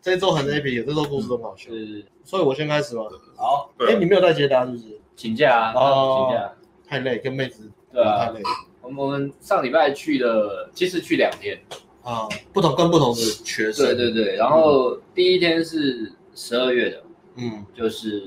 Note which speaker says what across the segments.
Speaker 1: 这周很 happy，有这周故事都很好笑，
Speaker 2: 是
Speaker 1: 所以我先开始吗？
Speaker 2: 好啊
Speaker 1: 哎，
Speaker 3: 对
Speaker 1: 你没有带捷达是不是？
Speaker 2: 请假啊，
Speaker 1: 哦
Speaker 2: 请假，
Speaker 1: 太累，跟妹子
Speaker 2: 对
Speaker 1: 太
Speaker 2: 啊。
Speaker 1: 累
Speaker 2: 我们我们上礼拜去了，其实去两天，
Speaker 1: 啊，不同跟不同的学生，
Speaker 2: 对，对对。然后第一天是十二月的，
Speaker 1: 嗯
Speaker 2: 就是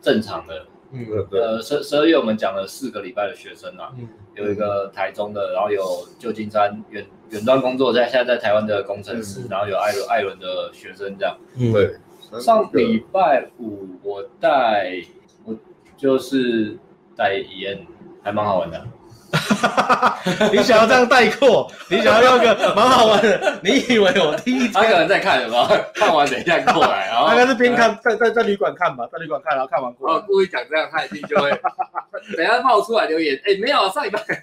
Speaker 2: 正常的，
Speaker 1: 嗯
Speaker 3: 对对，
Speaker 2: 呃，十十二月我们讲了四个礼拜的学生啦，
Speaker 1: 嗯，
Speaker 2: 有一个台中的，然后有旧金山远远端工作在现在在台湾的工程师，
Speaker 1: 嗯
Speaker 2: 然后有艾伦艾伦的学生这样。
Speaker 1: 嗯
Speaker 3: 对
Speaker 2: 上礼拜五我带我就是带伊恩，还蛮好玩的。
Speaker 1: 你想要这样带 过，你想要用个蛮好玩的，你以为我第一
Speaker 2: 他可能在看有没 有？看完等一下过来，然后
Speaker 1: 大概是边看在在在旅馆看吧，在旅馆看，然后看完过
Speaker 2: 我
Speaker 1: 来。
Speaker 2: 故意讲这样，他一定就会 等一下冒出来留言。哎、没有啊，上礼拜
Speaker 3: 上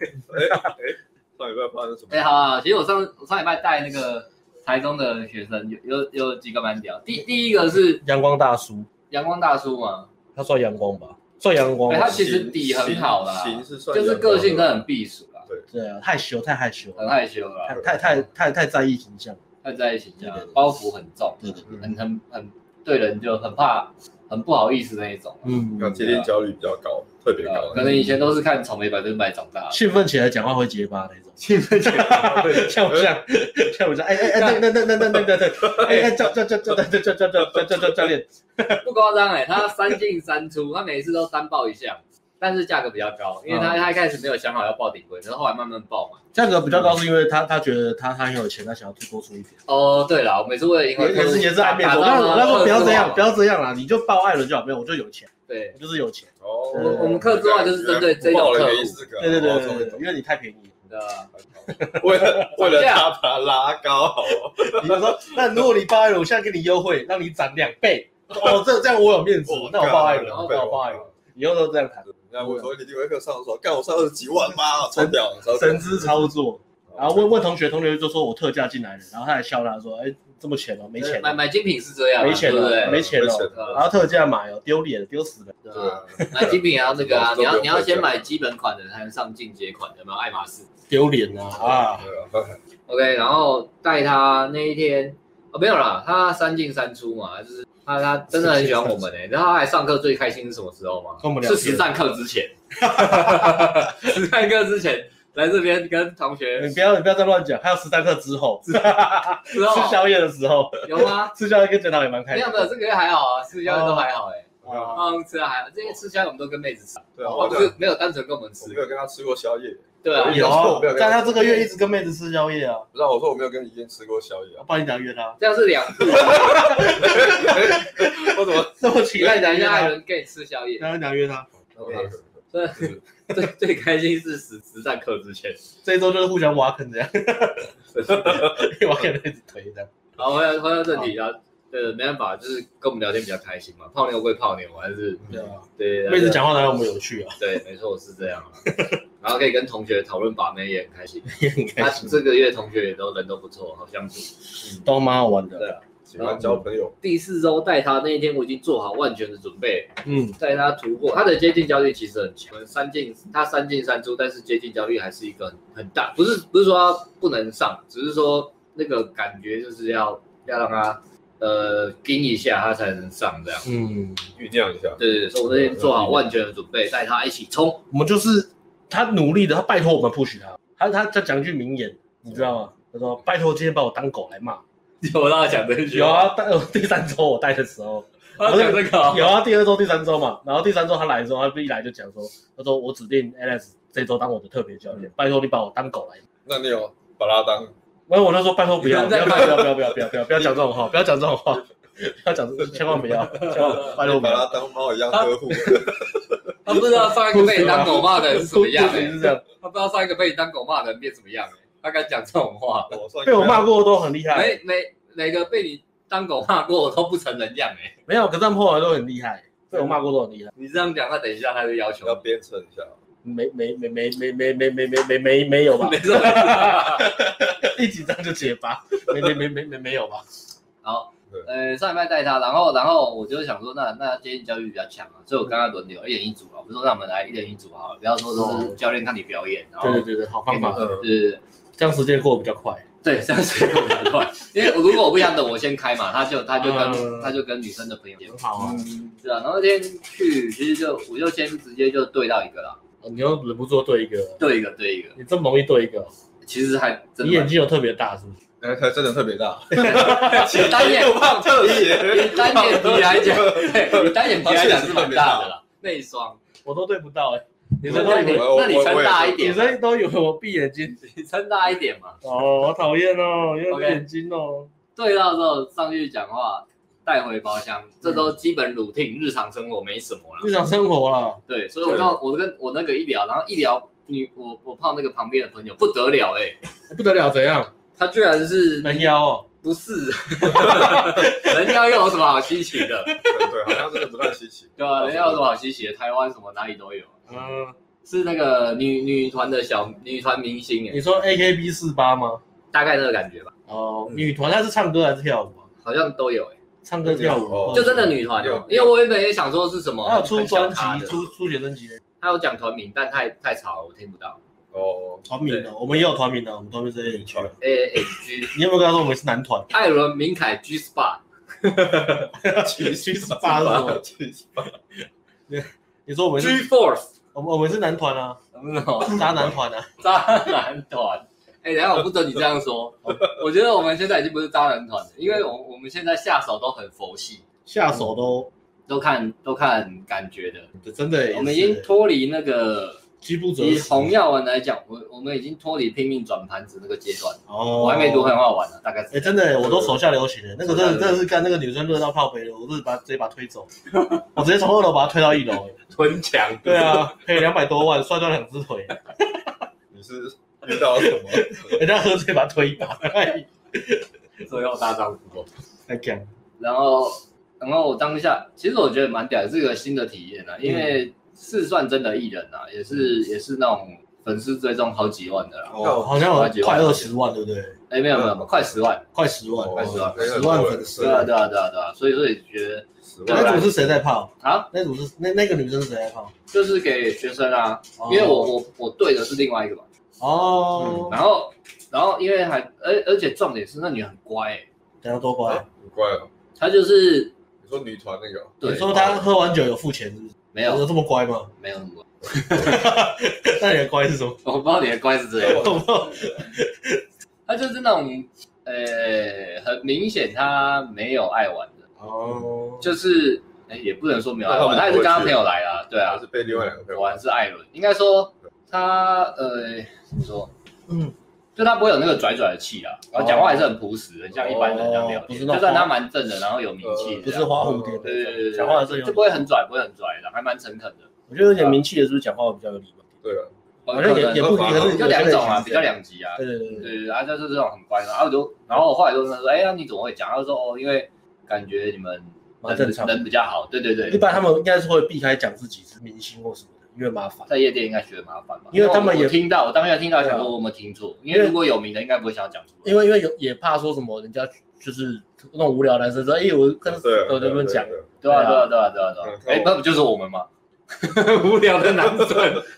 Speaker 3: 礼拜发生什
Speaker 2: 哎、
Speaker 3: 么？
Speaker 2: 好啊，其实我上我上礼拜带那个台中的学生，有有有几个蛮屌。第第一个是
Speaker 1: 阳光大叔，
Speaker 2: 阳光大叔嘛，他
Speaker 1: 他算阳光吧，算阳光
Speaker 2: 哎
Speaker 1: 吧
Speaker 2: 他。其实底很好啦
Speaker 3: 形是算
Speaker 2: 就是个性真的很避暑啦，
Speaker 1: 对啊，太羞，太害羞
Speaker 2: 很
Speaker 1: 了，
Speaker 2: 害羞啦，
Speaker 1: 太太太太太在意形象。
Speaker 2: 太在一起这样
Speaker 1: 对对，对
Speaker 2: 包袱很重，
Speaker 1: 对对对，
Speaker 2: 很很很对人就很怕，很不好意思那一种。
Speaker 1: 嗯，
Speaker 3: 那接天焦虑比较高，特别
Speaker 2: 呃
Speaker 3: 高，
Speaker 2: 可能以前都是看《草莓百分百》长大的，
Speaker 1: 啊兴奋起来讲话会结巴那种。
Speaker 2: 兴奋起来，
Speaker 1: 像不像？像不像？哎哎哎，那那那那那那那，哎哎，教教教教教教教教教教教教练，
Speaker 2: 不夸张哎，他三进三出，他每次都三报一项，但是价格比较高，因为他
Speaker 1: 嗯
Speaker 2: 他一开始没有想好要报顶规，然后后来慢慢报嘛。
Speaker 1: 价格比较高是因为他他觉得他他很有钱，他想要多出一点。
Speaker 2: 哦，对了，我每次为了赢回
Speaker 1: 也是也是安面我那啊我那时候不要这样，不要这样啦，你就报艾伦就好，没有我就有钱，
Speaker 2: 对
Speaker 1: 我就是有钱。
Speaker 3: 哦
Speaker 1: 我们我
Speaker 2: 们客制化就是针对这种客户
Speaker 3: 报了一个仪式感
Speaker 1: 对对对
Speaker 3: 哦终于
Speaker 1: 对对，
Speaker 3: 懂
Speaker 1: 因为你太便宜。
Speaker 2: 对啊，
Speaker 3: 为了为了他把他拉高，好不
Speaker 1: 你就说，那如果你报艾伦，我现在给你优惠，让你涨两倍。哦，这这样我有面子
Speaker 3: 好，
Speaker 1: 那我报艾伦，
Speaker 3: 干
Speaker 1: 那我报艾伦，以后都这样谈，
Speaker 3: 那我说你地位课上的时候，干我上二十几万吗？超屌，超屌
Speaker 1: 神之操作。然后问问同学，同学就说我特价进来了，然后他还笑他说，哎，这么浅哦，没钱
Speaker 2: 买
Speaker 1: 哦，
Speaker 2: 买精品是这样嘛，啊
Speaker 1: 没钱
Speaker 2: 对不
Speaker 1: 了，
Speaker 2: 对？
Speaker 1: 没钱了。然
Speaker 2: 对
Speaker 1: 后特价买哦，丢脸丢死了。
Speaker 3: 对
Speaker 2: 啊，买精品啊，那个啊，
Speaker 3: 都
Speaker 2: 你
Speaker 3: 不用
Speaker 2: 要你要先
Speaker 3: 客制化
Speaker 2: 买基本款的，才能上进阶款，有没有？爱马仕。
Speaker 1: 丢脸啊啊！
Speaker 3: 对啊，
Speaker 2: OK，然后带他那一天，哦没有啦，他三进三出嘛，就是他他真的很喜欢我们诶、欸然后他来上课最开心是什么时候吗？
Speaker 1: 跟我们聊
Speaker 2: 是
Speaker 1: 天
Speaker 2: 实战课 之前，实战课之前来这边跟同学
Speaker 1: 你不要你不要再乱讲，还有十三课之后，吃
Speaker 2: 之后
Speaker 1: 宵夜的时候，
Speaker 2: 有吗？
Speaker 1: 吃宵夜跟检讨也蛮开
Speaker 2: 没
Speaker 1: 心
Speaker 2: 有
Speaker 1: 的。
Speaker 2: 没有，这个月还好啊，吃宵夜都还好诶、
Speaker 1: 啊
Speaker 2: 嗯，吃的还好，这些吃宵夜我们都跟妹子吃，
Speaker 3: 对啊，
Speaker 2: 哦，
Speaker 3: 我
Speaker 2: 不
Speaker 3: 讲
Speaker 2: 是没有单纯跟我们
Speaker 3: 我
Speaker 2: 吃
Speaker 1: 哦
Speaker 3: 没，有跟他吃过宵夜，
Speaker 2: 对啊，
Speaker 1: 有，但他这个月一直跟妹子吃宵夜啊，
Speaker 3: 不知道我说我没有跟怡燕吃过宵夜
Speaker 1: 我
Speaker 3: 啊，
Speaker 1: 帮你讲约他，
Speaker 2: 这样是两步，
Speaker 3: 我怎么？
Speaker 1: 这么期待
Speaker 2: 等
Speaker 1: 讲
Speaker 2: 一
Speaker 1: 约
Speaker 2: 下艾
Speaker 1: 他，
Speaker 2: 伦可以吃 宵夜，哦
Speaker 1: 讲讲约他，
Speaker 2: 对，最最开心是实实战课之前。
Speaker 1: 这一周就是互相挖坑这 样，挖坑妹子腿这样。
Speaker 2: 好，回到回到正题啊，对，没办法，就是跟我们聊天比较开心嘛，泡妞归泡妞，还是
Speaker 1: 对啊，
Speaker 2: 对
Speaker 1: 妹子，讲话哪有我们有趣 啊？
Speaker 2: 对，没错，是这样啊。然后可以跟同学讨论把妹也很开心，
Speaker 1: 也很
Speaker 2: 那
Speaker 1: 开心，
Speaker 2: 这个月同学也都人都不错，好相处。
Speaker 1: 都蛮好玩的。
Speaker 2: 对啊，
Speaker 3: 喜欢交朋友，
Speaker 2: 第四周带他那一天，我已经做好万全的准备，
Speaker 1: 嗯，
Speaker 2: 带他突破他的接近焦虑其实很强，三进他三进三出，但是接近焦虑还是一个很很大，不是不是说他不能上，只是说那个感觉就是要要让他呃盯一下，他才能上这样。
Speaker 1: 嗯，
Speaker 3: 酝酿一下，
Speaker 2: 对对对，所以我那天做好万全的准备，带他一起冲。
Speaker 1: 我们就是他努力的，他拜托我们 push 他，他他他讲一句名言，你知道吗？他说拜托今天把我当狗来骂。
Speaker 2: 有让他讲这
Speaker 1: 有，啊，带我第三周我带的时候，
Speaker 2: 他讲这个哦
Speaker 1: 有啊，第二周、第三周嘛，然后第三周他来的时候，他一来就讲说，他说我指定 Alex 这周当我的特别教练，
Speaker 2: 嗯
Speaker 1: 拜托你把我当狗来。
Speaker 3: 那你有把他当
Speaker 1: 然后我就说拜托不要，不
Speaker 2: 你不
Speaker 1: 要
Speaker 2: 能
Speaker 1: 不
Speaker 2: 再
Speaker 1: 要不要不要不要不要不要讲这种话，不要讲这种话，不要讲，千万不要，千万 拜托不
Speaker 3: 把
Speaker 1: 要。
Speaker 3: 他当猫一样呵护，
Speaker 2: 他不知道上一个被你当狗骂的人是什么样、
Speaker 1: 不行
Speaker 2: 欸，
Speaker 1: 是啊这样，
Speaker 2: 他不知道上一个被你当狗骂的人变什么样、欸，他敢讲这种话，
Speaker 1: 啊被我骂过都很厉害，
Speaker 2: 每每每个被你当狗骂过的都不成人样哎、欸
Speaker 1: 没有，可是他们后来都很厉害，被我骂过都很厉害，
Speaker 2: 你这样讲，他等一下他就要求
Speaker 3: 要鞭策一下，
Speaker 1: 没没没没没没没没没没没没有吧
Speaker 2: 没？事没事。
Speaker 1: 一紧张就结巴，没没没没没没有吧？
Speaker 2: 好，呃，上礼拜带他，然后然后我就想说，那那接近教育比较强啊，所以我跟他轮流一人一组啊，我们说让我们来一人一组好了，不要说都是教练看你表演，然后
Speaker 1: 对对对对，好方法，
Speaker 3: 嗯，
Speaker 2: 对对对。
Speaker 1: 这样时间过得比较快。
Speaker 2: 对，这样子就很乱。因为我如果我不想等，我先开嘛，他就他就
Speaker 1: 嗯
Speaker 2: 跟他就跟女生的朋友聊
Speaker 1: 很好啊。
Speaker 3: 嗯，
Speaker 2: 是啊，然后那天去其实就我就先直接就对到一个啦，
Speaker 1: 你又忍不住对一个，
Speaker 2: 对一个对一个，
Speaker 1: 你这么容易对一个，
Speaker 2: 其实还真
Speaker 1: 你
Speaker 2: 的
Speaker 1: 眼
Speaker 2: 蛮。
Speaker 1: 睛有特别大是不是？
Speaker 3: 那他哎真的特别大，
Speaker 2: 你
Speaker 1: 哎
Speaker 2: 单眼
Speaker 3: 又胖特写，
Speaker 2: 你单眼皮来讲，对，你单眼皮来讲是蛮大的啦，内双。
Speaker 1: 我都对不到哎，女
Speaker 2: 那
Speaker 1: 生都以
Speaker 2: 你
Speaker 1: 为
Speaker 3: 我
Speaker 2: 那你
Speaker 3: 我
Speaker 2: 撑
Speaker 3: 我也
Speaker 2: 大一
Speaker 3: 是
Speaker 1: 女
Speaker 2: 点嘛，
Speaker 1: 生都以为我闭眼睛
Speaker 2: 你撑大一点嘛。
Speaker 1: 哦，好讨厌哦，因为
Speaker 2: OK
Speaker 1: 眼睛哦，
Speaker 2: 对到之后上去讲话，带回包厢，这都基本 routine 日常生活没什么啦。
Speaker 1: 日常生活啦，
Speaker 2: 对，所以我刚我跟我那个一聊，然后一聊你我我泡那个旁边的朋友不得了哎、
Speaker 1: 不得了，怎样？
Speaker 2: 他居然是
Speaker 1: 人妖哦，
Speaker 2: 不是 人妖又有什么好稀奇的？
Speaker 3: 对对，好像真的不太稀奇。
Speaker 2: 对啊，人妖有什么好稀奇的？台湾什么哪里都有，
Speaker 1: 嗯，
Speaker 2: 是那个女女团的小女团明星哎、
Speaker 1: 你说 A K B 四八吗？
Speaker 2: 大概那个感觉吧，
Speaker 1: 哦，
Speaker 3: 嗯
Speaker 1: 女团她是唱歌还是跳舞啊？
Speaker 2: 好像都有哎、
Speaker 1: 唱歌跳舞
Speaker 3: 哦
Speaker 1: 哦，
Speaker 2: 就真的女团哦、因为我原本也想说是什么，
Speaker 1: 还有出专
Speaker 2: 很小咖
Speaker 1: 辑、
Speaker 2: 的
Speaker 1: 出出写真集的
Speaker 2: 他有讲团名，但太太吵了，我听不到。
Speaker 3: 哦，
Speaker 1: 团名的，我们也有团名的，我们团名是 A H
Speaker 3: 团
Speaker 2: A H G，
Speaker 1: 你有没有跟他说我们是男团？
Speaker 2: 艾伦、明凯、G Spa，
Speaker 3: 去
Speaker 1: 去死吧是
Speaker 3: 吧
Speaker 1: 吧，
Speaker 3: 去死
Speaker 1: 你说我们
Speaker 2: G
Speaker 1: 是，
Speaker 2: Force，嗯哦
Speaker 1: 我们我们是男团啊，渣男团啊，
Speaker 2: 渣 男团。哎、等一下我不准你这样说，我觉得我们现在已经不是渣男团了，因为我我们现在下手都很佛系，
Speaker 1: 下手都
Speaker 2: 都看都看感觉的。
Speaker 1: 真的也是，
Speaker 2: 我们已经脱离那个
Speaker 1: 饥不择
Speaker 2: 以
Speaker 1: 食。
Speaker 2: 洪耀文来讲，我我们已经脱离拼命转盘子那个阶段。
Speaker 1: 哦，
Speaker 2: 我还没读很好玩呢、大概
Speaker 1: 哎，
Speaker 2: 是。
Speaker 1: 真的，我都手下留情了。那个真的
Speaker 2: 手下留情
Speaker 1: 真的是干那个女生热到靠北了，我是把直接把她推走，我直接从二楼把她推到一楼。哎
Speaker 2: 屯墙，
Speaker 1: 对啊，赔两百多万，摔断两只腿，
Speaker 3: 你是遇到了什么？
Speaker 1: 人家喝醉把她推一把，
Speaker 2: 最后大丈夫。
Speaker 1: 太强。
Speaker 2: 然后，然后我当下其实我觉得蛮屌的，是个新的体验啊，因
Speaker 1: 嗯
Speaker 2: 为是算真的艺人啊，也是也是那种粉丝追踪好几万的啦。
Speaker 1: 哦，好像有快二十万，对不对？
Speaker 2: 哎，没有没有，快十万。
Speaker 1: 快十万，
Speaker 3: 哦
Speaker 1: 快十万，
Speaker 3: 那个
Speaker 1: 十
Speaker 3: 很
Speaker 1: 万
Speaker 3: 多
Speaker 1: 粉丝
Speaker 2: 对。啊对啊对啊对啊，所以所以觉得
Speaker 3: 十
Speaker 2: 对啊
Speaker 1: 那
Speaker 3: 万
Speaker 1: 组是谁在泡？
Speaker 2: 啊，
Speaker 1: 那组是那那个女生是谁在泡？
Speaker 2: 就是给学生啊，因为我我我对的是另外一个嘛。
Speaker 1: 哦，
Speaker 2: 然后然后因为还而而且重点是那女很乖、欸，
Speaker 1: 等下多乖。啊
Speaker 3: 很怪哦。
Speaker 2: 她就是
Speaker 3: 你说女团那个哦，
Speaker 2: 对
Speaker 1: 你说她喝完酒有付钱是不是？
Speaker 2: 没有
Speaker 1: 有这么乖吗？
Speaker 2: 没有很乖，
Speaker 1: 那你的乖是什么？
Speaker 2: 我不知道你的乖是怎样。
Speaker 3: 我
Speaker 2: 他就是那种，呃，很明显他没有爱玩的，
Speaker 1: 哦，
Speaker 2: 就是，哎，也不能说没有爱玩，他也是跟他朋友来啦，对啊
Speaker 3: 是，被另外两个朋友
Speaker 2: 玩是艾伦，应该说他，呃，怎么说，
Speaker 1: 嗯，
Speaker 2: 就他不会有那个拽拽的气啊，然后讲话还是很朴实，很像一般人这样聊
Speaker 1: 哦不是
Speaker 2: 天，
Speaker 1: 那种呃
Speaker 2: 就算他蛮正的，然后有名气，
Speaker 1: 不是花蝴蝶
Speaker 2: 对对对对
Speaker 1: 那
Speaker 2: 对，
Speaker 1: 种，讲话是有
Speaker 2: 就不会很拽，不会很拽的，还蛮诚恳的，
Speaker 1: 我觉得有点名气的，是不是讲话比较有礼貌？
Speaker 3: 对啊，
Speaker 2: 哦
Speaker 1: 好像也也不一定，可是有
Speaker 2: 就
Speaker 1: 些
Speaker 2: 两
Speaker 1: 人
Speaker 2: 种啊，
Speaker 1: 是
Speaker 2: 比
Speaker 1: 这
Speaker 2: 较
Speaker 1: 样。
Speaker 2: 两极啊，
Speaker 1: 对对对对，
Speaker 2: 对对，他就是这种很乖的，然啊后我就，然后我后来就问他说，哎、呀，你怎么会讲？他就说，哦，因为感觉你们
Speaker 1: 蛮
Speaker 2: 人
Speaker 1: 正常的
Speaker 2: 人比较好，对对
Speaker 1: 一
Speaker 2: 对，
Speaker 1: 般他们应该是会避开讲自己是明星或什么的，因为麻烦。
Speaker 2: 在夜店应该觉得麻烦吧，
Speaker 1: 因为他们
Speaker 2: 我
Speaker 1: 也
Speaker 2: 听到，我当下听到
Speaker 1: 对啊
Speaker 2: 想说我有没有听错，因
Speaker 1: 因
Speaker 2: 为
Speaker 1: 为
Speaker 2: 如果有名的，应该不会想要讲出来，
Speaker 1: 因为因为有也怕说什么人家就是那种无聊男生说，哎，我跟
Speaker 3: 对啊，
Speaker 1: 我这边讲，
Speaker 2: 对啊对
Speaker 1: 对
Speaker 2: 啊
Speaker 1: 啊
Speaker 2: 对啊对啊对啊，
Speaker 3: 对
Speaker 2: 哎、
Speaker 3: 啊
Speaker 2: 那不就是我们吗？ 无聊的男生，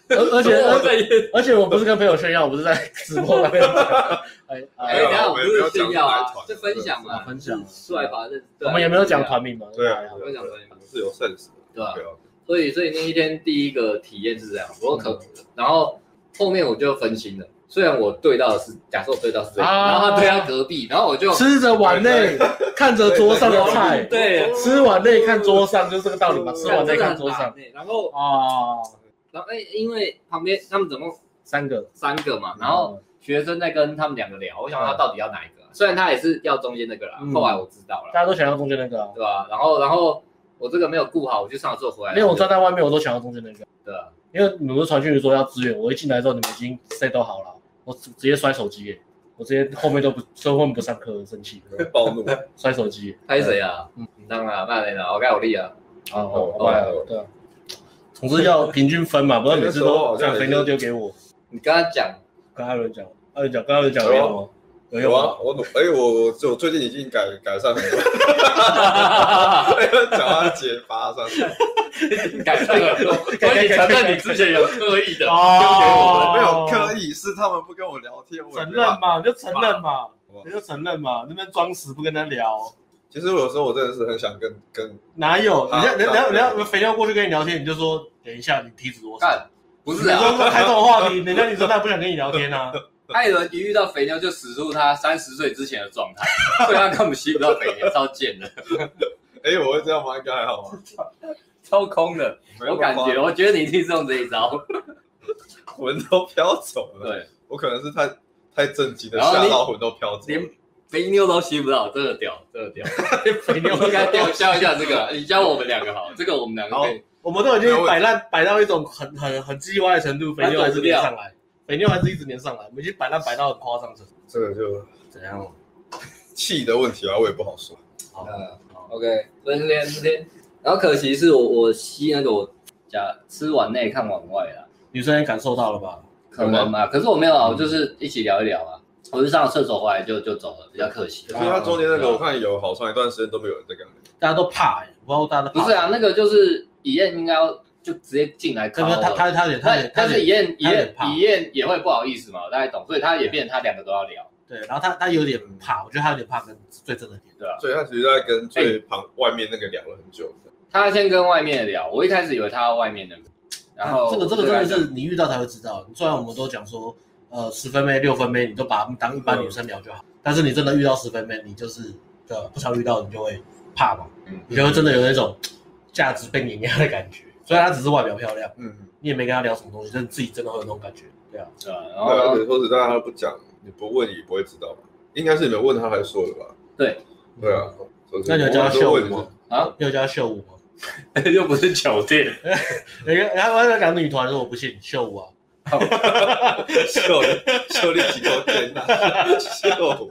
Speaker 1: 而而且
Speaker 2: 我
Speaker 1: 而
Speaker 2: 在夜店，
Speaker 1: 而且我不是跟朋友炫耀，我不是在直播那边讲，哎
Speaker 2: 哎、
Speaker 1: 哎
Speaker 2: 等一下
Speaker 3: 我
Speaker 2: 我不
Speaker 3: 们也没
Speaker 2: 是
Speaker 3: 有
Speaker 2: 炫
Speaker 3: 讲
Speaker 2: 耀
Speaker 3: 哪
Speaker 2: 啊
Speaker 3: 一，团
Speaker 2: 就分享嘛，
Speaker 1: 分享啊
Speaker 2: 帅吧，这对啊
Speaker 1: 我们也没有讲团名嘛，
Speaker 3: 对啊
Speaker 1: 还好
Speaker 2: 没有讲团名嘛
Speaker 3: 我们是有 sense 的，
Speaker 2: 对啊
Speaker 3: 对啊，
Speaker 2: 所以所以那一天第一个体验是这样，我可、然后后面我就分心了。虽然我对到的是，假设我对到是这个，
Speaker 1: 啊
Speaker 2: 然后他对他隔壁，然后我就
Speaker 1: 吃着碗内看着桌上的菜，
Speaker 2: 对
Speaker 3: 啊
Speaker 1: 吃碗内看 桌上，就是这个道理嘛，吃碗内看桌
Speaker 2: 真的很
Speaker 1: 上
Speaker 2: 烦欸然后
Speaker 1: 啊，
Speaker 2: 然后哎、因为旁边他们总共
Speaker 1: 三个，
Speaker 2: 三个嘛，然后学生在跟他们两个聊，我想他到底要哪一个啊、虽然他也是要中间那个啦，
Speaker 1: 嗯
Speaker 2: 后来我知道了，
Speaker 1: 大家都想要中间那个啊，
Speaker 2: 对吧、然后然后我这个没有顾好，我去上厕所回来，
Speaker 1: 因为我站在外面，我都想要中间那个，
Speaker 2: 对啊，
Speaker 1: 因为你们传讯息说要支援，我一进来之后你们已经 set 都好了，我直直接摔手机耶，我直接后面都不说后面不上课，生气，
Speaker 3: 暴怒，
Speaker 1: 摔手机耶，
Speaker 2: 拍谁啊？
Speaker 1: 嗯
Speaker 2: 你当然曼联啊，我该有力啊，
Speaker 1: 啊，
Speaker 3: 哦
Speaker 1: 好吧
Speaker 3: 哦，
Speaker 1: 对啊，总之要平均分嘛，不要每次
Speaker 3: 那时候
Speaker 1: 都
Speaker 3: 好像
Speaker 1: 讲肥妞丢给我。
Speaker 2: 你跟他 讲，
Speaker 1: 跟艾伦讲，艾伦讲，跟艾伦讲有用吗？有
Speaker 3: 有
Speaker 1: 用
Speaker 3: 啊
Speaker 1: 吗？，
Speaker 3: 我努，哎，我我我最近已经改改善很 多，讲到结巴上，
Speaker 2: 改善了，所以你承认你之前有刻
Speaker 3: 啊
Speaker 2: 意的，
Speaker 1: 哦
Speaker 3: 没有刻意，是他们不跟我聊天，我也
Speaker 1: 承
Speaker 3: 没
Speaker 1: 认
Speaker 3: 办
Speaker 1: 嘛，
Speaker 3: 法
Speaker 1: 你就承认嘛。
Speaker 3: 不好
Speaker 1: 你就承认嘛，那边装死不跟他聊，
Speaker 3: 其实我有时候我真的是很想跟跟
Speaker 1: 哪有？人
Speaker 3: 啊
Speaker 1: 家人
Speaker 3: 当
Speaker 1: 家
Speaker 3: 然
Speaker 1: 人家肥料过去跟你聊天，你就说等一下你踢死我，
Speaker 2: 干，不
Speaker 1: 你
Speaker 2: 是
Speaker 1: 说
Speaker 2: 啊，
Speaker 1: 说开这种话题，人家你说他不想跟你聊天 啊，
Speaker 2: 艾伦一遇到肥妞就使出他三十岁之前的状 态，所以他根本吸不到肥妞，超贱的，
Speaker 3: 哎、我会这样吗？应该还好吧。
Speaker 2: 超空的。
Speaker 3: 没
Speaker 2: 我
Speaker 3: 有
Speaker 2: 感
Speaker 3: 办法
Speaker 2: 觉，我觉得你一定中这一招。
Speaker 3: 魂都飘走了。
Speaker 2: 对，
Speaker 3: 我可能是太太震惊的
Speaker 2: 然后
Speaker 3: 吓
Speaker 2: 你
Speaker 3: 到魂都飘走了。
Speaker 2: 连肥妞都吸不到，真的屌，真的屌。
Speaker 1: 肥料
Speaker 2: 应该屌教一下这个，你教我们两个好，这个我们两个可以。
Speaker 1: 我们都已经摆烂摆到一种很很很叽歪的程度，肥妞还是连上来，肥妞还是一直连上来，我们已经摆烂摆到很夸张程度。
Speaker 3: 这个就
Speaker 1: 怎
Speaker 2: 啊
Speaker 1: 样？
Speaker 3: 气的问题啊，我也不好说。
Speaker 1: 好，
Speaker 2: 嗯，OK，分天分天。然后可惜是我我吸那个我假吃碗内看碗外啦，
Speaker 1: 女生也感受到了吧？
Speaker 2: 可能吧，可是我没有啊，我就是一起聊一聊啊。我就上了厕所回来就就走了，比较可惜
Speaker 3: 可
Speaker 1: 对
Speaker 3: 是
Speaker 1: 啊。
Speaker 3: 他中间那
Speaker 2: 对
Speaker 3: 个，
Speaker 2: 啊
Speaker 3: 我看有好长一段时间都没有人在跟他聊。
Speaker 1: 大家都怕欸，不知道大家都
Speaker 2: 不
Speaker 1: 怕
Speaker 2: 是啊，那个就是以燕应该要就直接进来
Speaker 1: 可
Speaker 2: 看
Speaker 1: 能他
Speaker 2: 我。
Speaker 1: 他他也他
Speaker 2: 但
Speaker 1: 也
Speaker 2: 但
Speaker 1: 他
Speaker 2: 是以
Speaker 1: 也
Speaker 2: 燕以
Speaker 1: 他也
Speaker 2: 燕
Speaker 1: 怕
Speaker 2: 以燕也会不好意思嘛，我大概懂，所以他也变成他两个都要聊，
Speaker 1: 对，然后他他有点怕，我觉得他有点怕跟最真的点。
Speaker 2: 对吧？
Speaker 3: 所以他其实在跟
Speaker 2: 哎
Speaker 3: 最旁外面那个聊了很久。
Speaker 2: 他先跟外面的聊，我一开始以为他要外面的，然后
Speaker 1: 这个这个真的
Speaker 2: 对啊
Speaker 1: 是你遇到才会知道。虽然我们都讲说，呃，十分妹、六分妹，你都把她们当一
Speaker 2: 嗯
Speaker 1: 般女生聊就好，但是你真的遇到十分妹，你就是呃不常遇到，你就会怕嘛，
Speaker 2: 嗯
Speaker 1: 你就会真的有那种价值被碾压的感觉。虽然她只是外表漂亮，
Speaker 3: 嗯，
Speaker 1: 你也没跟她聊什么东西，但自己真的会有那种感觉。对啊，
Speaker 2: 对啊然
Speaker 3: 对啊，而
Speaker 2: 后
Speaker 3: 且说实在，他不讲，你不问也不会知道吧？应该是你们问他才说的吧？
Speaker 2: 对，
Speaker 3: 对啊。
Speaker 2: 嗯
Speaker 3: 所以
Speaker 1: 嗯那你有教他
Speaker 3: 我
Speaker 1: 秀
Speaker 3: 都
Speaker 1: 舞
Speaker 3: 问你
Speaker 1: 吗？
Speaker 2: 啊，
Speaker 1: 你有教她秀舞吗？
Speaker 2: 又不是酒店，
Speaker 1: 人家他们在讲女团，说我不信秀舞啊，
Speaker 3: 秀秀你几口天呐？ 秀
Speaker 2: 我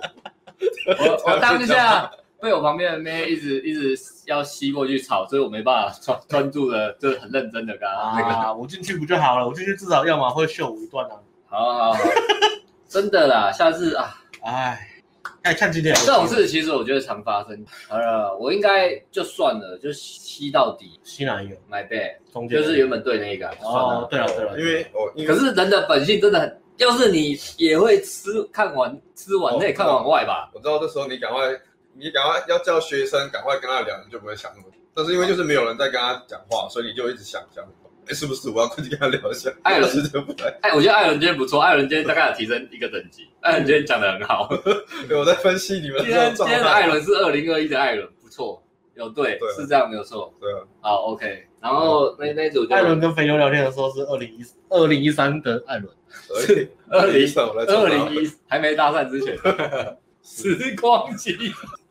Speaker 2: 我当下被我旁边的妹一直一直要吸过去吵，所以我没办法专专注的，就是很认真的跟她那个。
Speaker 1: 啊，我进去不就好了？我进去至少要么会秀舞一段啊。
Speaker 2: 好 好好，真的啦，下次啊，
Speaker 1: 哎，哎，看今天有
Speaker 2: 这种事其实我觉得常发生。好了，我应该就算了，就吸到底
Speaker 1: 西南有
Speaker 2: ，my bad，
Speaker 1: 中间
Speaker 2: 就是原本对那个啊就算
Speaker 1: 哦
Speaker 2: 了，。
Speaker 1: 对了对了，
Speaker 3: 因为哦，因
Speaker 2: 可
Speaker 3: 为
Speaker 2: 是人的本性真的很，要是你也会吃看完吃完
Speaker 3: 哦
Speaker 2: 内看完外吧，
Speaker 3: 我知道这时候你赶快，你赶快要叫学生赶快跟他聊，你就不会想那么多。但是因为就是没有人在跟他讲话，所以你就一直想想，哎，是不是我要快去跟他聊一下？
Speaker 2: 哎
Speaker 3: 老师就不来，
Speaker 2: 哎，我觉得艾伦今天不错，艾伦今天大概有提升一个等级，艾伦今天讲的很好。
Speaker 3: 对我在分析 你们
Speaker 2: 今
Speaker 3: 这
Speaker 2: 天今
Speaker 3: 种状
Speaker 2: 天的艾
Speaker 3: 态。
Speaker 2: 伦是二零二一的艾伦，不错，有对，啊嗯
Speaker 3: 对
Speaker 2: 是这样没有错。
Speaker 3: 对啊，
Speaker 2: 好，OK。然后那那一组就
Speaker 1: 艾伦跟肥牛聊天的时候是二零一二零一三的艾伦，
Speaker 3: 所以
Speaker 2: 二零
Speaker 3: 三我来
Speaker 2: 二零一还没搭讪之 前，时光机，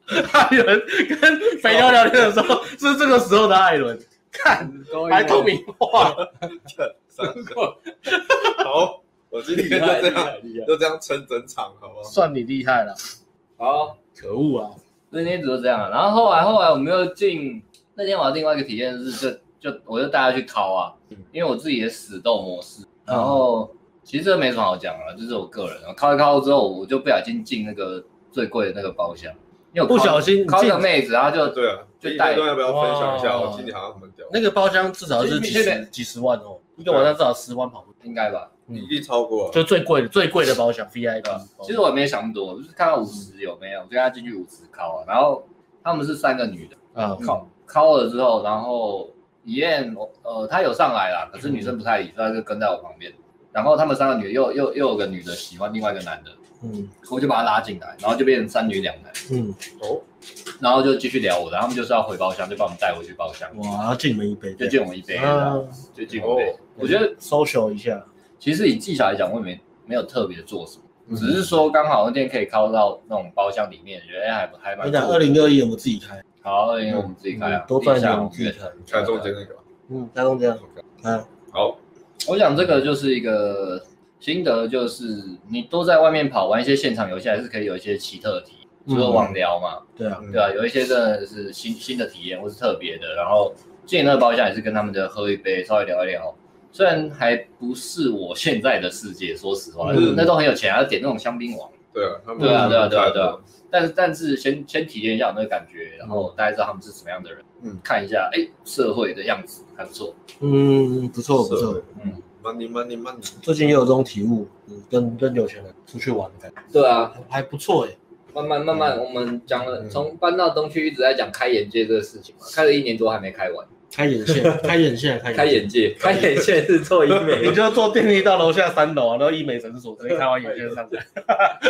Speaker 1: 艾伦跟肥牛聊天的时候 是这个时候的艾 伦，看还透明化，
Speaker 3: 三好，我今天就这样就这样撑整场，好不 好？
Speaker 1: 算你厉害了，
Speaker 2: 好，
Speaker 1: 可恶啊！
Speaker 2: 所以那一组就这样了。然后后来后来我们又进那天我另外一个体验是就就我就带他去考啊，因为我自己的死斗模式，然后。其实这没什么好讲了，就是我个人。然后敲一敲之后，我就不小心进那个最贵的那个包厢，因为我
Speaker 1: 不
Speaker 2: 敲
Speaker 1: 小心
Speaker 2: 敲一个
Speaker 1: 进
Speaker 2: 妹子，然后就
Speaker 3: 对啊，
Speaker 2: 就
Speaker 3: 第一
Speaker 2: 带
Speaker 3: 段要不要分享一下？
Speaker 1: 哇
Speaker 3: 我今天好像很屌，
Speaker 1: 那个包厢至少是几
Speaker 2: 今天
Speaker 1: 十几十万哦，一个晚上至少十万跑不掉，
Speaker 2: 应该吧。
Speaker 3: 一定超过了。
Speaker 1: 就最贵的最贵的包厢 VIP
Speaker 2: 对啊
Speaker 1: 包厢。
Speaker 2: 其实我也没想那么多，就是看到五十有没有，我就跟他进去五十考啊。然后他们是三个女的，
Speaker 1: 啊，
Speaker 2: 考考了之后，然后李艳我呃她有上来啦，可是女生不太理，所以她就跟在我旁边。然后他们三个女的又又又有个女的喜欢另外一个男的，
Speaker 1: 嗯
Speaker 2: 我就把他拉进来，然后就变成三女两男，
Speaker 1: 嗯，
Speaker 3: 哦，
Speaker 2: 然后就继续聊我的，他们就是要回包厢，就把我们带回去包厢，
Speaker 1: 哇，要敬你们一杯，
Speaker 2: 就敬我一杯，
Speaker 1: 啊，
Speaker 2: 就敬我一杯
Speaker 3: 哦。
Speaker 2: 我觉得
Speaker 1: social 一下，
Speaker 2: 其实以技巧来讲，我也没没有特别做什么。
Speaker 3: 嗯
Speaker 2: 只是说刚好那天可以靠到那种包厢里面，觉得哎还不还蛮
Speaker 1: 你
Speaker 2: 酷的。
Speaker 1: 讲二零二一有没有自己开？
Speaker 2: 好，因为我们自己开啊，
Speaker 1: 嗯多赚一
Speaker 2: 自己
Speaker 1: 点
Speaker 2: 下
Speaker 1: 我们自己开。
Speaker 3: 你看中间那个，
Speaker 1: 嗯，开中间，嗯，
Speaker 3: 好，
Speaker 2: 我想这个就是一个心得，就是你多在外面跑玩一些现场游戏，还是可以有一些奇特的体验，
Speaker 1: 嗯
Speaker 2: 就是网聊嘛，
Speaker 1: 对啊，
Speaker 3: 嗯
Speaker 2: 对啊，有一些真的是新新的体验或是特别的，然后进那个包厢也是跟他们的喝一杯，稍微聊一聊。虽然还不是我现在的世界，说实话，
Speaker 1: 嗯
Speaker 2: 就是那都很有钱，还啊要点那种香槟王，
Speaker 3: 对啊，他们
Speaker 2: 对啊对啊对啊
Speaker 3: 看
Speaker 2: 对啊但是但是先先体验一下我那个感觉，然后大家知道他们是什么样的人，
Speaker 3: 嗯
Speaker 2: 看一下哎社会的样子还不错，
Speaker 1: 嗯，不错不错，
Speaker 2: 嗯，
Speaker 3: ，money money money，
Speaker 1: 最近也有这种体悟，嗯跟跟有钱人出去玩的感觉，
Speaker 2: 对啊，
Speaker 1: 还不错哎，
Speaker 2: 慢慢慢慢，我们讲了，从搬到东区一直在讲开眼界这个事情嘛，开了一年多还没开完。
Speaker 1: 开眼 线，开眼线，开
Speaker 2: 开眼界，开眼界是做医美
Speaker 1: 你就坐电梯到楼下三楼啊，然后医美诊所直接开完眼线上来，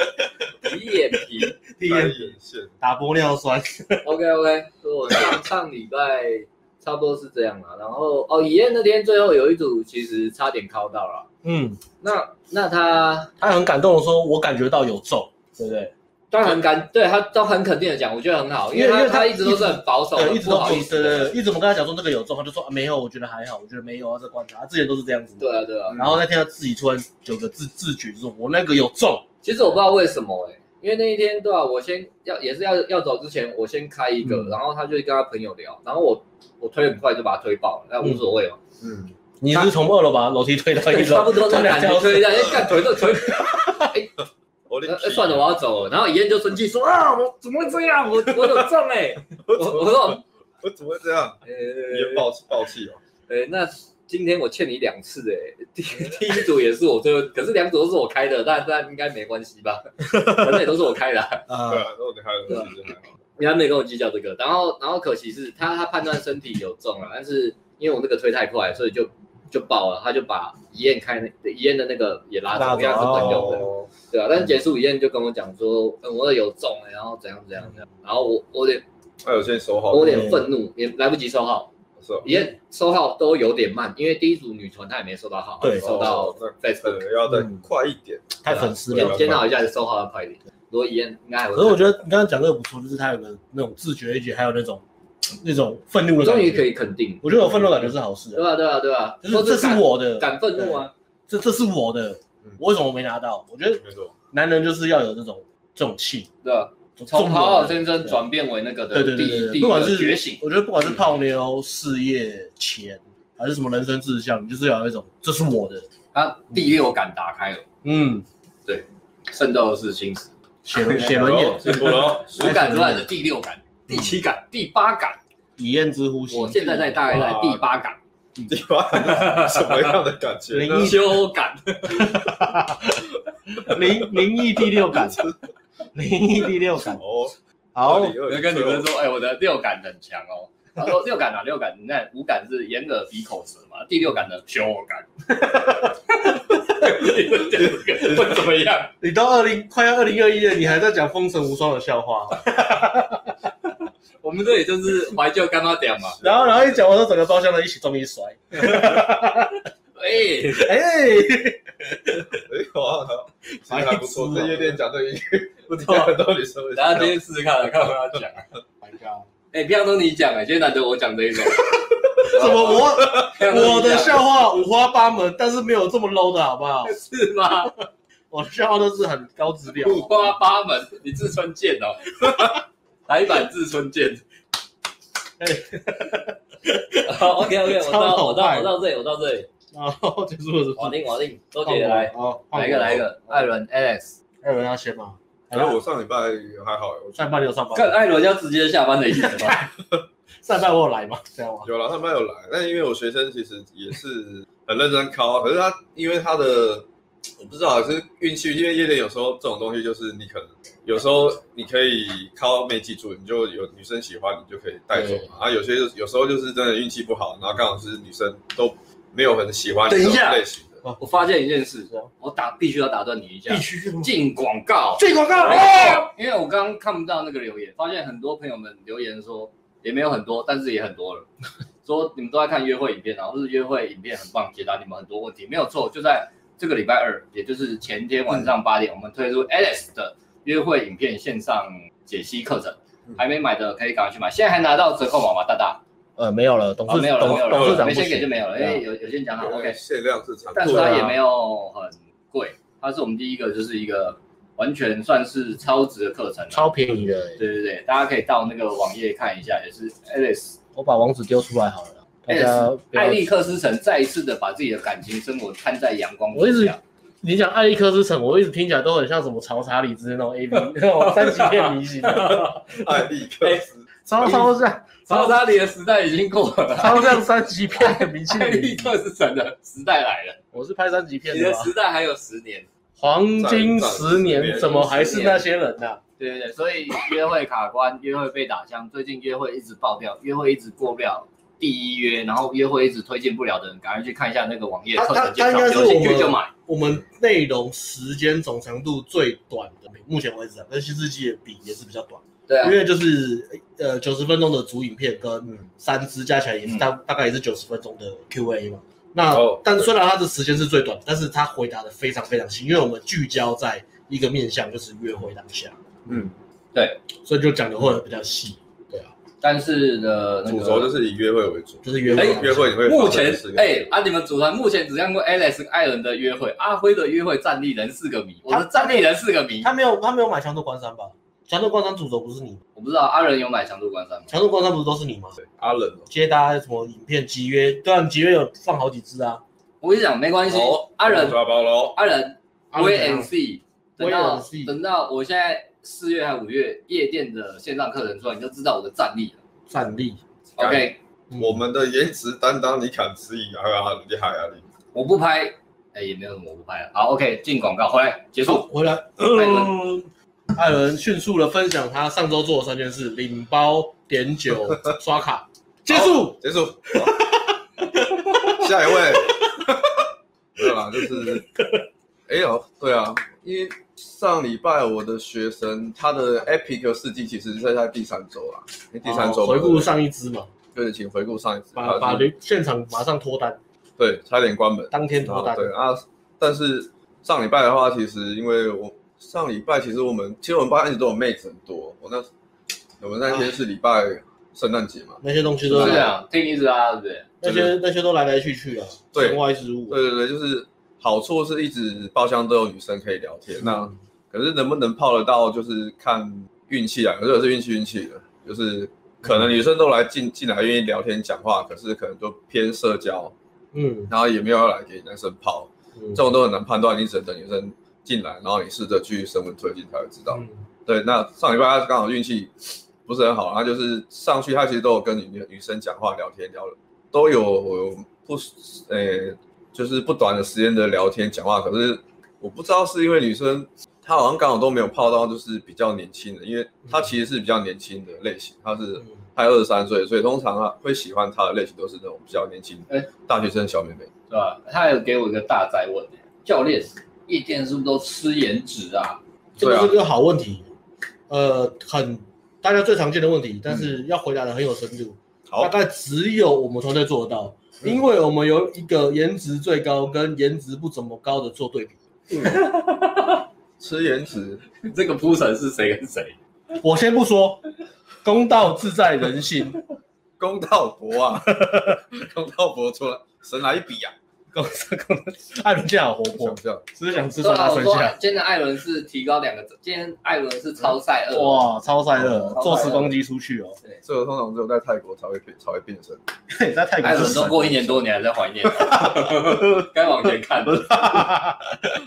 Speaker 2: 提眼皮。
Speaker 1: 第一
Speaker 3: 单
Speaker 1: 眼
Speaker 3: 眼线，
Speaker 1: 打玻尿酸，
Speaker 2: OK OK，所以我上上礼拜差不多是这样啦。然后哦，以燕那天最后有一组其实差点靠到了，
Speaker 1: 嗯，
Speaker 2: 那那他
Speaker 1: 他很感动的说，我感觉到有皱，对不对？
Speaker 2: 他很敢，对他都很肯定的讲，我觉得很好，因
Speaker 1: 因为因
Speaker 2: 他
Speaker 1: 为他
Speaker 2: 一直都是很保守，
Speaker 1: 对，一
Speaker 2: 很
Speaker 1: 直
Speaker 2: 不
Speaker 1: 都
Speaker 2: 好意
Speaker 1: 对
Speaker 2: 思
Speaker 1: 对对
Speaker 2: 的。
Speaker 1: 对，一直我们跟他讲说这个有皱，他就说、啊、没有，我觉得还好，我觉得没有啊，这观察，他之前都是这样子。
Speaker 2: 对啊对啊，
Speaker 1: 然后那天他自己突然有个自自觉，就是我那个有皱，
Speaker 2: 其实我不知道为什么哎、因为那一天对吧、我先要也是要要走之前，我先开一个，
Speaker 1: 嗯
Speaker 2: 然后他就跟他朋友聊，然后我我推很快就把他推爆了，那无所谓嘛，
Speaker 3: 嗯，
Speaker 1: 你是从二楼把楼梯推到一楼，
Speaker 2: 差不多那
Speaker 1: 两
Speaker 2: 感觉
Speaker 1: 条
Speaker 2: 推一下，哎干 腿就推。
Speaker 3: 我的
Speaker 2: 呃
Speaker 3: 屁
Speaker 2: 算了，我要走了。然后妍就生气说：“啊，我怎么会这样？我我有中哎、我
Speaker 3: 我怎
Speaker 2: 我
Speaker 3: 么
Speaker 2: 说，
Speaker 3: 我怎么会这样？
Speaker 2: 呃、
Speaker 3: 你也暴暴气哦，
Speaker 2: 呃，那今天我欠你两次哎、第 第一组也是我最后，可是两组都是我开的，但但应该没关系吧？反正也都是我开的啊、
Speaker 1: 啊
Speaker 3: 对，啊，那我给他的其实还好，
Speaker 2: 你还没跟我计较这个。然后然后可惜是他他判断身体有中了，但是因为我那个推太快，所以就就爆了，他就把遗燕开那遗燕的那个也拉走，因为他是朋友的。
Speaker 3: 哦，
Speaker 2: 对啊，但是结束以燕就跟我讲说，嗯，我有中了，然后怎样怎样怎样，然后我我得
Speaker 3: 那有些收好，
Speaker 2: 我有点愤怒，也来不及收号，
Speaker 3: 是哦
Speaker 2: 也收号都有点慢，因为第一组女团她也没收到号，
Speaker 1: 对
Speaker 2: 收到
Speaker 3: 哦那
Speaker 2: Facebook，
Speaker 3: 可能要再
Speaker 1: 嗯
Speaker 3: 快一点，
Speaker 1: 太粉丝
Speaker 2: 对
Speaker 1: 了
Speaker 2: 啊。检讨一下收号要快一点。如果燕应该还会，
Speaker 1: 可是我觉得你刚刚讲这个不错，就是他有个那种自觉一觉，还有那种那种愤怒的感
Speaker 2: 终于可
Speaker 1: 觉。
Speaker 2: 以肯定，
Speaker 1: 我觉得有愤怒感觉是好事
Speaker 2: 对
Speaker 1: 啊，
Speaker 2: 吧？对吧？对吧？
Speaker 1: 就是这
Speaker 2: 说
Speaker 1: 是
Speaker 2: 敢
Speaker 1: 我的，
Speaker 2: 敢愤怒啊，
Speaker 1: 这这是我的
Speaker 3: 嗯，
Speaker 1: 我为什么没拿到？我觉得
Speaker 3: 没错，
Speaker 1: 男人就是要有这种这种气，
Speaker 2: 对吧？从
Speaker 1: 纵
Speaker 2: 讨好
Speaker 1: 容
Speaker 2: 先生转变为那个
Speaker 1: 啊对
Speaker 2: 的
Speaker 1: 对
Speaker 2: 第
Speaker 1: 对
Speaker 2: 一
Speaker 1: 对
Speaker 2: 第
Speaker 1: 对，
Speaker 2: 一
Speaker 1: 不管
Speaker 2: 个
Speaker 1: 是
Speaker 2: 觉醒，
Speaker 1: 我觉得不管是泡妞、事业、钱，还是什么人生志向，你就是要有一种这是我的，
Speaker 2: 他第六感打开了，
Speaker 1: 嗯，
Speaker 2: 圣斗士星矢，
Speaker 1: 写 轮写轮眼，
Speaker 3: 辛苦了哦，
Speaker 1: 哎
Speaker 2: 五感之外的第六感、第七感、第八感，
Speaker 1: 体验之呼吸，
Speaker 2: 我现在在大概在第八感，
Speaker 3: 第八感是什么样的感觉呢？
Speaker 1: 灵异
Speaker 2: 修感。
Speaker 1: 灵灵异第六 感，灵异第六感，
Speaker 3: 哦，
Speaker 1: 好，
Speaker 2: 我
Speaker 3: 我
Speaker 2: 就跟女生说，哎、我的六感很强哦。她说六感啊，六感，你看五感是眼耳鼻口舌嘛，第六感呢，嗅感。你们这个会怎么样？
Speaker 1: 你到二零快要二零二一了，你还在讲《封神无双》的笑话，
Speaker 2: 我们这里就是怀旧干妈点嘛。
Speaker 1: 然后然后一讲完之后，整个包厢的一起这么一甩，
Speaker 2: 哎、
Speaker 1: 哎、
Speaker 3: 哎，好像其实还不错，
Speaker 1: 白痴哦
Speaker 3: 这夜店讲这一个， 不知道很多女生会
Speaker 2: 大家今天试试看，看我跟他讲。啊
Speaker 1: My God
Speaker 2: 哎、平常都你讲哎、今天难得我讲这一种。
Speaker 1: 怎么我
Speaker 2: 平常都你讲
Speaker 1: 我的笑话五花八门，但是没有这么 low 的好不好？
Speaker 2: 是吗？
Speaker 1: 我的笑话都是很高质量。
Speaker 2: 五花八门，你自春剑哦， 台版自春剑。
Speaker 1: 哎
Speaker 2: 好，OK OK，我
Speaker 1: 超
Speaker 2: 到
Speaker 1: 好
Speaker 2: 我到
Speaker 1: 看
Speaker 2: 我到这里，我到这里。
Speaker 1: 然后结束了是
Speaker 2: 瓦
Speaker 1: 不是？
Speaker 2: 令瓦令，周杰来，
Speaker 1: 好，
Speaker 2: 来一个来一
Speaker 1: 个。
Speaker 2: 个，艾伦 Alex，
Speaker 1: 还有人要先吗？
Speaker 3: 然后我上礼拜还好，我
Speaker 1: 上班你有上
Speaker 2: 看
Speaker 1: 班，
Speaker 2: 艾伦要直接下班的意思 吗？
Speaker 1: 上班我有来吗？这样吗？
Speaker 3: 有了，他们有来，但因为我学生其实也是很认真考，可是他因为他的我不知道，就是运气，因为夜店有时候这种东西就是你可能有时候你可以考没记住，你就有女生喜欢你就可以带走嘛，啊，有些有时候就是真的运气不好，然后刚好是女生都没有很喜欢你这
Speaker 2: 等一
Speaker 3: 种
Speaker 2: 下
Speaker 3: 类型的，
Speaker 2: 我发现一件事
Speaker 1: 是啊，
Speaker 2: 我打必须要打断你一下
Speaker 1: 必，须
Speaker 2: 进广告，
Speaker 1: 这广告
Speaker 2: 因为我刚刚看不到那个留言，发现很多朋友们留言说也没有很多，但是也很多了，说你们都在看约会影片，然后是约会影片很棒，解答你们很多问题，没有错，就在这个礼拜二，也就是前天晚上八点，我们推出 Alice 的约会影片线上解析课程
Speaker 3: 嗯，
Speaker 2: 还没买的可以赶快去买，现在还拿到折扣码吗？大大。
Speaker 1: 呃，没有了，董
Speaker 2: 哦，
Speaker 1: 事
Speaker 2: 没有了，
Speaker 1: 董
Speaker 2: 没有
Speaker 1: 董事
Speaker 2: 了，
Speaker 1: 长
Speaker 2: 没
Speaker 1: 不
Speaker 2: 先给就
Speaker 1: 行。
Speaker 2: 没有了，因
Speaker 1: 对啊
Speaker 2: 为有有些人讲好
Speaker 3: 因为
Speaker 2: ，OK，
Speaker 3: 限量是常
Speaker 2: 但是
Speaker 1: 对
Speaker 2: 它
Speaker 1: 啊
Speaker 2: 也没有很贵，它是我们第一个就是一个完全算是超值的课程啊，
Speaker 1: 超便宜的，欸
Speaker 2: 对对对，大家可以到那个网页看一下，也是 Alice
Speaker 1: 我把网址丢出来好了啦，大家不
Speaker 2: 哎艾
Speaker 1: 要。
Speaker 2: 利克斯城再一次的把自己的感情生活摊在阳光
Speaker 1: 我一
Speaker 2: 之
Speaker 1: 直
Speaker 2: 下，
Speaker 1: 你讲艾利克之城，我一直听起来都很像什么潮查理之那种 A B 那种三级片明星的，
Speaker 3: 艾利
Speaker 2: 哎
Speaker 3: 克斯，
Speaker 1: 超超像
Speaker 2: 莎莎里的时代已经过了，
Speaker 1: 超像三级片的明星
Speaker 2: 艾
Speaker 1: 的
Speaker 2: 利
Speaker 1: 名字。
Speaker 2: 克斯城的时代来了，
Speaker 1: 我 是拍三级片
Speaker 2: 你
Speaker 1: 的
Speaker 2: 的
Speaker 1: 吗？
Speaker 2: 时代还有十年，
Speaker 1: 黄金十年怎么还是那些人呐？啊
Speaker 2: 对对对对，所以约会卡关，约会被打枪，最近约会一直爆掉，约会一直过不了第一约，然后约会一直推荐不了的人，赶快去看一下那个网页
Speaker 1: 他
Speaker 2: 课
Speaker 1: 他
Speaker 2: 程介
Speaker 1: 他应
Speaker 2: 绍，
Speaker 1: 该是
Speaker 2: 有兴趣就
Speaker 1: 我们
Speaker 2: 买。
Speaker 1: 我们内容时间总长度最短的，目前为止啊，跟新世纪的比也是比较短，
Speaker 2: 对啊
Speaker 1: 因，为就是呃九十分钟的主影片
Speaker 3: 嗯
Speaker 1: 跟三支加起来也是大、大概也是九十分钟的 Q&A 嘛。那、
Speaker 3: 哦
Speaker 1: 但虽然他的时间是最短，但是他回答的非常非常细，因为我们聚焦在一个面向，就是约会当下，
Speaker 3: 嗯，
Speaker 1: 所以就讲的会比较细。对啊，
Speaker 2: 但是呢，那
Speaker 3: 主轴
Speaker 2: 个哎
Speaker 3: 就是以约会为主，
Speaker 1: 就是约会当下、
Speaker 3: 哎约会你会
Speaker 2: 目
Speaker 3: 发生
Speaker 2: 前
Speaker 3: 的事情
Speaker 2: 哎、啊，你们组团目前只看过 Alex 艾伦的约会，阿辉的约会战力人四个迷，我的战力人四个迷，
Speaker 1: 他没有他没有买强度关山吧？强度关山主轴不是你吗？
Speaker 2: 我不知道阿伦有买强度关山吗？
Speaker 1: 强度关山不是都是你吗？
Speaker 3: 对阿冷哦
Speaker 1: 接大家什么影片集约，对啊，集约有放好几支啊。
Speaker 2: 我跟你讲，没关系
Speaker 3: 好，
Speaker 2: 阿伦
Speaker 3: 抓包喽，
Speaker 2: 阿仁
Speaker 1: 阿
Speaker 3: 啊
Speaker 1: 仁
Speaker 2: V
Speaker 1: 怎样
Speaker 2: N C，
Speaker 1: V and C
Speaker 2: 等到等到我现在四月还五月夜店的线上课程出来，你就知道我的战力了。
Speaker 1: 战力，
Speaker 3: 干
Speaker 2: OK，
Speaker 1: 嗯
Speaker 3: 我们的颜值担当，你敢质疑啊啊，厉害啊你！
Speaker 2: 我不拍，哎、也没有什么我不拍了。好，OK，进广告，回来结
Speaker 1: 好
Speaker 2: 束。
Speaker 1: 回来。嗯
Speaker 2: 伦
Speaker 1: 艾伦迅速的分享他上周做的三件事：领包、点酒、刷 卡。结束。
Speaker 3: 结束。下一位， 没有啦，就是，哎呦，对啊，因为上礼拜我的学生他的 Epic 试剂其实是在第三周啦，诶第三周
Speaker 1: 好哦
Speaker 3: 嘛
Speaker 1: 回
Speaker 3: 对
Speaker 1: 顾
Speaker 3: 不对
Speaker 1: 上一支嘛，
Speaker 3: 对，请回顾上一次，
Speaker 1: 把
Speaker 3: 他
Speaker 1: 把
Speaker 3: 是
Speaker 1: 现场马上脱单，
Speaker 3: 对差点关门，
Speaker 1: 当天脱
Speaker 3: 啊
Speaker 1: 单。
Speaker 3: 对啊，但是上礼拜的话，其实因为我上礼拜其实我们其实我们班一直都有妹子很多，我那我们那天是礼拜圣诞节嘛，
Speaker 1: 那些东西都
Speaker 2: 是
Speaker 3: 对
Speaker 2: 啊，听你知道对不对？
Speaker 1: 那些那些都来来去去啊，
Speaker 3: 对呃
Speaker 1: 身外之物。
Speaker 3: 对对对，就是好处是一直包厢都有女生可以聊天，那
Speaker 1: 嗯
Speaker 3: 可是能不能泡得到，就是看运气啊。可是也是运气运气的，就是可能女生都来进进来愿意聊天讲话，可是可能都偏社交，
Speaker 1: 嗯
Speaker 3: 然后也没有要来给男生泡，
Speaker 1: 嗯
Speaker 3: 这种都很难判断。你只能等女生进来，然后你试着去升温推进才会知道。
Speaker 1: 嗯
Speaker 3: 对，那上礼拜他刚好运气不是很好，他就是上去他其实都有跟女女生讲话聊天聊了，都有不呃、就是不短的时间的聊天讲话，可是我不知道是因为女生她好像刚好都没有泡到就是比较年轻的，因为她其实是比较年轻的类型，她是
Speaker 1: 嗯
Speaker 3: 她二十三岁，所以通常啊会喜欢她的类型都是那种比较年轻
Speaker 2: 哎
Speaker 3: 大学生小妹妹。
Speaker 2: 对吧？他有给我一个大灾问、教练，夜店是不是都吃颜值啊？
Speaker 1: 这
Speaker 3: 对
Speaker 1: 个
Speaker 3: 啊
Speaker 1: 是个好问题，呃，很大家最常见的问题，但是要回答的很有深度，
Speaker 3: 好
Speaker 1: 大，概只有我们团队做得到，
Speaker 3: 嗯
Speaker 1: 因为我们有一个颜值最高跟颜值不怎么高的做对比。
Speaker 3: 吃颜值，
Speaker 2: 这个铺陈是谁跟谁？
Speaker 1: 我先不说，公道自在人心，
Speaker 3: 公道伯啊， 公道伯出来神来一笔啊，
Speaker 1: 公公艾伦现在好活
Speaker 3: 想
Speaker 1: 泼
Speaker 3: 不，想？
Speaker 1: 只是想吃
Speaker 2: 对
Speaker 1: 酸
Speaker 2: 啊，
Speaker 1: 辣
Speaker 2: 我
Speaker 1: 酸
Speaker 2: 说
Speaker 1: 下。
Speaker 2: 今天的艾伦是提高两个，今天艾伦是超赛二，
Speaker 1: 嗯哇，超赛了，
Speaker 2: 超
Speaker 1: 坐
Speaker 2: 赛了
Speaker 1: 时光机出去 哦！
Speaker 3: 这个通常只有在泰国才会变才会变身。
Speaker 1: 你在泰国
Speaker 2: 艾伦
Speaker 1: 是
Speaker 2: 都过一年多，你还在怀念，该往前看了。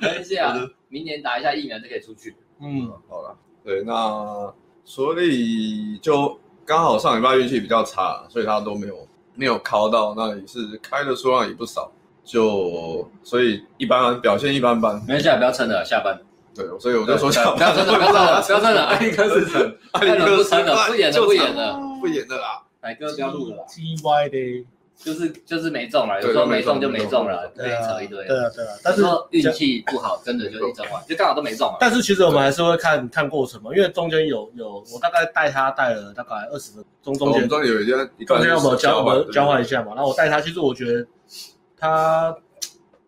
Speaker 2: 等一下，啊明年打一下疫苗就可以出去。
Speaker 1: 嗯，
Speaker 3: 好了，对，那所以就刚好上礼拜运气比较差，所以他都没有没有考到，那也是开的数量也不少，就所以一般般，表现一般般。
Speaker 2: 没事啊，不要撑了，下班。
Speaker 3: 对，所以我就说想
Speaker 2: 不要撑了，不要撑了，不要撑了，艾利克是撑，
Speaker 3: 艾
Speaker 2: 艾伦不撑了，不演了，不演了，
Speaker 3: 不演了啦。
Speaker 2: 奶哥不要录了啦，
Speaker 1: T Y 的，
Speaker 2: 就是就是没中了，有
Speaker 3: 对
Speaker 2: 时候没中就没中
Speaker 3: 没
Speaker 2: 了，可以扯一堆。
Speaker 1: 对啊对啊，但是
Speaker 2: 有时候运气不好，真的就一整晚，就刚好都没中了。啊
Speaker 1: 但是其实我们还是会看看过程嘛，因为中间有有我大概带他带了大概二十分钟，中
Speaker 3: 我
Speaker 1: 间
Speaker 3: 们中间有一啊间一
Speaker 1: 中
Speaker 3: 段
Speaker 1: 间要不要
Speaker 3: 是
Speaker 1: 交
Speaker 3: 换
Speaker 1: 换交换一下嘛？然后我带他，其实我觉得他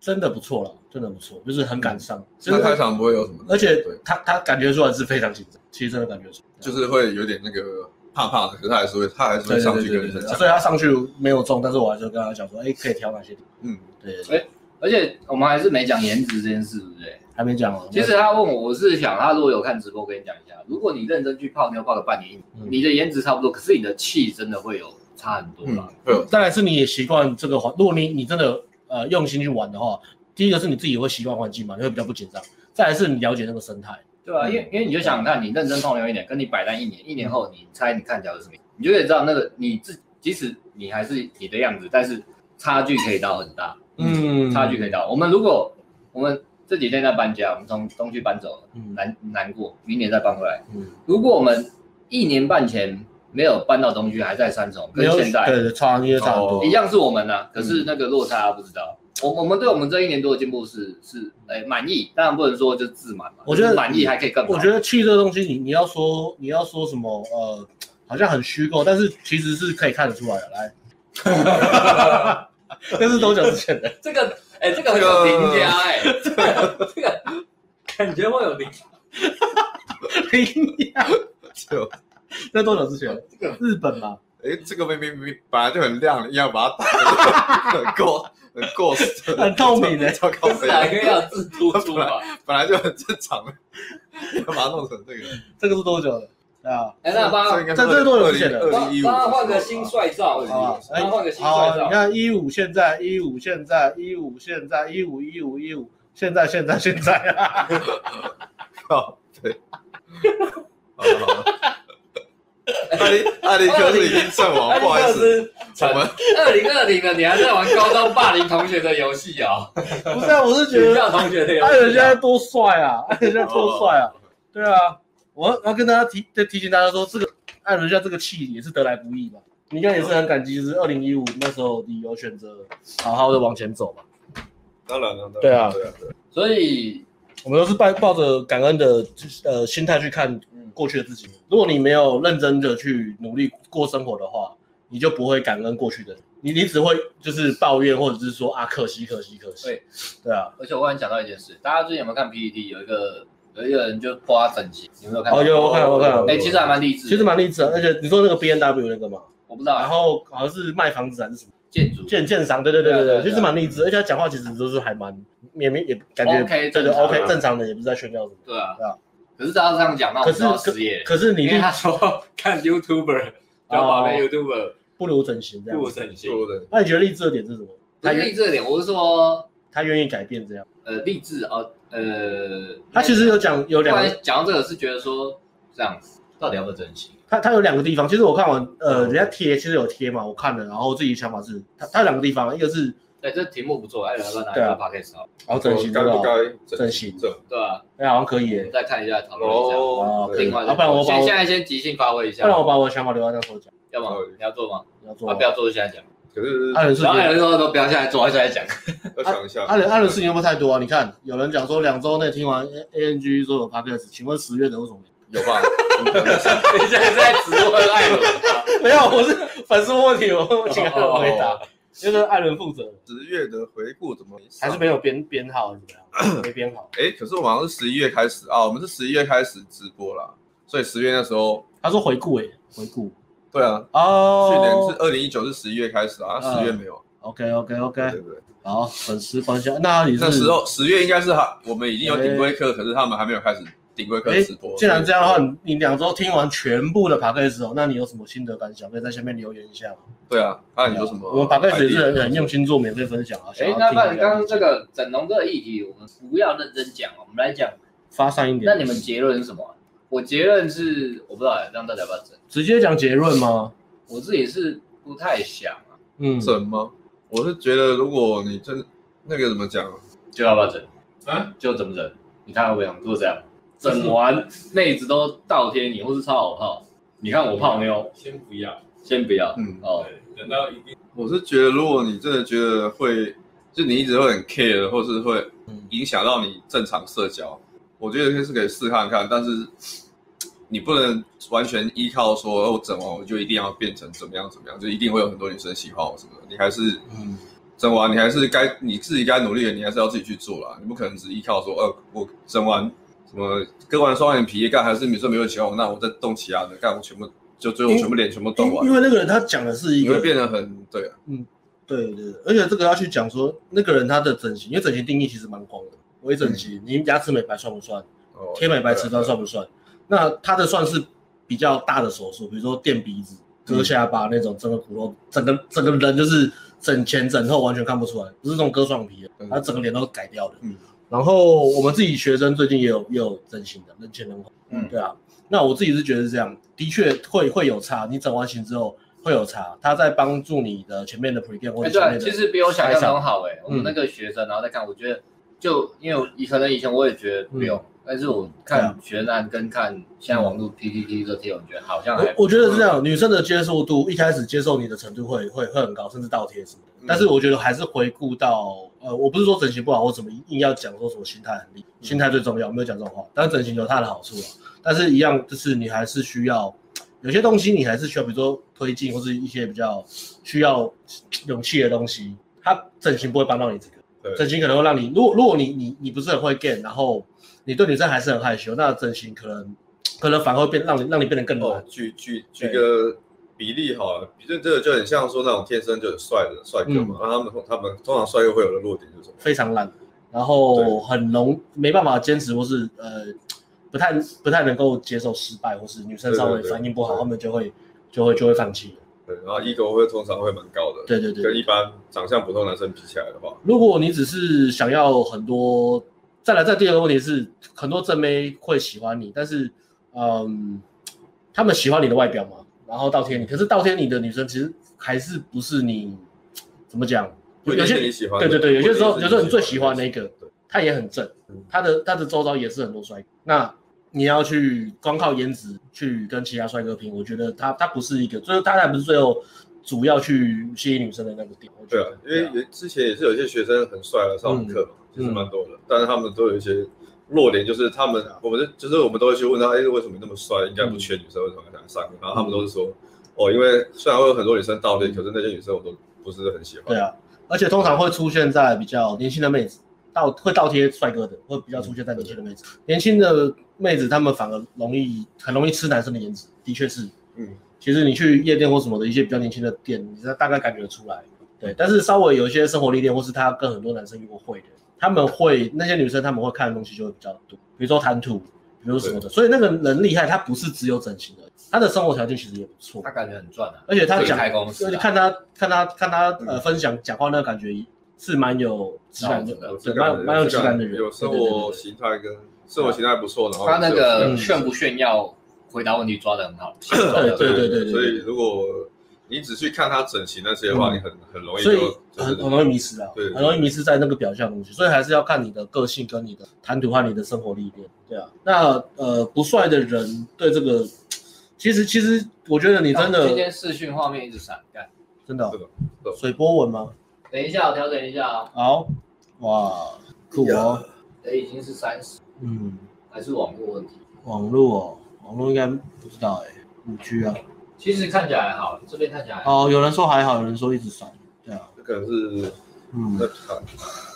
Speaker 1: 真的不错了，真的不错，就是很敢上，
Speaker 3: 对那
Speaker 1: 真
Speaker 3: 开
Speaker 1: 的
Speaker 3: 场不会有什么，
Speaker 1: 而且
Speaker 3: 对，
Speaker 1: 他他感觉出来是非常紧张，其实真的感觉出来，
Speaker 3: 就是会有点那个怕怕的，可是他还是会他还是
Speaker 1: 对
Speaker 3: 会
Speaker 1: 对
Speaker 3: 上
Speaker 1: 对
Speaker 3: 去
Speaker 1: 对对
Speaker 3: 跟女生
Speaker 1: 对，
Speaker 3: 讲
Speaker 1: 所。以他上去没有中，但是我还是跟他讲说，哎，可以挑哪些地方？
Speaker 3: 嗯，
Speaker 1: 对对，对
Speaker 2: 哎而且我们还是没讲颜值这件事，对不对？
Speaker 1: 还没讲完。
Speaker 2: 其实他问我，我是想他如果有看直播，跟你讲一下，如果你认真去泡妞泡个半年，
Speaker 1: 嗯
Speaker 2: 你的颜值差不多，可是你的气真的会有差很多
Speaker 1: 嗯
Speaker 2: 啦。
Speaker 3: 会有
Speaker 1: 当然是你也习惯这个环，如果你你真的呃用心去玩的话，第一个是你自己会习惯环境嘛，你会比较不紧张；再来是你了解那个生态，
Speaker 2: 对啊，
Speaker 1: 嗯
Speaker 2: 因为因为你就想想看，你认真泡妞一年，跟你摆烂一年，一年后你猜你看起来是什么，你就可以知道那个你自即使你还是你的样子，但是差距可以到很大，
Speaker 1: 嗯
Speaker 2: 差距可以到。我们如果我们这几天在搬家，我们从东区搬走了，
Speaker 1: 嗯
Speaker 2: 难难过，明年再搬回来。
Speaker 1: 嗯，
Speaker 2: 如果我们一年半前没有搬到东区，还在三重，
Speaker 1: 没
Speaker 2: 跟
Speaker 1: 有
Speaker 2: 现在
Speaker 1: 对对，差因为差不多
Speaker 2: 一，样是我们呢、可是那个落差不知道。我我们对我们这一年多的进步是是哎满意，当然不能说就自满嘛，
Speaker 1: 我觉得
Speaker 2: 就是满意还可以更好。
Speaker 1: 我觉得气这个东西你，你要说你要说什么呃，好像很虚构，但是其实是可以看得出来的。来， 这是多久之前的？
Speaker 4: 这个，哎、这个很有名家、哎，这个这个感觉会有名。
Speaker 3: 就
Speaker 1: 那多久之前？日本嘛，
Speaker 3: 哎，这个明明明本来就很亮，硬要把它打得很过很过时，
Speaker 1: 很透明的
Speaker 3: 超高
Speaker 4: 这是哪个啊要自突出吧？
Speaker 3: 本来就很正常的，要把它弄成这个。
Speaker 1: 这个是多久的？对啊，
Speaker 2: 哎，那帮
Speaker 3: 应该
Speaker 1: 这这多久之前的
Speaker 3: 二零一
Speaker 2: 帮
Speaker 3: 五，
Speaker 2: 帮他换个新帅照，
Speaker 1: 啊
Speaker 2: 好
Speaker 3: 2015
Speaker 2: 不好
Speaker 1: 哎
Speaker 2: 帮他换个新帅
Speaker 1: 好，你
Speaker 2: 照。
Speaker 1: 看一五现在一五现在一五现在一五一五一五现在现在现在 啊，
Speaker 3: 哦，对，好了好了，艾利艾利克斯已经阵
Speaker 2: 哎
Speaker 3: 亡，不好意思，
Speaker 4: 思，
Speaker 3: 我们
Speaker 4: 二零二零了，你还在玩高中霸凌同学的游戏哦？
Speaker 1: 不是啊，我是觉
Speaker 4: 学
Speaker 1: 得哎
Speaker 4: 校同学的游
Speaker 1: 艾伦现
Speaker 4: 戏、
Speaker 1: 在
Speaker 4: 啊。
Speaker 1: 多帅啊！艾伦现在多帅啊！对啊，我要我要跟大家提，再提醒大家说，这个艾伦现在这个气也是得来不易吧？你应该也是很感激，就是二零一五那时候你有选择好好的往前走吧。
Speaker 3: 当然了，当然
Speaker 1: 对啊
Speaker 3: 对啊，对啊
Speaker 2: 所以
Speaker 1: 我们都是抱抱着感恩的呃心态去看过去的自己。如果你没有认真的去努力过生活的话，你就不会感恩过去的人，你你只会就是抱怨或者是说啊可惜可惜可惜。
Speaker 2: 对，
Speaker 1: 对啊。
Speaker 2: 而且我忽然想到一件事，大家最近有没有看 PPT？有一个有一个人就破他整形，你有没有看到？
Speaker 1: 哦，有我看了我看了，
Speaker 2: 哎，其实还蛮励志的。
Speaker 1: 其实蛮励志的，而且你说那个 B N W 那个嘛，
Speaker 2: 我不知道
Speaker 1: 然
Speaker 2: 啊，
Speaker 1: 后好像是卖房子还是什么
Speaker 2: 建筑
Speaker 1: 建建商，对对对
Speaker 2: 对啊对啊
Speaker 1: 对，其实蛮励志，而且他讲话其实都是还蛮也没也感觉
Speaker 2: OK，
Speaker 1: 对对
Speaker 2: 正常啊
Speaker 1: OK 正常的，也不是在炫耀什么。
Speaker 2: 对啊
Speaker 1: 对啊，
Speaker 2: 可是大家这样讲，那我
Speaker 1: 可
Speaker 2: 们
Speaker 1: 是
Speaker 2: 就要失业。
Speaker 1: 可是你
Speaker 4: 因为
Speaker 1: 就
Speaker 4: 他说 看
Speaker 2: 哦
Speaker 4: YouTuber，小宝跟 YouTuber
Speaker 1: 不留整形这样
Speaker 4: 不
Speaker 1: 子，
Speaker 4: 省心。
Speaker 3: 对不对？
Speaker 1: 那你觉得励志的点是什么？
Speaker 2: 不
Speaker 1: 他
Speaker 2: 是
Speaker 1: 愿
Speaker 2: 励志的点，我是说，
Speaker 1: 他愿意改变这样。
Speaker 2: 呃，励志哦，呃，
Speaker 1: 他其实有讲有
Speaker 2: 突
Speaker 1: 两
Speaker 2: 然
Speaker 1: 个，
Speaker 2: 讲到这个是觉得说这样子到底要不要珍惜？
Speaker 1: 他他有两个地方，其实我看完呃
Speaker 2: 嗯
Speaker 1: 人家贴其实有贴嘛，我看了，然后自己想法是，他他有两个地方，啊一个是
Speaker 2: 对，哎这题目不错，艾伦要不要拿
Speaker 1: 对
Speaker 2: 一
Speaker 1: 啊
Speaker 2: 个 podcast 好？
Speaker 1: 然后整
Speaker 2: 哦
Speaker 1: 形
Speaker 3: 该不
Speaker 1: 对吧
Speaker 3: 该
Speaker 1: 整形
Speaker 3: 整？
Speaker 2: 对啊，
Speaker 1: 哎好像可以
Speaker 2: 我
Speaker 1: 耶
Speaker 2: 们，再看一下讨论一下。
Speaker 3: 哦
Speaker 1: 哦，
Speaker 3: 对
Speaker 2: 另外再
Speaker 1: 啊不然我把
Speaker 2: 先
Speaker 1: 我
Speaker 2: 现在先即兴发挥一
Speaker 1: 不
Speaker 2: 下
Speaker 1: 然，我把我的想法留到那时候讲，
Speaker 2: 要吗
Speaker 3: 好？
Speaker 2: 你要做吗？
Speaker 1: 你要做
Speaker 2: 啊，
Speaker 1: 吗
Speaker 2: 不？要做就现在讲。
Speaker 3: 可是
Speaker 1: 艾伦是
Speaker 2: 然后艾伦说都不要现在做，他现在讲。
Speaker 3: 要想一下，
Speaker 1: 阿伦阿伦事情会不会太多啊？你看，有人讲说两周内听完 A A N G 所有 podcast，请问十月的为什么没？
Speaker 3: 有吧？
Speaker 2: 你现在是在直问艾伦吗？
Speaker 1: 没有，我是粉丝问题，我请艾伦回答
Speaker 2: 哦，
Speaker 1: 就是艾伦负责，
Speaker 3: 十月的回顾怎么
Speaker 1: 还是没有编编号怎么 样？没编好。
Speaker 3: 哎，可是我们好像是十一月开始啊，我们是十一月开始直播啦，所以十月那时候，
Speaker 1: 他说回顾诶，回顾
Speaker 3: 对啊，
Speaker 1: 哦，
Speaker 3: 去年是二零一九是十一月开始啊，
Speaker 1: 嗯
Speaker 3: 十月没有，
Speaker 1: OK OK
Speaker 3: 对
Speaker 1: OK，
Speaker 3: 不对？
Speaker 1: 好，粉丝关心，那你是
Speaker 3: 那时候十月应该是还我们已经有顶规课，可是他们还没有开始顶规课
Speaker 1: 哎
Speaker 3: 直播。
Speaker 1: 既然这样的话，
Speaker 3: 所以，
Speaker 1: 你你两周听完全部的 podcast 哦，那你有什么心得感想？可以在下面留言一下嘛。
Speaker 3: 对啊，那你有什么？
Speaker 1: 我们 podcast 也是很很用心做免费分享啊。
Speaker 2: 哎，那不然刚刚这个整容这个议题，我们不要认真讲，我们来讲。
Speaker 1: 发散一点，
Speaker 2: 那你们结论是什么啊？我结论是，我不知道哎，让大家不要整。
Speaker 1: 直接讲结论吗？
Speaker 2: 我自己是不太想啊，
Speaker 1: 嗯，
Speaker 3: 什么？我是觉得如果你真那个怎么讲，
Speaker 2: 就要不要整？
Speaker 3: 啊，
Speaker 2: 就怎么整？你看我不想做这样，整完妹子都倒贴你，或是超我泡。你看我泡妞，
Speaker 5: 先不要，
Speaker 2: 先不要
Speaker 3: 嗯，
Speaker 2: 哦。
Speaker 5: 对，等到一定
Speaker 3: 我是觉得如果你真的觉得会，就你一直会很 care，或是会
Speaker 1: 嗯
Speaker 3: 影响到你正常社交，我觉得是可以试看看，但是。你不能完全依靠说哦，整完我就一定要变成怎么样怎么样，就一定会有很多女生喜欢我什么的。你还是
Speaker 1: 嗯，
Speaker 3: 整完你还是该你自己该努力的，你还是要自己去做啦。你不可能只依靠说，呃，我整完什么割完双眼皮，干还是女生没有喜欢我，那我再动其他的，干我全部就最后全部脸全部动
Speaker 1: 因
Speaker 3: 完
Speaker 1: 因，为那个人他讲的是一
Speaker 3: 啊你
Speaker 1: 个
Speaker 3: 会变得很对啊。
Speaker 1: 对对，对而且这个要去讲说那个人他的整形，因为整形定义其实蛮广的，微整
Speaker 3: 嗯
Speaker 1: 形，你牙齿美白算不算？
Speaker 3: 哦
Speaker 1: 贴美白瓷砖算不算？那他的算是比较大的手术，比如说垫鼻子、
Speaker 3: 嗯
Speaker 1: 割下巴那种，整个骨头、整个整个人就是整前整后完全看不出来，不是那种割双眼皮的，
Speaker 3: 嗯
Speaker 1: 他整个脸都改掉的。
Speaker 3: 嗯
Speaker 1: 然后我们自己学生最近也有也有整形的，人前人后。
Speaker 3: 嗯
Speaker 1: 对啊。那我自己是觉得是这样，的确会会有差。你整完形之后会有差，他在帮助你的前面的嗯 pre game 或
Speaker 2: 哎，
Speaker 1: 者
Speaker 2: 对
Speaker 1: 前
Speaker 2: 啊，
Speaker 1: 面的。
Speaker 2: 其实比我想象中好哎。我们那个学生，然后再看，我觉得就因为以可能以前我也觉得不用，
Speaker 1: 嗯
Speaker 2: 但是我看学男跟看现在网络 PPT 这贴文，觉得好像还
Speaker 1: 我我觉得是这样，女生的接受度一开始接受你的程度会会会很高，甚至倒贴什么的
Speaker 3: 嗯。
Speaker 1: 但是我觉得还是回顾到，呃，我不是说整形不好或怎么硬要讲说什么心态很厉，
Speaker 3: 嗯
Speaker 1: 心态最重要，没有讲这种话。但是整形有它的好处啊，但是一样就是你还是需要有些东西，你还是需要，比如说推进或是一些比较需要勇气的东西，它整形不会帮到你这个。
Speaker 3: 对，
Speaker 1: 整形可能会让你，如果如果你你你不是很会 get，然后你对女生还是很害羞，那整形可能可能反而会变让你让你变得更
Speaker 3: 哦
Speaker 1: 难。，
Speaker 3: 举举举个比例好了，这这个就很像说那种天生就很帅的帅哥嘛，然后他们通他们通常帅哥会有的弱点就是什么？
Speaker 1: 非常烂，然
Speaker 3: 对
Speaker 1: 后很容没办法坚持，或是呃不太不太能够接受失败，或是女生稍微
Speaker 3: 对对对
Speaker 1: 反应不好，
Speaker 3: 对
Speaker 1: 他们就会就会就会放弃了。
Speaker 3: 对，然后 ego 会通常会蛮高的，
Speaker 1: 对对对
Speaker 3: 跟一般长相普通男生比起来的话，
Speaker 1: 如果你只是想要很多，再来再第二个问题是，很多正妹会喜欢你，但是，嗯，他们喜欢你的外表嘛，然后倒贴你，可是倒贴你的女生其实还是不是你，怎么讲？
Speaker 3: 不
Speaker 1: 有
Speaker 3: 一
Speaker 1: 有
Speaker 3: 定是
Speaker 1: 些
Speaker 3: 你喜欢
Speaker 1: 对
Speaker 3: 的，
Speaker 1: 对对，有些时候
Speaker 3: 不一
Speaker 1: 有
Speaker 3: 定
Speaker 1: 时
Speaker 3: 是
Speaker 1: 候你最喜欢那
Speaker 3: 的
Speaker 1: 个
Speaker 3: 对，
Speaker 1: 他也很正
Speaker 3: 嗯，
Speaker 1: 他的他的周遭也是很多帅哥，那你要去光靠颜值去跟其他帅哥拼，我觉得他他不是一个，最后他还不是最后主要去吸引女生的那个点，我觉
Speaker 3: 对
Speaker 1: 得
Speaker 3: 啊，嗯因为有之前也是有一些学生很帅的上我们课嘛，其实蛮多的，但是他们都有一些弱点，就是他们我们就就是我们都会去问他，哎，为什么你那么帅？应该不缺女生，为什么还想上？然后他们都是说，哦，因为虽然会有很多女生倒立，可是那些女生我都不是很喜欢。
Speaker 1: 对啊，而且通常会出现在比较年轻的妹子，倒会倒贴帅哥的，会比较出现在年轻的妹子。年轻的妹子她们反而容易很容易吃男生的颜值，的确是。
Speaker 3: 嗯，
Speaker 1: 其实你去夜店或什么的一些比较年轻的店，你大大概感觉得出来。
Speaker 3: 嗯
Speaker 1: 对，但是稍微有一些生活历练，或是她跟很多男生约过会的，他们会那些女生他们会看的东西就会比较多，比如说谈吐，比如说什么的。所以那个人厉害，他不是只有整形而已，他的生活条件其实也不错
Speaker 2: 他。感觉很赚啊，
Speaker 1: 而且他
Speaker 2: 可以
Speaker 1: 讲
Speaker 2: 开公司
Speaker 1: 所以
Speaker 2: 啊，
Speaker 1: 看他看他看他呃
Speaker 3: 嗯
Speaker 1: 分享讲话那个感觉是蛮有质感的
Speaker 2: 蛮
Speaker 3: 有，质
Speaker 1: 呃对，
Speaker 3: 感
Speaker 1: 蛮
Speaker 3: 的
Speaker 1: 蛮有质感的人，
Speaker 3: 有生
Speaker 1: 对对对
Speaker 3: 活
Speaker 1: 对
Speaker 3: 形态跟生活形态不错，然后
Speaker 2: 他那
Speaker 3: 有
Speaker 2: 个
Speaker 1: 嗯
Speaker 2: 炫不炫耀，回答问题抓的 很好，
Speaker 1: 对对对对对
Speaker 3: 所以如果你只去看他整形那些的话，
Speaker 1: 嗯
Speaker 3: 你很很容易
Speaker 1: 所
Speaker 3: 就
Speaker 1: 以
Speaker 3: 就是
Speaker 1: 很很容易迷失啊
Speaker 3: 对对，对
Speaker 1: 很容易迷失在那个表象的东西，所以还是要看你的个性跟你的谈吐和你的生活历练，对啊。那呃不帅的人对这个，其实其实我觉得你真
Speaker 2: 今
Speaker 1: 的
Speaker 2: 天视讯画面一直闪，干，
Speaker 1: 真的
Speaker 3: 这个
Speaker 1: 哦
Speaker 3: 这个
Speaker 1: 水波纹吗？
Speaker 2: 等一下，我调整一下啊，
Speaker 1: 好，哇，酷哦，
Speaker 2: 哎，已经是三十，
Speaker 1: 嗯，
Speaker 2: 还是网络问题。
Speaker 1: 网络哦，网络应该不知道哎，五 G 啊，
Speaker 2: 其实看起来还好，这边看起来还好
Speaker 1: 哦，有人说还好，有人说一直闪，对啊，
Speaker 3: 这可能是
Speaker 1: 嗯
Speaker 3: 那。他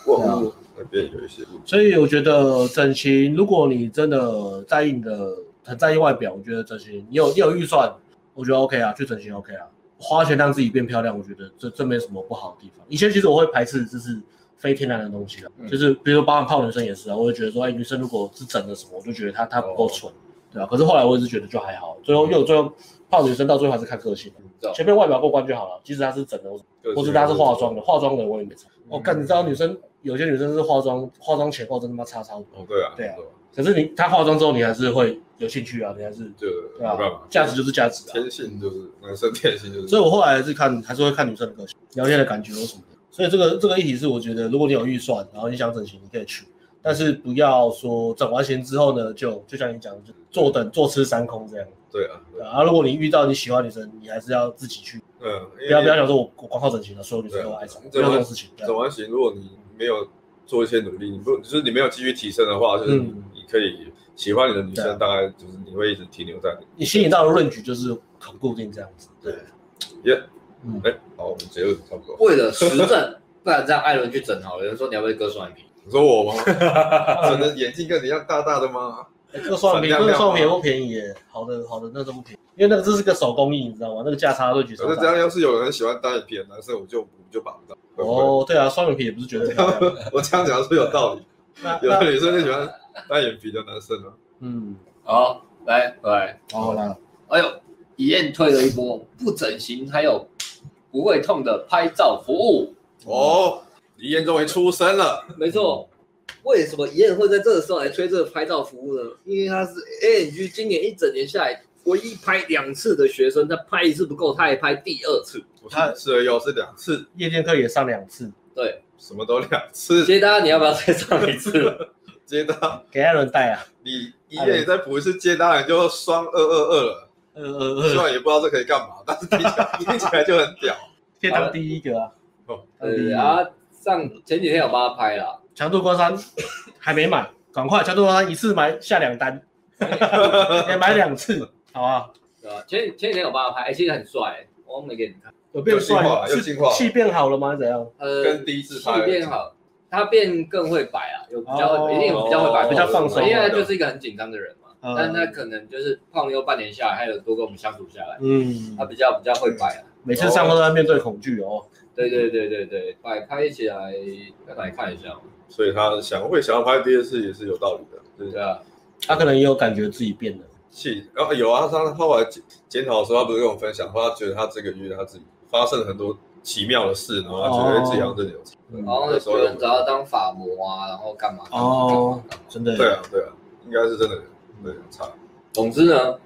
Speaker 3: 网络那边有一些问题。
Speaker 1: 所以我觉得整形，如果你真的呃在意你的很在意外表，我觉得整形你有你有预算，我觉得 OK 啊，去整形 OK 啊，花钱让自己变漂亮，我觉得这这没什么不好的地方。以前其实我会排斥就是非天然的东西啊，
Speaker 2: 嗯
Speaker 1: 就是比如说包含泡女生也是啊，我会觉得说，哎，女生如果是整了什么，我就觉得她她不够纯，对啊。可是后来我一直觉得就还好，最后又最后泡女生到最后还是看个性的，啊
Speaker 2: 嗯知道
Speaker 1: 前面外表过关就好了，即使她是整的，我或是她是化妆的，化妆的我也没差。我、哦干，你知道女生有些女生是化妆，化妆前后真他妈差超多。
Speaker 3: 哦，对啊，
Speaker 1: 对啊可是你她化妆之后，你还是会有兴趣啊，你还是
Speaker 3: 就
Speaker 1: 对
Speaker 3: 没
Speaker 1: 啊
Speaker 3: 办法，，
Speaker 1: 价值就是价值啊。
Speaker 3: 天性就是男生天性就是，
Speaker 1: 所以我后来还是看，还是会看女生的个性、聊天的感觉或什么的。所以这个这个议题是我觉得，如果你有预算，然后你想整形，你可以去，但是不要说整完形之后呢，就就像你讲，的，就坐等坐吃山空这样。
Speaker 3: 对啊，对
Speaker 1: 对
Speaker 3: 啊
Speaker 1: 啊，然后如果你遇到你喜欢的女生，你还是要自己去，
Speaker 3: 嗯，
Speaker 1: 不
Speaker 3: 不
Speaker 1: 要不要想说我我光靠整形了，所有女生都爱上，不
Speaker 3: 对
Speaker 1: 要
Speaker 3: 啊
Speaker 1: 这种事情。对啊
Speaker 3: 走完型，如果你没有做一些努力，你不就是你没有继续提升的话，就是
Speaker 1: 嗯
Speaker 3: 你可以喜欢你的女
Speaker 1: 对
Speaker 3: 生，
Speaker 1: 啊
Speaker 3: 大概就是你会一直停留在你。
Speaker 1: 你吸引到的论据就是很固定这样子。对，
Speaker 3: 耶，
Speaker 1: 嗯，
Speaker 3: 哎，好，我们结论差不多。
Speaker 2: 为了实证，不然这样艾伦去整好了。有人说你要不要割双眼皮？
Speaker 3: 你说 我吗？整的眼镜跟你一样大大的吗？
Speaker 1: 哎这个双眼皮，这
Speaker 3: 闪亮
Speaker 1: 个
Speaker 3: 亮
Speaker 1: 双眼皮
Speaker 3: 吗
Speaker 1: 不便宜耶，好的好的那都不便宜，因为那个这是个手工艺，你知道吗？那个价差论据
Speaker 3: 可是
Speaker 1: 上
Speaker 3: 这样，要是有人喜欢单眼皮的男生，我就我就把不到。会不会，
Speaker 1: 哦，对啊，双眼皮也不是绝对漂亮。
Speaker 3: 我这样讲是有 道理。
Speaker 1: 那
Speaker 3: 有的
Speaker 1: 那
Speaker 3: 女生就喜欢单眼皮的男生啊。
Speaker 1: 嗯，
Speaker 2: 好，来，回来。
Speaker 1: 好啦，
Speaker 2: 哎呦，一燕推了一波不整形还有不会痛的拍照服务。
Speaker 3: 哦，
Speaker 1: 嗯
Speaker 3: 李嫣终于出生了。
Speaker 2: 没错，为什么一燕会在这个时候来推这个拍照服务呢？因为他是 ANG 今年一整年下来唯一拍两次的学生，他拍一次不够，他还拍第二次。
Speaker 3: 我是吃了药是两次，
Speaker 1: 夜店课也上两次，
Speaker 2: 对，
Speaker 3: 什么都两次
Speaker 2: 接单你要不要再上 一次？
Speaker 3: 接到，
Speaker 1: 给艾伦带啊，
Speaker 3: 你一月再补一次接到，你就双二二二了。
Speaker 1: 呃呃
Speaker 3: 虽
Speaker 1: 呃，
Speaker 3: 然也不知道这可以干嘛， 但是听起来听起来就很屌。
Speaker 1: 可以当第一个啊
Speaker 3: 哦，
Speaker 1: 当第一
Speaker 2: 对
Speaker 1: 个
Speaker 2: 啊，上前几天有帮他拍啦，
Speaker 1: 强度关 山还没买，赶快强度关山一次买下两 单，也买两次，好啊，
Speaker 2: 对吧？前前几天有帮他拍，哎，其实很帅、我没给你看。
Speaker 1: 有变帅吗？
Speaker 3: 有进化有进化
Speaker 1: 是气变好了吗？还是怎样？
Speaker 2: 呃，
Speaker 3: 跟第一次
Speaker 2: 戏
Speaker 3: 拍
Speaker 2: 变好，他变更会摆啊，有比较会，
Speaker 1: 哦
Speaker 2: 一定有比较会摆，
Speaker 3: 比较放松
Speaker 2: 因为他就是一个很紧张的人嘛。
Speaker 1: 嗯
Speaker 2: 但他可能就是胖妞半年下来，还有多跟我们相处下来，
Speaker 1: 嗯
Speaker 2: 他，比较比较会摆啊。
Speaker 1: 每次上课都在面对恐惧哦。
Speaker 2: 对对对对对，摆拍起来要来看一下嘛，
Speaker 3: 所以他想会想要拍第二次也是有道理的，就是
Speaker 2: 对啊，
Speaker 1: 他可能也有感觉自己变了，
Speaker 3: 气。然后有啊，他他后来检检讨的时候，他不是跟我分享，说他觉得他这个月他自己发生了很多奇妙的事，然后他觉得哎自己好像真的有奇。
Speaker 1: 嗯
Speaker 2: 然后有人找他当法模啊，然后干嘛干嘛干嘛
Speaker 1: 哦
Speaker 2: 干嘛。
Speaker 1: 真的。
Speaker 3: 对啊，对啊，应该是真的对差。
Speaker 2: 总之呢，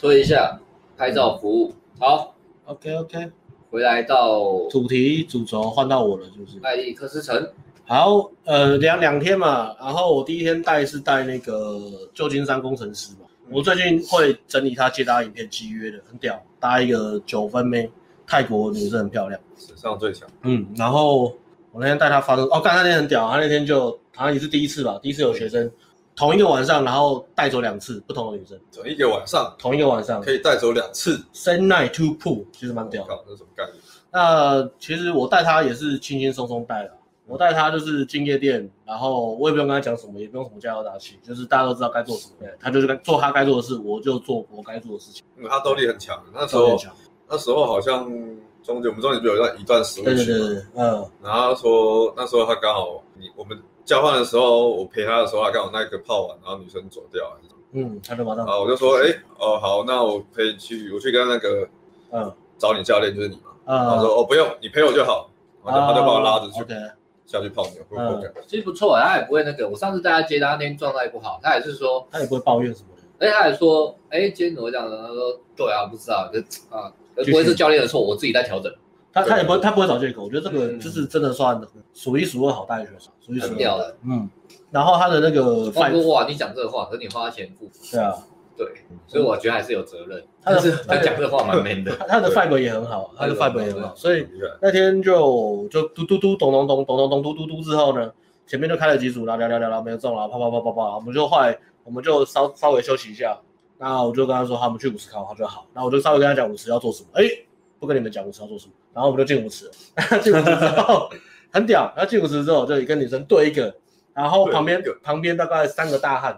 Speaker 2: 推一下拍照服务。好，
Speaker 1: ，OK OK，
Speaker 2: 回来到
Speaker 1: 主题主轴换到我了，就是。
Speaker 2: 麦利克斯城，
Speaker 1: 好，呃，两两天嘛，然后我第一天带是带那个旧金山工程师嘛，我最近会整理他接搭影片契约的，很屌，搭一个九分妹，泰国女生很漂亮，
Speaker 3: 史上最强，
Speaker 1: 嗯，然后我那天带他发生，哦，干他那天很屌，他那天就好像也是第一次吧，第一次有学生同一个晚上，然后带走两次不同的女生，
Speaker 3: 整一个晚上
Speaker 1: 同一个晚上
Speaker 3: 可以带走两次。
Speaker 1: ，same night two pool，其实蛮屌
Speaker 3: 我
Speaker 1: 的。
Speaker 3: 靠，这是什么概念？
Speaker 1: 那其实我带他也是轻轻松松带的，我带他就是进夜店，然后我也不用跟他讲什么，也不用什么加油打气，就是大家都知道该做什么，他就是该做他该做的事，我就做我该做的事情。
Speaker 3: 嗯，他斗力很强。那时
Speaker 1: 教练
Speaker 3: 候
Speaker 1: 讲，
Speaker 3: 那时候好像中间我们中间不是有一段一段食物
Speaker 1: 对对
Speaker 3: 区
Speaker 1: 对
Speaker 3: 嘛？
Speaker 1: 对，嗯，
Speaker 3: 然后他说那时候他刚好你我们交换的时候，我陪他的时候，他刚好那个泡完，然后女生走掉了，
Speaker 1: 嗯，他就马上，
Speaker 3: 然后我就说，哎、哦好，那我陪你去，我去跟那个
Speaker 1: 嗯
Speaker 3: 找你教练就是你嘛。他
Speaker 1: 嗯，
Speaker 3: 说哦不用，你陪我就好。然
Speaker 1: 啊
Speaker 3: 后他就把我拉着去、
Speaker 1: OK，
Speaker 3: 下去泡妞，会
Speaker 1: 嗯
Speaker 3: 不会感
Speaker 2: 其实不错，啊他也不会那个。我上次带他接他那天状态不好，他也是说，
Speaker 1: 他也不会抱怨什么的。
Speaker 2: 哎，他也说，哎，今天怎么这样的？他说，对啊，不知道，就啊，不会是教练的错，我自己在调整。
Speaker 1: 他
Speaker 3: 对
Speaker 1: 他也不会，他不会找借口。我觉得这个
Speaker 2: 嗯
Speaker 1: 就是真的算数一数二好带的选手，数一数
Speaker 2: 很
Speaker 1: 二。
Speaker 2: 屌的。
Speaker 1: 嗯，然后他的那个
Speaker 2: 他
Speaker 1: 饭，
Speaker 2: 说哇，你讲这个话，可是你花钱付，
Speaker 1: 对啊，
Speaker 2: 对，所以
Speaker 3: 嗯
Speaker 2: 我觉得还是有责任。
Speaker 1: 他的
Speaker 2: 但是他讲这话蛮 man 的，
Speaker 1: 他他的 fiber 也很好，他的 fiber 也很好，所以
Speaker 3: 很厉害。
Speaker 1: 那天就就嘟嘟嘟咚咚咚咚咚咚嘟嘟嘟之后呢，前面就开了几组，然后聊聊聊聊没有中，然后啪啪啪啪啪，我们就后来我们就稍稍微休息一下，那我就跟他说，好，我们去舞池考，他说好，那我就稍微跟他讲舞池要做什么，哎，不跟你们讲舞池要做什么，然后我们就进舞池了， 进舞池之后很屌，然后进舞池之后就跟女生对一个，然后旁边
Speaker 3: 对一个
Speaker 1: 旁边大概三个大汉，
Speaker 3: 哦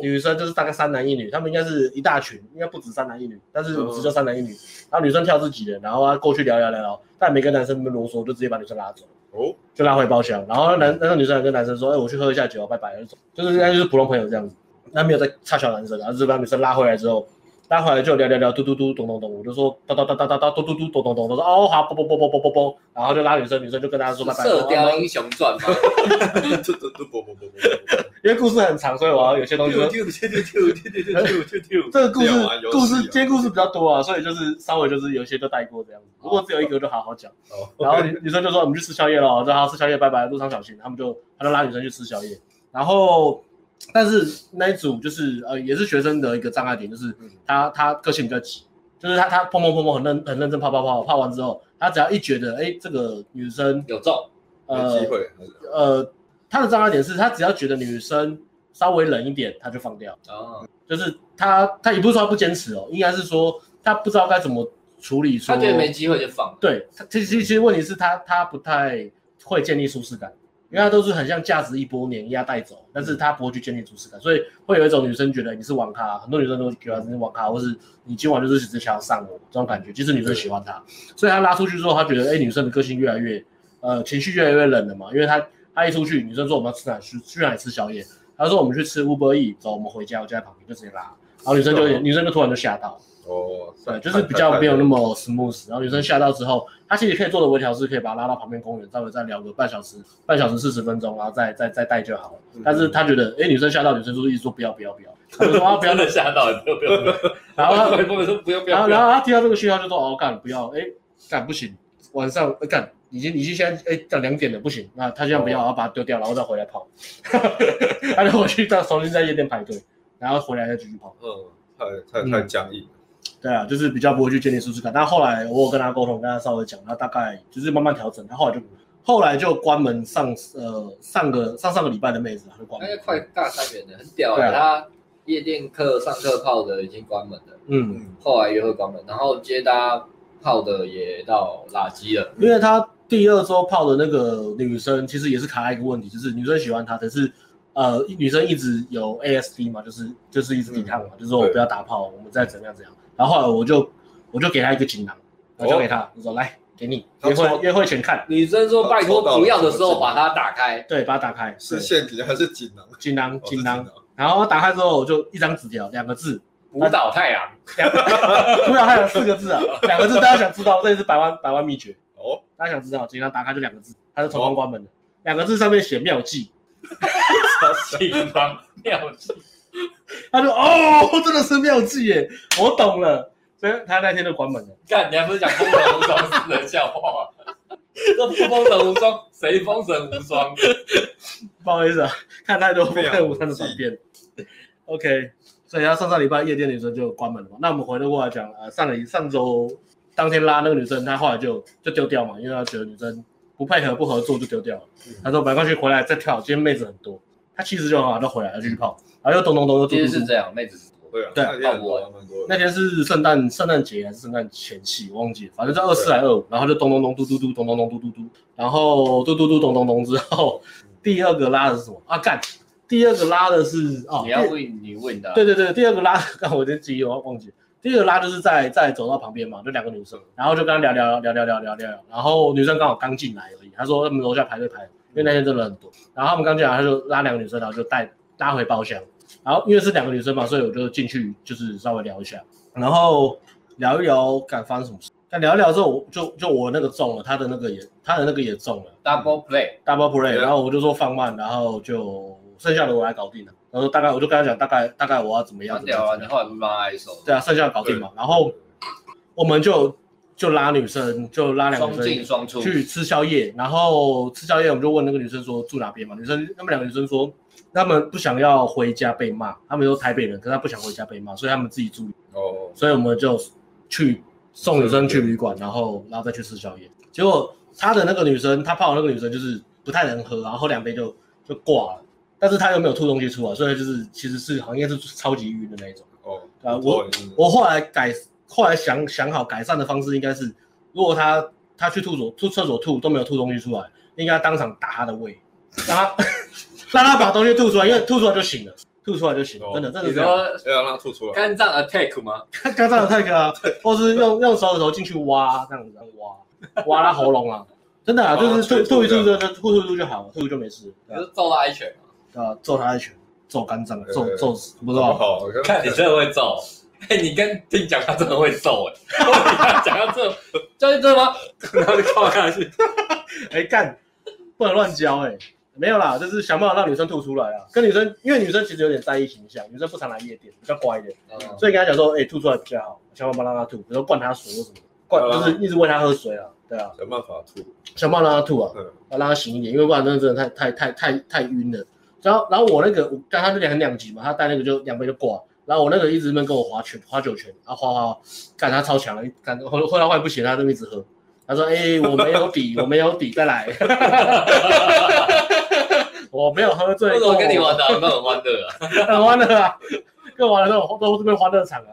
Speaker 1: 女生就是大概三男一女，他们应该是一大群，应该不止三男一女，但是只就三男一女。然后女生跳自己的，然后她啊过去聊聊聊聊，但没跟男生啰嗦，就直接把女生拉走，
Speaker 3: 哦，
Speaker 1: 就拉回包厢。然后男那个女生还跟男生说：“哎、我去喝一下酒，拜拜。”就走，就是应该就是普通朋友这样子，那没有在插小男生，然后就是把女生拉回来之后。拉回来就聊聊聊，嘟嘟嘟，咚咚咚，我就说哒哒哒哒哒哒，嘟嘟嘟，咚咚咚，他说哦好，啵啵啵啵啵啵啵，然后就拉女生，女生就跟大家说拜
Speaker 2: 《
Speaker 1: 拜。
Speaker 2: 射雕英雄传》嘛，
Speaker 3: 这这这不不不不不，
Speaker 1: 因为故事很长，所以我要有些东西
Speaker 2: 丢
Speaker 1: 说
Speaker 2: 丢丢丢丢丢丢丢丢。
Speaker 1: 这个故事
Speaker 3: 这样玩游戏啊
Speaker 1: 故事今天故事比较多啊，所以就是稍微就是有一些就带过这样子。如果只有一个就好好讲。
Speaker 3: 哦，
Speaker 1: 然后女女生就说我们去吃宵夜了，然后吃宵夜拜拜，路上小心。他们就他就拉女生去吃宵夜，然后但是那一组就是呃也是学生的一个障碍点，就是
Speaker 3: 嗯
Speaker 1: 他他个性比较急，就是他他砰砰砰砰很认很认真泡泡泡泡完之后，他只要一觉得哎这个女生
Speaker 2: 有中，
Speaker 3: 没
Speaker 1: 呃
Speaker 3: 机会，
Speaker 1: 呃他的障碍点是他只要觉得女生稍微冷一点他就放掉。
Speaker 2: 哦，
Speaker 1: 就是他他也不是说他不坚持哦，应该是说他不知道该怎么处理说。
Speaker 2: 他觉得没机会就放了。
Speaker 1: 对，他其实其实问题是他他不太会建立舒适感，因为他都是很像价值一波碾压带走，但是他不会去建立舒适感，所以会有一种女生觉得你是网咖，很多女生都觉得你是网咖，或是你今晚就是只想要上我这种感觉，其实女生喜欢他，所以他拉出去之后，他觉得哎，女生的个性越来越呃情绪越来越冷了嘛，因为他他一出去，女生说我们要吃哪去去哪里吃宵夜，他说我们去吃 Uber E，走，我们回家，我家在旁边就直接拉，然后女生就有点女生就突然就吓到了。
Speaker 3: 哦，
Speaker 1: 对，呃就是比较没有那么 smooth。然后女生下到之后，她其实可以做的微调是可以把她拉到旁边公园，稍微再聊个半小时、半小时四十分钟，然后再再再带就好了。
Speaker 2: 嗯
Speaker 1: 但是她觉得，哎，女生下到，女生就是一直说不要不要不要，她就说啊不要
Speaker 2: 真，的吓到了，不用不用不用。
Speaker 1: 然后她
Speaker 2: 不用不用不用不
Speaker 1: 然后
Speaker 2: 用。
Speaker 1: 然后她听到这个讯号就说哦干不要，哎干不行，晚上呃干已经已经现在哎到两点了，不行，那他就
Speaker 2: 哦
Speaker 1: 不要，然后把它丢掉，然后再回来跑， 他就回去到重新在夜店排队，然后回来再继续跑。
Speaker 3: 嗯，太太太僵硬了。
Speaker 1: 对啊，就是比较不会去建立舒适感。但后来我有跟他沟通，跟他稍微讲，他大概就是慢慢调整。他后来就后来就关门上呃上个上上个礼拜的妹子，他啊就关
Speaker 2: 那
Speaker 1: 门
Speaker 2: 就。快大三元了，很屌
Speaker 1: 对
Speaker 2: 哎、
Speaker 1: 啊
Speaker 2: 他夜店课上课泡的已经关门了，
Speaker 1: 嗯，
Speaker 3: 嗯，
Speaker 2: 后来约会关门，然后接搭泡的也到垃圾了。
Speaker 1: 因为他第二周泡的那个女生，其实也是卡在一个问题，就是女生喜欢他，但是呃女生一直有 ASD 嘛，就是就是一直抵抗嘛，就是说我
Speaker 3: 对
Speaker 1: 不要打炮，我们再怎么样怎样。然后后来我就我就给他一个锦囊，我交给他，我说来给你
Speaker 3: 哦他
Speaker 1: 约会
Speaker 3: 抽
Speaker 1: 约会前看，
Speaker 2: 女生说拜托不要的时候
Speaker 3: 抽到
Speaker 2: 把
Speaker 3: 了
Speaker 2: 它打 开，
Speaker 1: 对，把它打开，
Speaker 3: 是
Speaker 1: 对
Speaker 3: 陷阱还是锦囊？
Speaker 1: 锦囊
Speaker 3: 哦是
Speaker 1: 锦囊。然后打开之后，我就一张纸条，两个字，
Speaker 2: 舞蹈太阳，
Speaker 1: 不要还有四个字啊，两个字，大家想知道，这也是百万百万秘诀，
Speaker 3: 哦，
Speaker 1: 大家想知道，锦囊打开就两个字，它是成功关门的，两个字上面写妙计，
Speaker 4: 锦囊妙计，
Speaker 1: 他就哦，真的是妙计耶，我懂了，所以他那天就关门了。
Speaker 4: 干，你还不是讲封神无双是的笑话吗？这不封神无双，谁封神无双？
Speaker 1: 不好意思啊，看太多不
Speaker 3: 妙计
Speaker 1: 看武三的转变。OK，所以他上上礼拜夜店女生就关门了嘛。那我们回头过来讲，呃，上一上周当天拉那个女生，她后来就就丢掉嘛，因为她觉得女生不配合不合作就丢掉了。她说没关系，回来再跳，今天妹子很多。她气质就很好，就回来了继续泡，然后又咚咚咚又嘟
Speaker 2: 其
Speaker 1: 嘟
Speaker 2: 实
Speaker 1: 嘟
Speaker 2: 是。这样，妹子是多
Speaker 3: 对啊，
Speaker 1: 对
Speaker 3: 那天很多蛮多的。
Speaker 1: 那天是圣诞圣诞节还是圣诞前夕，忘记了，反正在二四还二五，然后就咚咚咚嘟嘟嘟咚咚咚嘟嘟嘟，然后嘟嘟嘟咚咚咚之后，第二个拉的是什么啊？干，第二个拉的是哦，
Speaker 2: 你要问你问的啊，
Speaker 1: 对对对，第二个拉，刚我这记忆我忘记了，第二个拉就是在在走到旁边嘛，就两个女生，然后就跟她聊聊聊聊聊聊聊，然后女生刚好刚进来而已，她说他们楼下排队排，因为那天真的很多，然后他们刚进来，她就拉两个女生，然后就带拉回包厢，然后因为是两个女生嘛，所以我就进去就是稍微聊一下，然后聊一聊，敢发生什么事？但聊一聊之后，我就就我那个中了，她的那个也她的那个也中了。
Speaker 2: ，double play，
Speaker 1: double play，
Speaker 3: 对啊
Speaker 1: 然后我就说放慢，然后就剩下的我来搞定了。然后大概我就跟他讲，大概大概我要怎么样
Speaker 2: 很
Speaker 1: 怎么样
Speaker 2: 屌啊！
Speaker 1: 怎么
Speaker 2: 你
Speaker 1: 样
Speaker 2: 后来不是帮他 ISO，
Speaker 1: 对啊，剩下的搞定嘛。然后我们就就拉女生，就拉两
Speaker 2: 双
Speaker 1: 个
Speaker 2: 进
Speaker 1: 女生
Speaker 2: 双出，
Speaker 1: 去吃宵夜，然后吃宵夜我们就问那个女生说住哪边嘛，女生他们两个女生说他们不想要回家被骂，他们都台北人，可是她不想回家被骂，所以他们自己住，
Speaker 3: 哦，
Speaker 1: 所以我们就去送女生去旅馆，然后然后再去吃宵夜。结果他的那个女生，他泡的那个女生就是不太能喝，然后喝两杯就就挂了，但是他又没有吐东西出来，所以就是其实是好像是超级晕的那一种。
Speaker 3: 哦，
Speaker 1: 啊我我后来改，后来想想好改善的方式应该是，如果他他去吐所吐厕所吐都没有吐东西出来，应该当场打他的胃，让他 让他把东西吐出来，因为吐出来就醒了，吐出来就醒了，真的真的
Speaker 4: 你
Speaker 1: 是这样。
Speaker 4: 说
Speaker 3: 要让它吐出来，
Speaker 4: 肝脏 attack 吗？
Speaker 1: 刚上的泰克啊，或是用用手指头进去挖，这样子挖挖他喉咙啊，真 的啊，就
Speaker 3: 哦
Speaker 1: 是
Speaker 3: 吹
Speaker 1: 吐吐一
Speaker 3: 出
Speaker 1: 吐
Speaker 3: 这
Speaker 1: 就
Speaker 3: 样嗯
Speaker 1: 就吐一吐就好了，吐一吐就没事。
Speaker 4: 你
Speaker 1: 对啊
Speaker 4: 是揍他一拳吗？
Speaker 1: 对啊，揍他一拳，揍肝脏，揍
Speaker 3: 对哦
Speaker 1: 揍死，不知
Speaker 3: 好不
Speaker 1: 道。
Speaker 3: 好？
Speaker 4: 看你真的会揍，哎、你跟听讲他真的会揍哎、 我跟他讲他这教练真的吗？然后就靠下去，
Speaker 1: 哎干，不能乱教哎，没有啦，就是想办法让女生吐出来啊。跟女生，因为女生其实有点在意形象，女生不常来夜店，比较乖一点，
Speaker 2: 嗯
Speaker 1: 所以跟她讲说，哎，吐出来比较好，想办法让她吐，比如说灌她水或什么，灌
Speaker 3: 嗯
Speaker 1: 就是一直喂她喝水啊，对啊，
Speaker 3: 想办法吐。
Speaker 1: 想办法让她吐啊。
Speaker 3: 嗯，
Speaker 1: 要让他醒一点，因为不然真的真的太太太太太晕了。然后然后我那个，我刚他就两两级嘛，他带那个就两杯就挂。然后我那个一直在那边跟我划拳，划九拳，啊划划，干他超强了，干后后来坏不行，他那边一直喝。他说：“哎、我没有 底，我没有底，再来。我没有喝醉
Speaker 4: 为
Speaker 1: 过，
Speaker 4: 什么跟你玩的那么欢乐啊？
Speaker 1: 很欢乐啊，跟我玩的时候都这边欢乐场啊，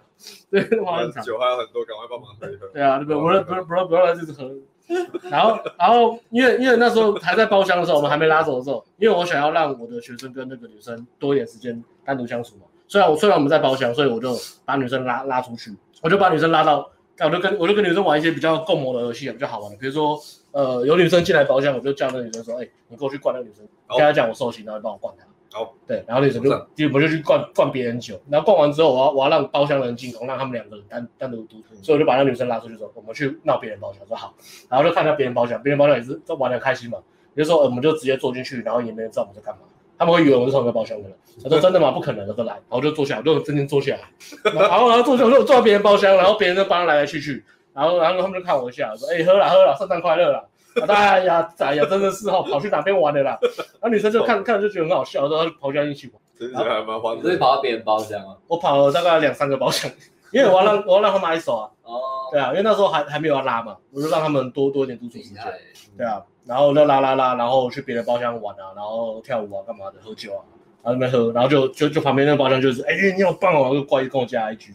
Speaker 1: 对，
Speaker 4: 嗯
Speaker 1: 欢乐场。”
Speaker 3: 酒还有很多，赶快帮忙喝一喝。
Speaker 1: 对啊，不不是不是不是不是就是喝。 然后然后因为因为那时候还在包厢的时候，我们还没拉走的时候，因为我想要让我的学生跟那个女生多一点时间单独相处嘛。虽然我虽然我们在包厢，所以我就把女生拉拉出去，我就把女生拉到，我就跟我就跟女生玩一些比较共谋的游戏，啊比较好玩的，比如说。呃，有女生进来包厢，我就叫那个女生说：“哎、你过去灌那个女生，
Speaker 3: 好
Speaker 1: 跟她讲我受刑，然后你帮我灌她。”
Speaker 3: 好，
Speaker 1: 对，然后女生就
Speaker 3: 我知道
Speaker 1: 就我就去灌灌别人酒，然后灌完之后，我要我要让包厢的人进攻，让他们两个人单单独独
Speaker 3: 嗯
Speaker 1: 吞，所以我就把那女生拉出去说：“我们去闹别人包厢。”说好，然后就看到别人包厢，别人包厢也是都玩的开心嘛，比如说、呃我们就直接坐进去，然后也没人知道我们在干嘛。他们会以为我们是同一个包厢的人。他说真的吗？不可能的，都来。然后我就坐下，我就真心坐下来。然后然后坐下，我就坐到别人包厢，然后别人就帮他来来去去。然后然后他们就看我一下，说：“哎、喝了喝了，圣诞快乐啦！”哎呀，哎呀，真的是哈，跑去哪边玩的啦？然后女生就看看就觉得很好笑，然后她就跑去一起玩。
Speaker 3: 其实还蛮欢
Speaker 4: 你是
Speaker 1: 啊
Speaker 3: 乐。
Speaker 4: 跑到别人包厢吗？
Speaker 1: 我跑了大概两三个包厢，因为我要让我要让他们挨手啊，
Speaker 4: 哦，
Speaker 1: 对啊，因为那时候还还没有要拉嘛，我就让他们多多一点独处时
Speaker 4: 厉
Speaker 1: 间，
Speaker 4: 害，
Speaker 3: 嗯
Speaker 1: 对啊，然后就拉拉拉，然后去别的包厢玩啊，然后跳舞啊，干嘛的，喝酒啊，然后那边喝，然后就就就旁边那个包厢就是，哎、你好棒哦，就过来跟我加 IG，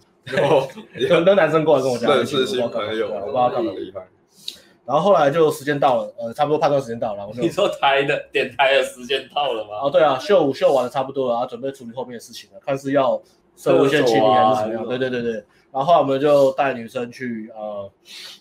Speaker 1: 很多男生过来跟我加 IG，
Speaker 3: 哦认识新朋友，
Speaker 1: 我不知道干嘛对啊我不知道干嘛。
Speaker 3: 厉害。
Speaker 1: 然后后来就时间到了，呃，差不多判断时间到了，然后我就
Speaker 4: 你说台的点台的时间到了吗？
Speaker 1: 哦，对啊，秀舞秀完了差不多了，然后准备处理后面的事情了，看是要社会线清理啊还是怎
Speaker 4: 厕所
Speaker 1: 么样。
Speaker 4: 啊
Speaker 1: 对对对对，然后后来我们就带女生去呃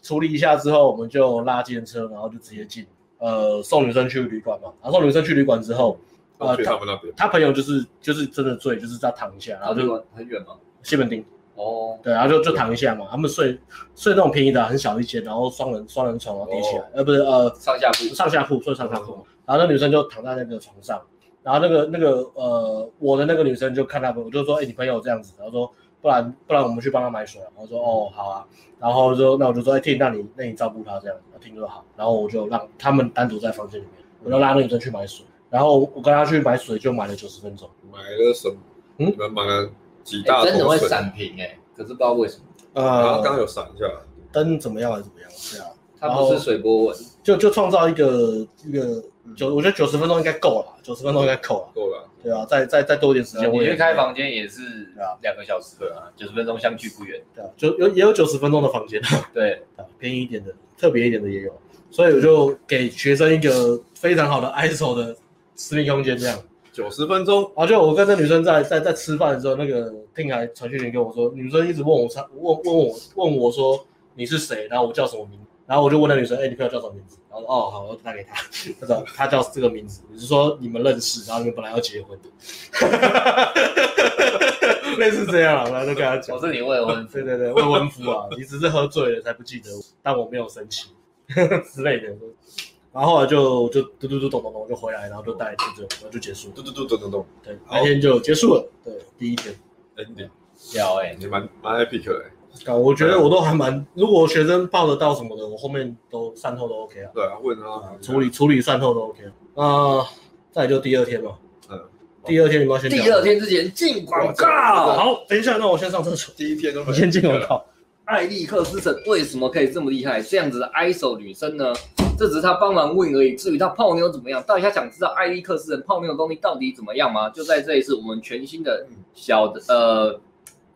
Speaker 1: 处理一下之后，我们就拉计程车，然后就直接进呃送女生去旅馆嘛。然后送女生去旅馆之后，呃
Speaker 3: 去
Speaker 1: 他
Speaker 3: 他们那边，
Speaker 1: 他朋友就是就是真的醉，就是在躺一下，然
Speaker 2: 然后
Speaker 1: 后
Speaker 2: 就
Speaker 1: 就
Speaker 2: 管很远嘛，
Speaker 1: 西门町，
Speaker 4: 哦，
Speaker 1: 对，然后就就躺一下嘛。他们睡睡那种便宜的啊，很小一间，然后双人双人床然后叠起来，呃不是呃
Speaker 2: 上下铺
Speaker 1: 上下铺，睡上下铺。然后那女生就躺在那个床上，然后那个那个呃，我的那个女生就看她朋友，我就说，哎、你朋友这样子，然后说，不然不然我们去帮她买水啊。然后说，哦，好啊。然后就那我就说，哎、婷，那你那你照顾她这样，然后婷说好。然后我就让他们单独在房间里面，我就拉那女生去买水，然后我跟她去买水，就买了九十分钟。
Speaker 3: 买了什么？
Speaker 1: 嗯
Speaker 3: 你们买了几
Speaker 2: 哎
Speaker 3: 大桶
Speaker 2: 真的会
Speaker 3: 水？
Speaker 2: 闪屏哎，可是不知道为什么，
Speaker 3: 然后
Speaker 2: 啊
Speaker 1: 呃，
Speaker 3: 刚有闪一下，
Speaker 1: 灯怎么样还是怎么样？对啊，
Speaker 2: 它不
Speaker 1: 然后
Speaker 2: 是水波纹，
Speaker 1: 就就创造一个一个九，我觉得九十分钟应该够了，九十分钟应该够了。
Speaker 3: 够了。
Speaker 1: 对啊，再再再多一点时间，我
Speaker 2: 你
Speaker 1: 也
Speaker 2: 去开房间也是
Speaker 1: 对啊
Speaker 2: 两个小时啊，九十分钟相去不远，
Speaker 1: 对啊，就有也有九十分钟的房间， 啊
Speaker 2: 对，
Speaker 1: 便宜一点的、特别一点的也有，所以我就给学生一个非常好的 ISO 的私密空间这样。
Speaker 3: 九十分钟，
Speaker 1: 然后就我跟那女生在在在吃饭的时候，那个听还传讯员跟我说，女生一直问我她问问我问我说你是谁，然后我叫什么名字，然后我就问那女生，哎、你朋友叫什么名字？然后说哦好，我打给她， 她说她叫这个名字，你是说你们认识，然后你们本来要结婚的， 类似这样啊，然后就跟她讲
Speaker 2: 我。是你未婚 夫
Speaker 1: 对，对对，未婚夫啊，你只是喝醉了才不记得我，但我没有生气之类的。然后后来就就嘟嘟嘟咚咚咚就回来，然后就带来这种，然后就结束了。
Speaker 3: 嘟嘟嘟咚咚咚
Speaker 1: 对，
Speaker 3: 好
Speaker 1: 那天就结束了。对，第一天，
Speaker 3: ，ending，
Speaker 2: 屌哎，
Speaker 3: 你蛮蛮 epic 的。
Speaker 1: 啊，我觉得我都还蛮，如果学生报得到什么的，我后面都善后都 OK 啊，
Speaker 3: 对啊，问啊
Speaker 1: 啊，处理处理善后都 OK 啊。那、再来就第二天嘛，
Speaker 3: 嗯，
Speaker 1: 第二天你们要先讲
Speaker 2: 第二天之前进广告，
Speaker 1: 好，等一下，那我先上厕所，
Speaker 3: 第一天都没
Speaker 1: 你先进广告。
Speaker 2: 艾利克斯神为什么可以这么厉害？这样子的 ISO 女生呢？这只是他帮忙问而已。至于他泡妞怎么样，到底他想知道艾利克斯神泡妞的功力到底怎么样吗？就在这一次，我们全新的小的呃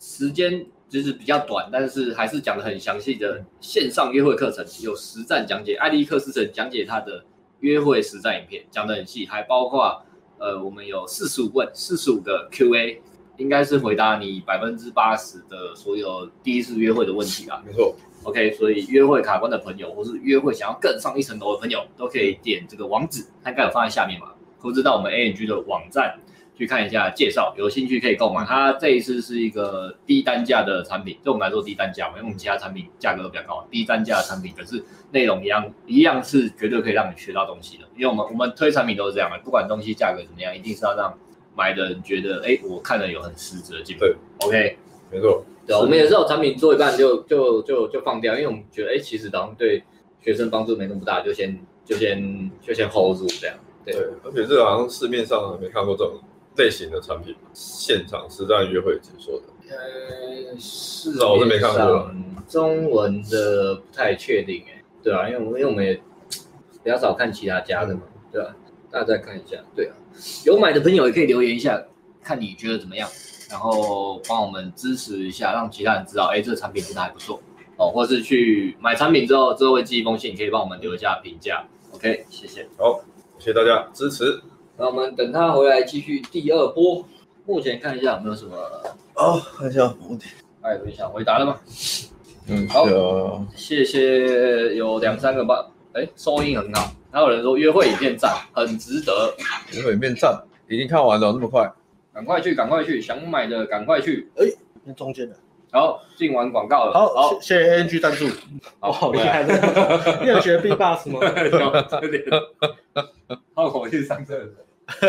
Speaker 2: 时间就是比较短，但是还是讲的很详细的线上约会课程，有实战讲解。艾利克斯神讲解他的约会实战影片，讲的很细，还包括呃我们有四十五问，四十五个 Q&A。应该是回答你百分之八十的所有第一次约会的问题吧。
Speaker 3: 没错，
Speaker 2: OK，所以约会卡关的朋友，或是约会想要更上一层楼的朋友，都可以点这个网址，它应该有放在下面嘛，或者到我们 ANG 的网站去看一下介绍，有兴趣可以购买。它这一次是一个低单价的产品，对我们来说低单价嘛，因为我们其他产品价格都比较高，低单价的产品，可是内容一样一样是绝对可以让你学到东西的，因为我们我们推产品都是这样的，不管东西价格怎么样，一定是要让买的人觉得，哎，我看了有很实质的进步
Speaker 3: 对。
Speaker 2: OK，
Speaker 3: 没错，
Speaker 2: 对，啊我们也是有产品做一半就就就就放掉，因为我们觉得哎、诶其实好像对学生帮助没那么大，就先就先就先 hold 住这样。对
Speaker 3: 对，而且这个好像市面上没看过这种类型的产品，现场实战约会解说的，
Speaker 2: 呃，是
Speaker 3: 哦我是没看过。
Speaker 2: 中文的不太确定哎、对啊，因为我们因为我们也比较少看其他家的嘛，对吧、大家再看一下，对啊，有买的朋友也可以留言一下，看你觉得怎么样，然后帮我们支持一下，让其他人知道，哎、这个产品真的还不错哦，或是去买产品之后，之后会寄一封信，可以帮我们留一下评价，OK，谢谢。
Speaker 3: 谢谢大家支持。
Speaker 2: 那我们等他回来继续第二波，目前看一下有没有什么
Speaker 5: 哦，看一下我点，
Speaker 2: 艾伦想回答的吗？
Speaker 5: 嗯，
Speaker 2: 好
Speaker 5: 有
Speaker 2: 谢谢，有两三个吧。哎，收音很好，还有人说约会影片赞，很值得，
Speaker 5: 有鬼面站已经看完了，那么快？
Speaker 2: 赶快去，赶快去，想买的赶快去。
Speaker 1: 那中间的，
Speaker 2: 好，进完广告了，
Speaker 1: 好，
Speaker 2: 好，
Speaker 1: 谢谢 ANG 赞助，哇，哦好厉害！ 你有学 B box 吗？
Speaker 4: 有点。好，我去上厕所。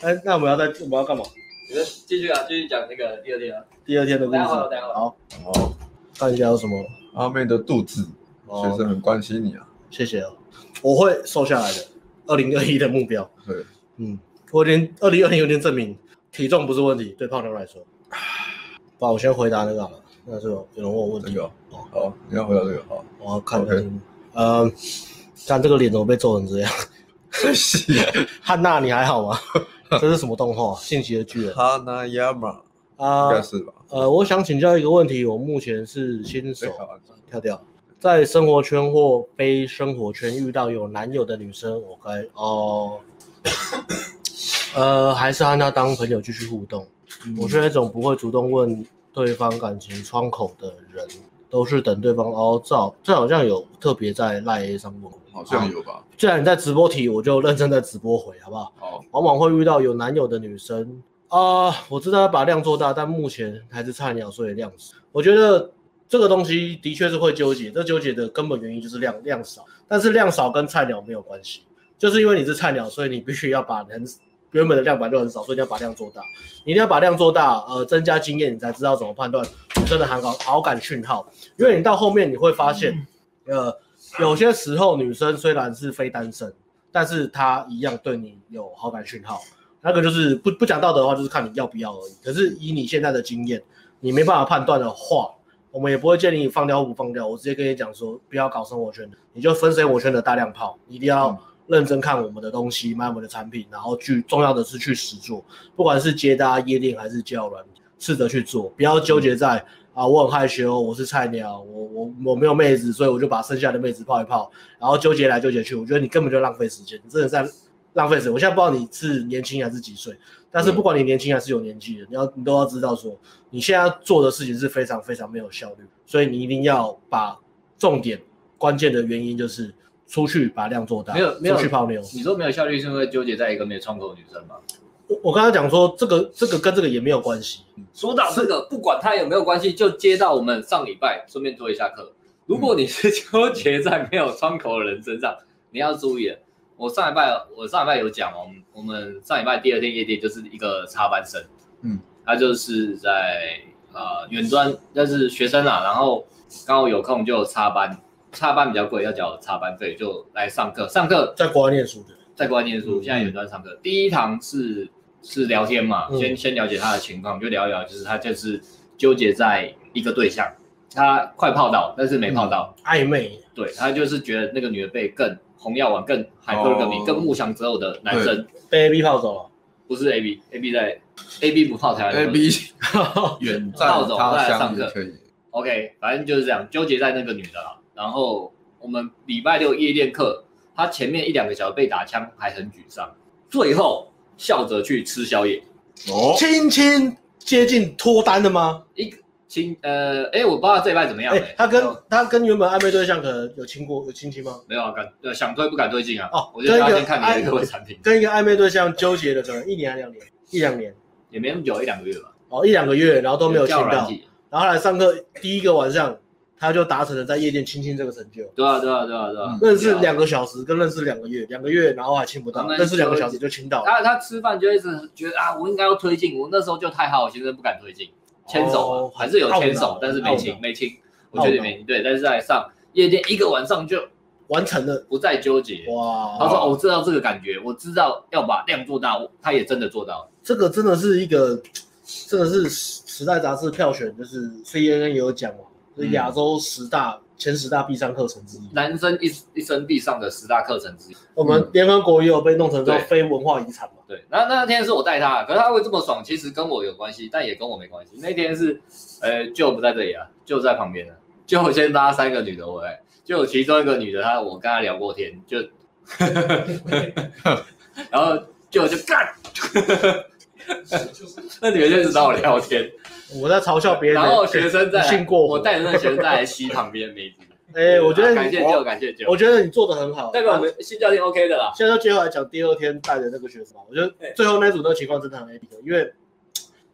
Speaker 1: 哎，那我们要在我们要干嘛？
Speaker 2: 你们继续啊，继续讲那个第二天啊。
Speaker 1: 第二天的故事。
Speaker 2: 等一下好等一下
Speaker 1: 好，
Speaker 5: 哦，
Speaker 1: 看一下有什么。
Speaker 5: 阿妹的肚子，学
Speaker 1: 哦，
Speaker 5: 生很关心你啊。
Speaker 1: 谢谢哦，我会瘦下来的，二零二一的目标。
Speaker 5: 对，
Speaker 1: 嗯，我已经二零二零有点证明体重不是问题，对胖妞来说。 爸，我先回答那个好了，那是有人问我问
Speaker 5: 这
Speaker 1: 题，
Speaker 5: 个哦好，你要回到这个好，
Speaker 1: 我要看一下
Speaker 5: OK
Speaker 1: 题目。呃，看这个脸怎么被揍成这 样？汉娜，你还好吗？ 这是什么动画？信息的巨 人
Speaker 5: 哈纳亚马
Speaker 1: 啊
Speaker 5: 应？该是吧？
Speaker 1: 呃，我想请教一个问题，我目前是新手
Speaker 5: 最，好
Speaker 1: 跳掉。在生活圈或非生活圈遇到有男友的女生，我该哦，呃，还是和她当朋友继续互动。
Speaker 5: 嗯
Speaker 1: 我是那种不会主动问对方感情窗口的人，都是等对方凹照。这好像有特别在赖 A 上问过，
Speaker 5: 好像有吧？
Speaker 1: 既然你在直播题，我就认真的直播回，好不好？
Speaker 5: 好，
Speaker 1: 往往会遇到有男友的女生啊、我知道要把量做大，但目前还是菜鸟，所以量少。我觉得这个东西的确是会纠结，这纠结的根本原因就是量量少，但是量少跟菜鸟没有关系，就是因为你是菜鸟，所以你必须要把人原本的量本来就很少，所以你要把量做大，你一定要把量做大，呃，增加经验，你才知道怎么判断女生的好感好感讯号，因为你到后面你会发现，呃，有些时候女生虽然是非单身。但是他一样对你有好感讯号。那个就是不不讲道德的话，就是看你要不要而已。可是以你现在的经验，你没办法判断的话，我们也不会建议你放掉或不放掉。我直接跟你讲说，不要搞生活圈，你就分生活圈的大量炮，你一定要认真看我们的东西，买我们的产品，然后去重要的是去实做，不管是接搭、夜店还是交友软体，试着去做，不要纠结
Speaker 2: 嗯
Speaker 1: 在、啊我很害羞，我是菜鸟，我我我没有妹子，所以我就把剩下的妹子泡一泡，然后纠结来纠结去，我觉得你根本就浪费时间，你真的在浪费时间。我现在不知道你是年轻还是几岁，但
Speaker 2: 嗯
Speaker 1: 是不管你年轻还是有年纪的，你要你都要知道说，你现在做的事情是非常非常没有效率，所以你一定要把重点关键的原因就是出去把量做大，
Speaker 2: 没有没有
Speaker 1: 出去泡妞。
Speaker 2: 你说没有效率是因为纠结在一个没有窗口的女生吗？
Speaker 1: 我我刚刚讲说这个这个跟这个也没有关系，
Speaker 2: 说到这个，不管他有没有关系，就接到我们上礼拜顺便做一下课。如果你是纠结在没有窗口的人身上，你要注意了。哦我上礼拜我上礼拜有讲哦，我们我们上礼拜第二天夜店就是一个插班生，
Speaker 5: 嗯，
Speaker 2: 他就是在呃远端，但是学生啊，然后刚好有空就插班，插班比较贵，要缴插班费，就来上课。上课
Speaker 1: 在国外念书的，
Speaker 2: 在国外念书，
Speaker 1: 嗯
Speaker 2: 现在远端上课。第一堂是是聊天嘛，
Speaker 1: 嗯
Speaker 2: 先先了解他的情况，就聊一聊，就是他就是纠结在一个对象，他快泡到，但是没泡到，
Speaker 1: 暧昧
Speaker 2: 对他就是觉得那个女的被更红药丸、更海哥更明、
Speaker 5: 哦
Speaker 2: 更目想择偶的男生，
Speaker 1: 被 A B 泡走
Speaker 2: 不是 A B A B 在 A B 不泡台湾
Speaker 5: ，A B
Speaker 1: 了，
Speaker 5: 远在
Speaker 2: 到走
Speaker 5: 他
Speaker 2: 再来
Speaker 5: 乡
Speaker 2: 上
Speaker 5: 也
Speaker 2: 课
Speaker 5: 可以，
Speaker 2: OK，反正就是这样，纠结在那个女的啦。然后我们礼拜六夜店课，她前面一两个小时被打枪，还很沮丧，最后笑着去吃宵夜。
Speaker 5: 哦，
Speaker 1: 亲亲接近脱单的吗？
Speaker 2: 亲，呃，哎、我不知道这一拜怎么样、
Speaker 1: 哎、
Speaker 2: 欸
Speaker 1: 他跟
Speaker 2: 没有
Speaker 1: 他跟原本暧昧对象可能有亲过有亲亲吗？
Speaker 2: 没有啊，敢呃想推不敢推进啊。
Speaker 1: 哦
Speaker 2: 我觉得他
Speaker 1: 跟一个
Speaker 2: 先看
Speaker 1: 哎
Speaker 2: 你的各位产品，
Speaker 1: 跟一个暧昧对象纠结了可能一年还两年，一两年
Speaker 2: 也没那么久，一两个月吧，
Speaker 1: 哦一两个月，然后都没有亲
Speaker 2: 交友软
Speaker 1: 到，
Speaker 2: 体。
Speaker 1: 然后来上课第一个晚上他就达成了在夜店亲亲这个成就。
Speaker 2: 对啊，对啊，对啊，对啊
Speaker 5: 嗯。
Speaker 1: 认识两个小时跟认识两个月，两个月然后还亲不到，
Speaker 2: 他们
Speaker 1: 认识两个
Speaker 2: 就
Speaker 1: 小时就亲到了，
Speaker 2: 他他吃饭就一直觉得啊，我应该要推进，我那时候就太好，我先生不敢推进，牵手
Speaker 1: 哦
Speaker 2: 啊，还是有牵
Speaker 1: 懊
Speaker 2: 手
Speaker 1: 恼，
Speaker 2: 但是没亲，没亲，我觉得没对，但是在上夜店一个晚上就
Speaker 1: 完成了
Speaker 2: 不再纠结。
Speaker 1: 哇！
Speaker 2: 他说：“哦，我知道这个感觉，我知道要把量做大，我他也真的做到了。
Speaker 1: 这个真的是一个，真的是时代杂志票选，就是 CNN 也有讲嘛，
Speaker 2: 嗯
Speaker 1: 就是亚洲十大、前十大必上课程之一。
Speaker 2: 男生一一生必上的十大课程之一。”
Speaker 1: 我们联合国也有被弄成叫
Speaker 2: 对
Speaker 1: 非文化遗产嘛。
Speaker 2: 对，那那天是我带他，可是他会这么爽，其实跟我有关系，但也跟我没关系。那天是，呃，就不在这里啊，就在旁边了。就我先拉三个女的回来，就有其中一个女的，她我跟她聊过天， 就，然后就我就干，那女的就一直找我聊天，
Speaker 1: 我在嘲笑别人，
Speaker 2: 然后学生在
Speaker 1: 不信过火
Speaker 2: 我带着那个学生在来吸旁边的妹子。
Speaker 1: 哎、我觉得
Speaker 2: 啊
Speaker 1: 你，
Speaker 2: 感谢就感谢就，
Speaker 1: 我觉得你做的很好。
Speaker 2: 代表我们新教练 OK 的啦。
Speaker 1: 现在就接回来讲第二天带的那个学生嘛，我觉得最后那组那个情况真的很 A B 的，因为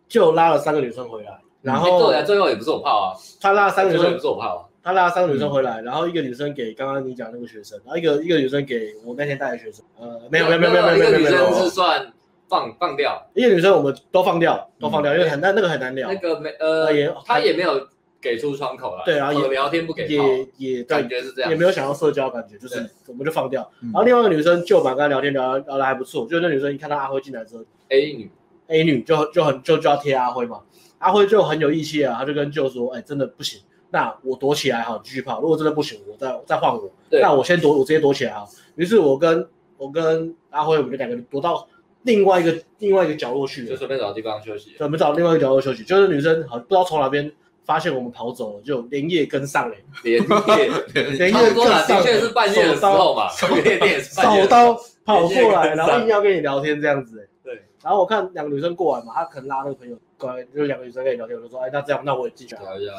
Speaker 1: 就拉了三个女生回来，然
Speaker 2: 哎对
Speaker 1: 后
Speaker 2: 啊，最后也不是我泡啊，
Speaker 1: 他拉三个女
Speaker 2: 最后也
Speaker 1: 生
Speaker 2: 不是我泡啊。
Speaker 1: 他拉三个女生回来，然后一个女生给刚刚你讲那个学生，然后一个一个女生给我那天带的学生。呃，没有没有没有没有没有没有
Speaker 2: 一
Speaker 1: 没
Speaker 2: 个女生
Speaker 1: 有
Speaker 2: 是，算放放掉，
Speaker 1: 嗯一个女生我们都放掉，都放掉，因为很那那个很难聊
Speaker 2: 那。个没
Speaker 1: 那
Speaker 2: 呃
Speaker 1: 也，
Speaker 2: 他也没有给出窗口了，
Speaker 1: 对啊也
Speaker 2: 可聊天不给炮，
Speaker 1: 也也对
Speaker 2: 感，觉是这样
Speaker 1: 也。没有想要社交，感觉就是
Speaker 2: 对
Speaker 1: 我们就放掉。
Speaker 5: 嗯
Speaker 1: 然后另外一个女生就蛮跟她聊天聊聊的还不错，就那女生一看到阿辉进来之后
Speaker 2: A 哎女，
Speaker 1: ，A 女就就很就就要贴阿辉嘛，阿辉就很有义气啊，他就跟舅说，哎、真的不行，那我躲起来好，你继续泡，如果真的不行，我再再换我，
Speaker 2: 对
Speaker 1: 那我先躲，我直接躲起来啊。于是我跟我跟阿辉，我们就两个人躲到另外一个另外一个角落去了
Speaker 2: 就，随便找地方休息。
Speaker 1: 对，我们找另外一个角落休息，就是女生好像不知道从哪边发现我们跑走了，就连夜跟上嘞、
Speaker 2: 连 夜，
Speaker 1: 连
Speaker 2: 差
Speaker 1: 夜
Speaker 2: 不多
Speaker 1: 跟
Speaker 2: 啦，
Speaker 1: 上
Speaker 2: 的确是半夜的时候嘛，夜店也是 半夜
Speaker 1: 手
Speaker 2: 的时
Speaker 1: 刀
Speaker 2: 候。
Speaker 1: 跑过来，
Speaker 2: 连夜跟上
Speaker 1: 然后硬要跟你聊天这样子、欸。
Speaker 2: 对。
Speaker 1: 然后我看两个女生过来嘛，她可能拉那个朋友过来，就两个女生跟你聊天，我就说，哎，那这样，那我也进去啊。
Speaker 2: 聊一下，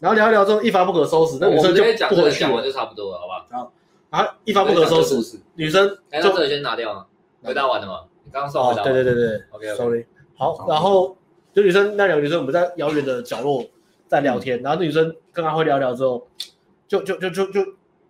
Speaker 1: 然后聊一聊之后，一发不可收拾，那
Speaker 2: 我
Speaker 1: 女
Speaker 2: 们
Speaker 1: 生
Speaker 2: 直
Speaker 1: 就
Speaker 2: 接讲
Speaker 1: 不
Speaker 2: 这
Speaker 1: 回
Speaker 2: 个
Speaker 1: 去
Speaker 2: 讲完
Speaker 1: 了。
Speaker 2: 就差不多了，好不好？
Speaker 1: 然后一发不可收拾，
Speaker 2: 拾。
Speaker 1: 女生
Speaker 2: 哎，那
Speaker 1: 就
Speaker 2: 这个先拿掉嘛，回答完了吗？你刚刚算
Speaker 1: 哦
Speaker 2: 回，答
Speaker 1: 对
Speaker 2: 完
Speaker 1: 对对对
Speaker 2: OK，OK
Speaker 1: ，sorry。好，然后就女生那两个女生，我们在遥远的角落在聊天，然后那女生跟阿辉聊聊之后，就就就就就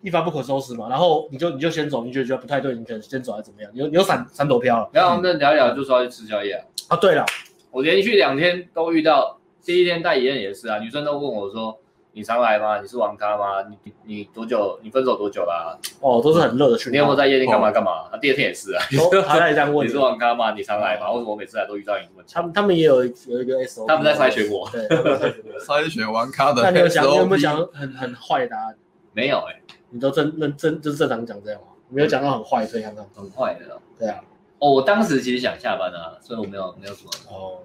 Speaker 1: 一发不可收拾嘛。然后你就你就先走，你就觉得不太对，你可能先走还是怎么样？你有你有闪闪躲飘了
Speaker 2: 然后我们再聊一聊，就说要去吃宵夜啊。
Speaker 1: 啊？对了，
Speaker 2: 我连续两天都遇到，第一天带爷也是啊，女生都问我说：“你常来吗？你是王咖吗？你你你多久？你分手多久啦、
Speaker 1: 哦，都是很热的讯
Speaker 2: 你有没
Speaker 1: 号，
Speaker 2: 有在夜店干嘛干嘛？”啊，第二天也是啊，
Speaker 1: 都还在这哦样问哦
Speaker 2: 你是王咖吗？你常来吗？为什么我每次来都遇到你这么
Speaker 1: 他们他们也有一有一个 S O，
Speaker 2: 他们在筛选我
Speaker 1: 对，他们在筛选我。
Speaker 5: 筛选玩咖的，
Speaker 1: 那你有讲你有没有讲很很坏的答案？
Speaker 2: 没有哎、
Speaker 1: 你都正认真就是正常讲这样吗？没有讲到很坏，所以刚刚
Speaker 2: 很快的、哦。
Speaker 1: 对啊，
Speaker 2: 哦，我当时其实想下班啊，所以我没有没有什么。
Speaker 1: 哦。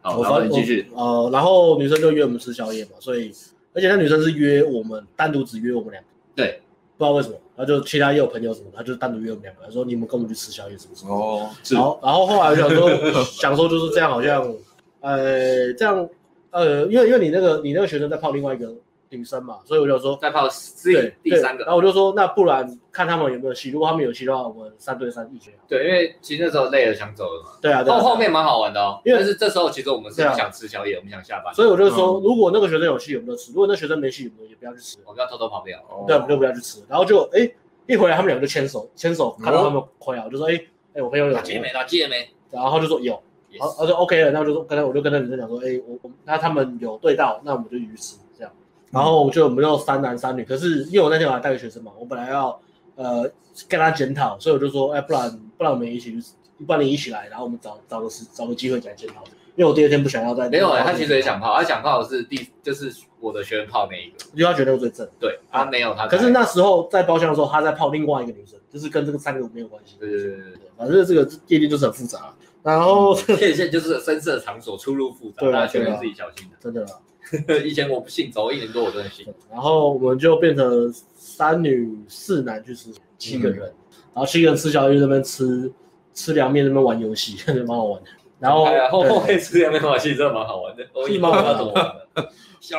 Speaker 2: 好，
Speaker 1: 我
Speaker 2: 然
Speaker 1: 发
Speaker 2: 后你继续。
Speaker 1: 呃，然后女生就约我们吃宵夜嘛，所以而且那女生是约我们单独只约我们两个，
Speaker 2: 对，
Speaker 1: 不知道为什么，然后就其他也有朋友什么的，他就单独约我们两个，他说你们跟我们去吃宵夜什么什么。
Speaker 5: 哦，
Speaker 2: 是
Speaker 1: 然后然后后来我想说想说就是这样，好像呃这样呃，因为因为你那个你那个学生在泡另外一个女生嘛，所以我就说。
Speaker 2: 再泡 C
Speaker 1: 对，
Speaker 2: 第
Speaker 1: 对
Speaker 2: 三个
Speaker 1: 然。后我就说，那不然看他们有没有戏，如果他们有戏的话，我们三对三一决。
Speaker 2: 对，因为其实那时候累了想走了嘛。
Speaker 1: 对啊，对啊。
Speaker 2: 后
Speaker 1: 对啊
Speaker 2: 后面蛮好玩的哦，
Speaker 1: 因为
Speaker 2: 但是这时候其实我们是
Speaker 1: 对啊
Speaker 2: 想吃宵夜，我们想下班，
Speaker 1: 所以我就说，
Speaker 5: 嗯
Speaker 1: 如果那个学生有戏，我们就吃；如果那学生没戏，我们也不要去吃。
Speaker 2: 我们要偷偷跑掉。
Speaker 5: 哦
Speaker 1: 对，啊我们就不要去吃。然后就哎、一回来他们两个就牵手，牵手看到他们回来，我就说哎哎、我朋友有
Speaker 2: 打劫啊没？打劫没？
Speaker 1: 然后他就说有，
Speaker 2: 也
Speaker 1: 然后
Speaker 2: 是
Speaker 1: 他说 OK 了，那我就说跟他我就跟那女生讲说，哎、我我那他们有对到，那我们就一起去吃这样。然后我就我们就三男三女，可是因为我那天我还带个学生嘛，我本来要呃跟他检讨，所以我就说，哎、不然不然我们一起去，不然你一起来，然后我们找找个时找个机会讲检讨，因为我第二天不想要再
Speaker 2: 没有哎，他其
Speaker 1: 啊
Speaker 2: 实也想泡，他想泡的是第就是我的学员泡那一个，
Speaker 1: 因为他觉得我最正。
Speaker 2: 对他没有他才，
Speaker 1: 可是那时候在包厢的时候，他在泡另外一个女生，就是跟这个三个没有关系。
Speaker 2: 对对对对
Speaker 1: 反正这个夜店就是很复杂。然后、
Speaker 2: 对，界限就是深色场所出入复杂，
Speaker 1: 对啊
Speaker 2: 大家确
Speaker 1: 对
Speaker 2: 认
Speaker 1: 啊
Speaker 2: 自己小心的。
Speaker 1: 真的啦，
Speaker 2: 以前我不信，走一年多我真的信。
Speaker 1: 然后我们就变成三女四男去吃七个
Speaker 2: 嗯
Speaker 1: 人，然后七个人吃宵夜那边吃吃凉面那边玩游戏， 蛮好玩的。然后、
Speaker 2: 哎呀，后
Speaker 1: 对
Speaker 2: 后面吃凉面马戏真的蛮好玩的，我
Speaker 1: 哦是
Speaker 2: 一
Speaker 1: 吗
Speaker 2: 毛不知道怎么玩的。小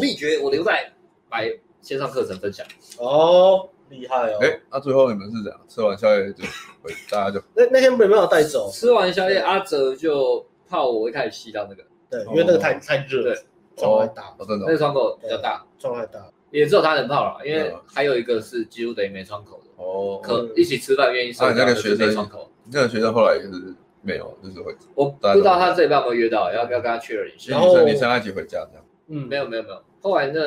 Speaker 2: 秘诀我留在来线上课程分享。
Speaker 1: 哦，厉害哦！
Speaker 5: 哎，那最后你们是怎样？吃完宵夜就回，大家就
Speaker 1: 那那天没有带走，
Speaker 2: 吃完宵夜，阿哲就泡我一开始吸到那个，
Speaker 1: 对，因为那个太、太热了
Speaker 2: 哦对，
Speaker 1: 状态大，
Speaker 5: 哦，真的
Speaker 2: 那
Speaker 5: 哦
Speaker 2: 个窗口比较大，
Speaker 1: 状态大。
Speaker 2: 也只有他能泡了，因为
Speaker 5: 嗯
Speaker 2: 还有一个是几乎等于没窗口的，
Speaker 5: 哦，
Speaker 2: 可一起吃饭愿意社
Speaker 5: 啊你那
Speaker 2: 交
Speaker 5: 个
Speaker 2: 的
Speaker 5: 学
Speaker 2: 是
Speaker 5: 生
Speaker 2: 没窗口。
Speaker 5: 那个学生后来也是没有，就是会
Speaker 2: 我不知道他这礼拜有没有约到，要要跟他确认一下
Speaker 1: 然。后
Speaker 5: 女生女生要一起回家这样。
Speaker 1: 嗯
Speaker 2: 没，有没有没有，后来那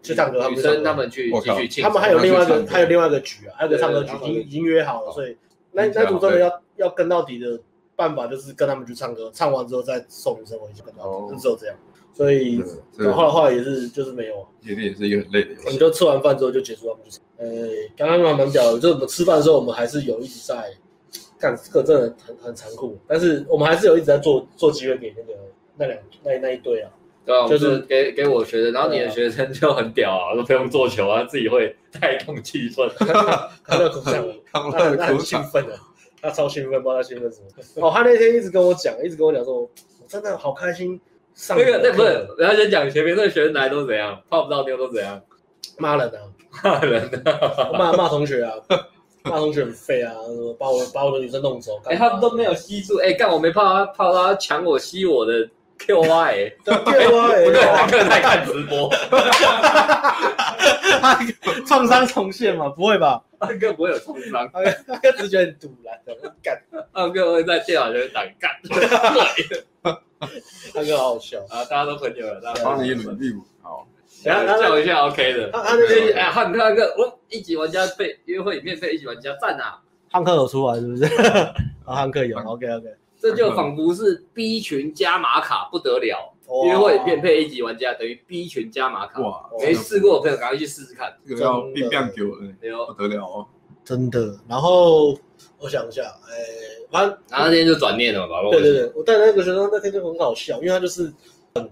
Speaker 1: 去唱歌他们
Speaker 2: 女
Speaker 1: 去唱歌
Speaker 2: 生他们去
Speaker 5: 我
Speaker 2: 继
Speaker 5: 靠
Speaker 2: 续庆祝，
Speaker 1: 他们还有另外一
Speaker 5: 他
Speaker 1: 个
Speaker 5: 们去唱歌
Speaker 1: 还有另外一个局啊，还有一个唱歌
Speaker 2: 对
Speaker 1: 局
Speaker 2: 他
Speaker 1: 已
Speaker 2: 们
Speaker 1: 经已经约好了，
Speaker 5: 哦
Speaker 1: 所以那那组真的要要跟到底的办法就是跟他们去唱歌，唱完之后再送女生回去跟到
Speaker 5: 哦
Speaker 1: 底，就只有这样。所以
Speaker 5: 对这
Speaker 1: 然后
Speaker 5: 个
Speaker 1: 后来后来也是就是没有啊，
Speaker 5: 夜店也是一个很累的游
Speaker 1: 我们
Speaker 5: 戏。
Speaker 1: 就吃完饭之后就结束，他们就是呃，刚刚还蛮屌的，就是我们吃饭的时候我们还是有一直在干，这个真的很很残酷，但是我们还是有一直在做做机会给那个那两那那一对啊，
Speaker 2: 对啊，我
Speaker 1: 就是
Speaker 2: 就是给给我学生，然后你的
Speaker 1: 对啊
Speaker 2: 学生就很屌啊，都不用做球啊，自己会 带动气氛。
Speaker 1: 他那个这样。
Speaker 5: 康
Speaker 1: 他
Speaker 5: 乐
Speaker 1: 他 很
Speaker 5: 苦
Speaker 1: 兴
Speaker 5: 场，
Speaker 1: 奋啊，他超兴奋，不知道他兴奋什么。哦，他那天一直跟我讲，一直跟我讲说，我真的好开心。上
Speaker 2: 那个那不是
Speaker 1: 课，
Speaker 2: 然后先讲前面那个学生来都怎样，泡不到妞都 怎样，
Speaker 1: 骂人啊，
Speaker 2: 骂人的。
Speaker 1: 骂骂同学啊，骂同学很废啊，什么把我把我的女生弄走。
Speaker 2: 哎、他们都没有吸住，哎、干我没泡他，泡他抢我吸我的 Q Y，、欸、
Speaker 1: 对啊，
Speaker 2: 不对，
Speaker 1: 哎
Speaker 2: 他可能在看直播，
Speaker 1: 他创伤重现嘛？不会吧？
Speaker 2: 他哥不会有创伤，
Speaker 1: 他他只是觉得很堵然的，干
Speaker 2: 他哥会在电脑前面打干，
Speaker 1: 那个好笑。
Speaker 4: 啊，大家都朋友了，大家都
Speaker 5: 帮
Speaker 4: 朋
Speaker 5: 你
Speaker 4: 友了
Speaker 5: 捋屁股，好，
Speaker 1: 然后
Speaker 4: 叫一下 OK 的，
Speaker 1: 他他那
Speaker 2: 对，
Speaker 1: 边
Speaker 2: 哎，汉克汉克，我一级玩家费约会免费一级玩家赞啊！
Speaker 1: 汉克有出来是不是？ 啊，汉克有，OK OK。
Speaker 2: 这就仿佛是 B 群加码卡不得了， 约会免费一级玩家等于 B 群加码卡。
Speaker 5: 哇，
Speaker 2: 没试过的朋友赶快去试试看。
Speaker 5: 这个要变变给我，
Speaker 2: 对
Speaker 5: 不
Speaker 2: 哦，
Speaker 5: 得了哦，
Speaker 1: 真的。然后我想一下，哎、反正
Speaker 2: 然后那天就转念了嘛，
Speaker 1: 对对对，我但那个学生那天就很好笑，因为他就是嗯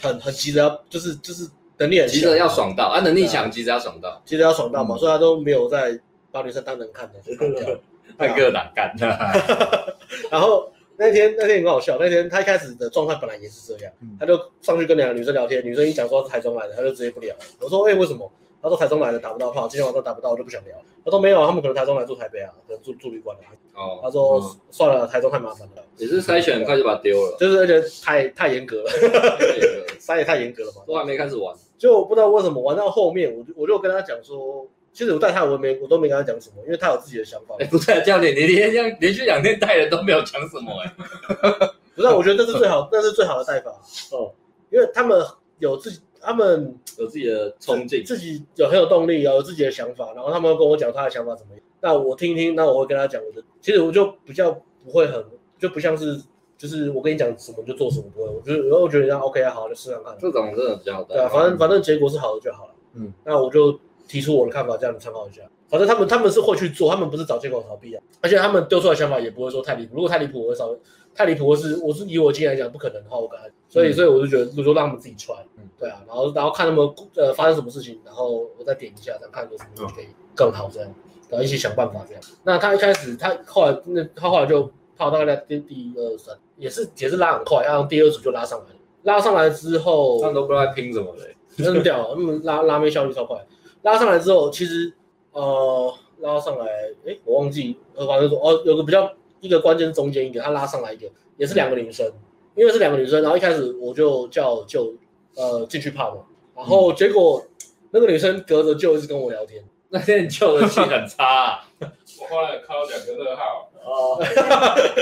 Speaker 1: 很很很急着要，就是就是能力很
Speaker 2: 急
Speaker 1: 强
Speaker 2: 着要，爽到啊，能力强，急着要爽到，
Speaker 1: 急着要爽到嘛，
Speaker 5: 嗯
Speaker 1: 所以他都没有在把女生当人看的， 就爽掉。
Speaker 4: 啊汉克哪干啊的？
Speaker 1: 然后那天那天很好笑，那天他一开始的状态本来也是这样，
Speaker 5: 嗯
Speaker 1: 他就上去跟两个女生聊天，女生一讲说她是台中来的，他就直接不聊了。我说哎、为什么？他说台中来的打不到炮，今天晚上打不到我就不想聊。他说没有，他们可能台中来住台北啊，可能住住旅馆啊。
Speaker 2: 哦，
Speaker 1: 他说、
Speaker 5: 嗯
Speaker 1: 算了，台中太麻烦了，
Speaker 2: 也是筛选很快就把它丢了，
Speaker 1: 就是而且太太严格了， 塞也太严格了嘛。
Speaker 2: 都还没开始玩，
Speaker 1: 就我不知道为什么玩到后面，我就我就跟他讲说，其实我带他我也没我都没跟他讲什么，因为他有自己的想法。
Speaker 2: 哎，不是啊教练，你连这样连续两天带人都没有讲什么哎，
Speaker 1: 不是啊，我觉得这是最好，那是最好的带法哦，因为他们有自己，他们
Speaker 2: 有自己的冲劲，
Speaker 1: 自己有很有动力，有自己的想法，然后他们会跟我讲他的想法怎么样，那我听听，那我会跟他讲我的，其实我就比较不会很，就不像是就是我跟你讲什么就做什么，不会，我觉得我觉得这样 OK 啊，好，就试试看，
Speaker 2: 这种真的比较好带
Speaker 1: 对啊，。反正反正结果是好的就好了，
Speaker 5: 嗯，
Speaker 1: 那我就提出我的看法，这样你参考一下。反正他们他们是会去做，他们不是找借口逃避啊，而且他们丢出来的想法也不会说太离谱，如果太离谱，我会稍微太离谱，我是我是以我经验来讲不可能的话，我跟他，所以、所以我就觉得我就让他们自己 try，
Speaker 5: 嗯
Speaker 1: 对啊，然后然后看他们呃发生什么事情，然后我再点一下，再看有什么东西可以更好这样，然后一起想办法这样。那他一开始他后来那他后来就泡大概在第第二三，也是也是拉很快，然后第二组就拉上来了，拉上来之后，
Speaker 4: 他们都不知道在拼什么嘞，
Speaker 1: 真的屌，他们拉拉妹效率超快。拉上来之后，其实呃拉上来，诶，我忘记，呃，反正说哦，有个比较一个关键是中间一个，他拉上来一个，也是两个女生，因为是两个女生，然后一开始我就叫就呃进去泡嘛，然后结果、那个女生隔着就一直跟我聊天，
Speaker 2: 那天救的气很差 啊，
Speaker 4: 我后来看到两个热号，
Speaker 1: 哦，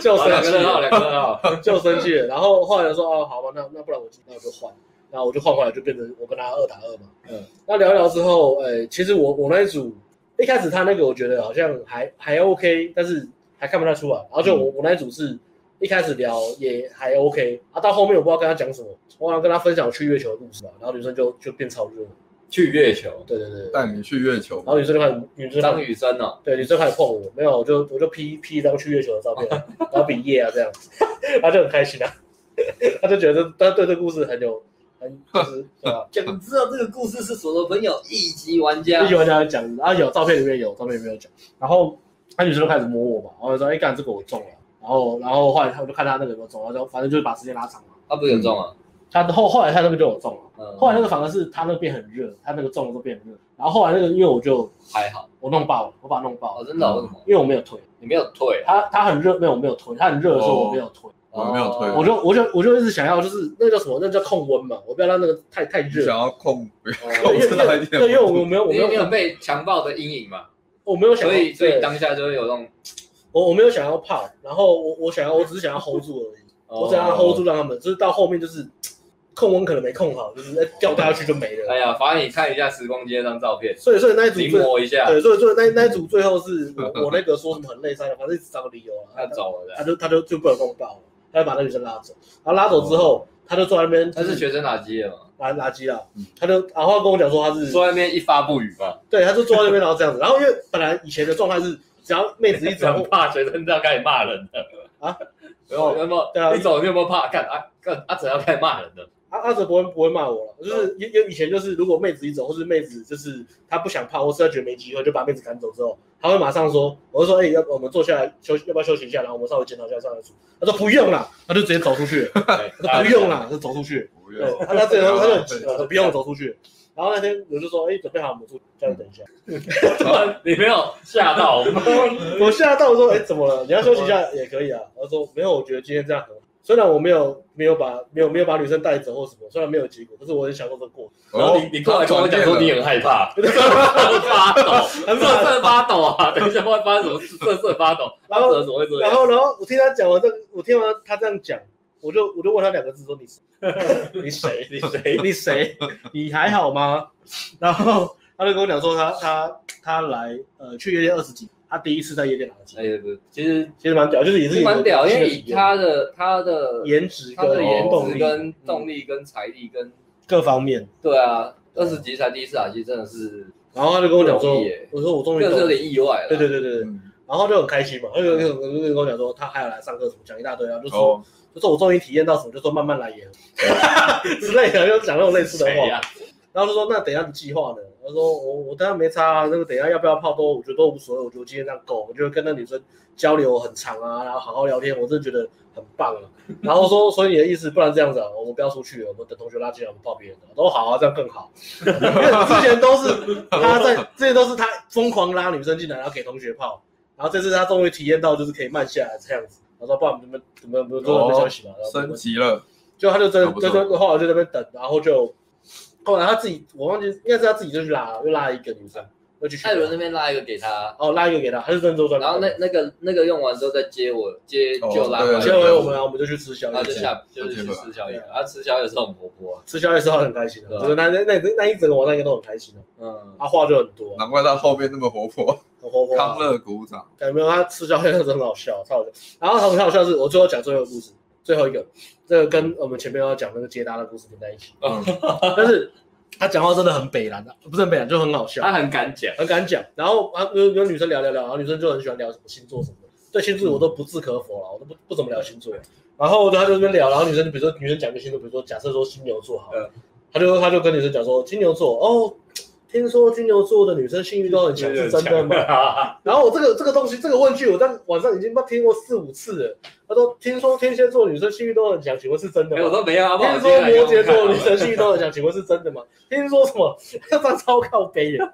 Speaker 1: 就
Speaker 2: 好两
Speaker 1: 生气
Speaker 2: 个热号，
Speaker 1: 了，
Speaker 2: 两个热号，
Speaker 1: 就生气了，然后后来说哦，好吧，那那不然我就那我就换，然后我就换回来，就变成我跟他二打二嘛。
Speaker 5: 嗯，
Speaker 1: 那聊一聊之后，哎、其实我我那一组一开始他那个我觉得好像还还 OK，但是还看不太出来。然后就我、我那一组是一开始聊也还 OK，啊，到后面我不知道跟他讲什么，我好像跟他分享我去月球的故事吧，然后女生就就变超热，
Speaker 2: 去月球，
Speaker 1: 对对对，对
Speaker 5: 带你去月球
Speaker 1: 然，后女生就开始女生就开
Speaker 2: 张
Speaker 1: 始
Speaker 2: 雨生哦，
Speaker 1: 对女生开始碰我，没有我就我就 P P 一张去月球的照片，然后比耶啊这样， 他就很开心啊， 他就觉得他对这个故事很有很就是对啊吧？
Speaker 2: 讲知道这个故事是所罗朋友一级玩
Speaker 1: 一
Speaker 2: 家
Speaker 1: 喜，欢这样讲，然后有照片里面有，照片里面有讲，然后他女生就开始摸我嘛，然后就说哎干这个我中了，然后然后后来他我就看他那个有没有中，然后就反正就是把时间拉长嘛，
Speaker 2: 他不是有中啊？
Speaker 1: 他后后来他那个就有中了。
Speaker 2: 嗯
Speaker 1: 后来那个反而是他那个变很热，他那个中了都变很热。然后后来那个，因为我就
Speaker 2: 还好，
Speaker 1: 我弄爆了，我把它弄爆
Speaker 2: 哦，
Speaker 1: 了，
Speaker 2: 真的哦为什么？
Speaker 1: 因为我没有推。
Speaker 2: 你没有退啊，
Speaker 1: 他他很热，没有我没有推，他很热的时候
Speaker 5: 哦
Speaker 1: 我没有推，
Speaker 5: 我没有推
Speaker 2: 哦
Speaker 1: 我就我就我就一直想要就是那叫什么，那叫控温嘛，我不要让那个太太
Speaker 5: 你想
Speaker 1: 热。
Speaker 5: 要控，
Speaker 1: 对，因为
Speaker 5: 控制到一定的
Speaker 1: 对，因为
Speaker 5: 温
Speaker 1: 我
Speaker 5: 度
Speaker 1: 没有我没
Speaker 2: 因哦为你有
Speaker 1: 有
Speaker 2: 被强暴的阴影嘛，
Speaker 1: 我没有想要，
Speaker 2: 所以所以
Speaker 1: 对
Speaker 2: 当下就会有那种，
Speaker 1: 我我没有想要泡，然后我我想要我只是想要 hold 住而已，
Speaker 2: 哦
Speaker 1: 我只想
Speaker 5: 哦
Speaker 1: 要 hold 住让他们，就是到后面就是控温可能没控好，就是哎掉下去就没了。
Speaker 2: 哎呀，罚你看一下时光机那张照片，
Speaker 1: 所以所以那一组
Speaker 2: 临
Speaker 1: 最
Speaker 2: 摹一下，
Speaker 1: 对，所以所以那那一组最后是我我那个说什么很累，三的，反正一直找个理由啊
Speaker 2: 他，走了
Speaker 1: 他
Speaker 2: 的。
Speaker 1: 就他就就不能跟我抱了，他就把那女生拉走，然后拉走之后，他就坐在那边，
Speaker 2: 哦他是学生垃圾了嘛？
Speaker 1: 垃垃圾啊
Speaker 5: 嗯，
Speaker 1: 他就然后他跟我讲说他是
Speaker 2: 坐在那边一发不语嘛，
Speaker 1: 对，他就坐在那边，然后这样子。然后因为本来以前的状态是，只要妹 子一走，
Speaker 4: 很怕学生都要开始骂人了
Speaker 1: 啊，
Speaker 4: 然后那么
Speaker 1: 对啊
Speaker 4: 一走你有没有怕？看啊看阿哲要开始骂 人了，
Speaker 1: 阿阿哲不会不会骂我了。就是因因为以前就是，如果妹子一走，或是妹子就是她不想泡，或是她觉得没机会，就把妹子赶走之后，他会马上说，我就说，哎、要不我们坐下来休息，要不要休息一下？然后我们稍微检讨一下上来组。他说不用啦，他就直接走出去了。他 说不用啦，就走出去。
Speaker 5: 不
Speaker 1: 对
Speaker 5: 要，，
Speaker 1: 他他这个他就很急了，说不用走出去。然后那天我就说，哎、准备好，我们出去，这样等一下。
Speaker 4: 突
Speaker 1: 啊
Speaker 4: 然啊你没有吓到我 吗？
Speaker 1: 我吓到我说，哎、怎么了？你要休息一下也可以啊。他说没有，我觉得今天这样很好。虽然我没有没有把没有没有把女生带走或什么，虽然没有结果，可是我很享受这个过程。
Speaker 4: 然
Speaker 5: 哦
Speaker 4: 后你你过来跟我讲说你很害
Speaker 1: 哦
Speaker 4: 怕，瑟 瑟发 抖，
Speaker 1: 很
Speaker 4: 瑟瑟发抖啊！等一下会发生什么事？瑟瑟发抖，阿
Speaker 1: 然后
Speaker 2: 啊
Speaker 4: 哲怎么会这
Speaker 1: 然
Speaker 4: 样？
Speaker 1: 后然后我听他讲完这个，我听完他这样讲，我就我就问他两个字说你谁 你谁你谁你谁你还好吗？ 然后他就跟我讲说他他他来呃去夜店二十几，他第一次在夜店拿了几，
Speaker 2: 哎，不，其实
Speaker 1: 其实蛮屌，就是也是
Speaker 2: 是蛮屌，因为以
Speaker 1: 他
Speaker 2: 他的他的
Speaker 1: 颜值
Speaker 2: 他的
Speaker 1: 跟
Speaker 2: 颜
Speaker 1: 动
Speaker 2: 值
Speaker 1: 力嗯
Speaker 2: 跟动力跟财力跟
Speaker 1: 各方面，
Speaker 2: 对啊，二十级才第一次打击真的是
Speaker 1: 然后他就跟我讲
Speaker 2: 不
Speaker 1: 说
Speaker 2: 容易耶，
Speaker 1: 我说我终于
Speaker 2: 个
Speaker 1: 懂
Speaker 2: 是有
Speaker 1: 了，
Speaker 2: 点意外了。
Speaker 1: 对对对对对，
Speaker 5: 嗯
Speaker 1: 然后就很开心嘛，他就就就跟我讲说他还要来上课什么，讲一大堆啊，就说
Speaker 5: 哦，
Speaker 1: 就说我终于体验到什么，就说慢慢来也好 之类的，就讲那种类似的话
Speaker 4: 谁。呀？
Speaker 1: 然后就说那等一下的计划呢？他说我我当然没差啊，那个等一下要不要泡都我觉得都无所谓，我觉得我今天这样够，我觉得跟那女生交流很长啊，然后好好聊天，我真的觉得很 棒啊。然后说所以你的意思，不然这样子啊，我们不要出去了，我们等同学拉进来，我们泡别人的，都好啊，这样更 好。因为之前都是他在，之前都是他疯狂拉女生进来，然后给同学泡，然后这次他终于体验到就是可以慢下来这样子。他说不然我们怎么怎么
Speaker 4: 哦
Speaker 1: 做休息嘛，然后我们
Speaker 5: 升级了，
Speaker 1: 就他就真
Speaker 5: 啊
Speaker 1: 的
Speaker 5: 不
Speaker 1: 就
Speaker 5: 错
Speaker 1: 就后来就在那边等，然后就后来他自己我忘记应该是他自己就去拉，又拉一个女生，又去
Speaker 2: 艾伦那边拉一个给他，
Speaker 1: 哦拉一个给他，他是郑州专，
Speaker 2: 然后那那个那个用完之后再接我接
Speaker 5: 哦
Speaker 2: 就拉回
Speaker 5: 对
Speaker 2: 来，
Speaker 1: 结尾我们啊我们就去吃宵
Speaker 2: 然后
Speaker 1: 夜
Speaker 2: 就，下就是去吃宵夜，然后吃宵夜的时候很活泼啊，
Speaker 1: 吃宵夜的时候很开心的，
Speaker 2: 对啊
Speaker 1: 就是那那那那一整个晚上应该都很开心的，
Speaker 2: 嗯，
Speaker 1: 他话就很多，
Speaker 5: 难怪他后面那么活泼，
Speaker 1: 很活泼
Speaker 5: 康
Speaker 1: 啊，
Speaker 5: 乐鼓掌。
Speaker 1: 感觉他吃宵夜的时候很好笑，超好笑。然后很好笑的是我最后讲最后一个故事，最后一个这个跟我们前面要讲那个捷达的故事连在一起，
Speaker 5: 嗯
Speaker 1: 但是他讲话真的很北蓝的，不是很北蓝就很好笑。
Speaker 4: 他很敢讲，
Speaker 1: 很敢讲。然后啊，有有女生聊聊聊，然后女生就很喜欢聊什么星座什么的。对星座我都不置可否了，我都不不怎么聊星座。然后他就在那边聊，然后女生比如说女生讲一个星座，比如说假设说金牛座好了，他就他就跟女生讲说金牛座哦，听说金牛座的女生性欲都很强，是真的 吗？
Speaker 4: 吗？
Speaker 1: 然后我这个这个东西这个问句，我在网上已经不听过四五次了。他说听说天蝎座女生性欲都很强，请问是真 的
Speaker 4: 哎，我
Speaker 1: 吗？
Speaker 4: 说没有啊，不好接
Speaker 1: 听说
Speaker 4: 啊
Speaker 1: 摩羯
Speaker 4: 让
Speaker 1: 座
Speaker 4: 我
Speaker 1: 女
Speaker 4: 看
Speaker 1: 生性欲都很强，请问是真的 吗？听说什么 要当超靠背的，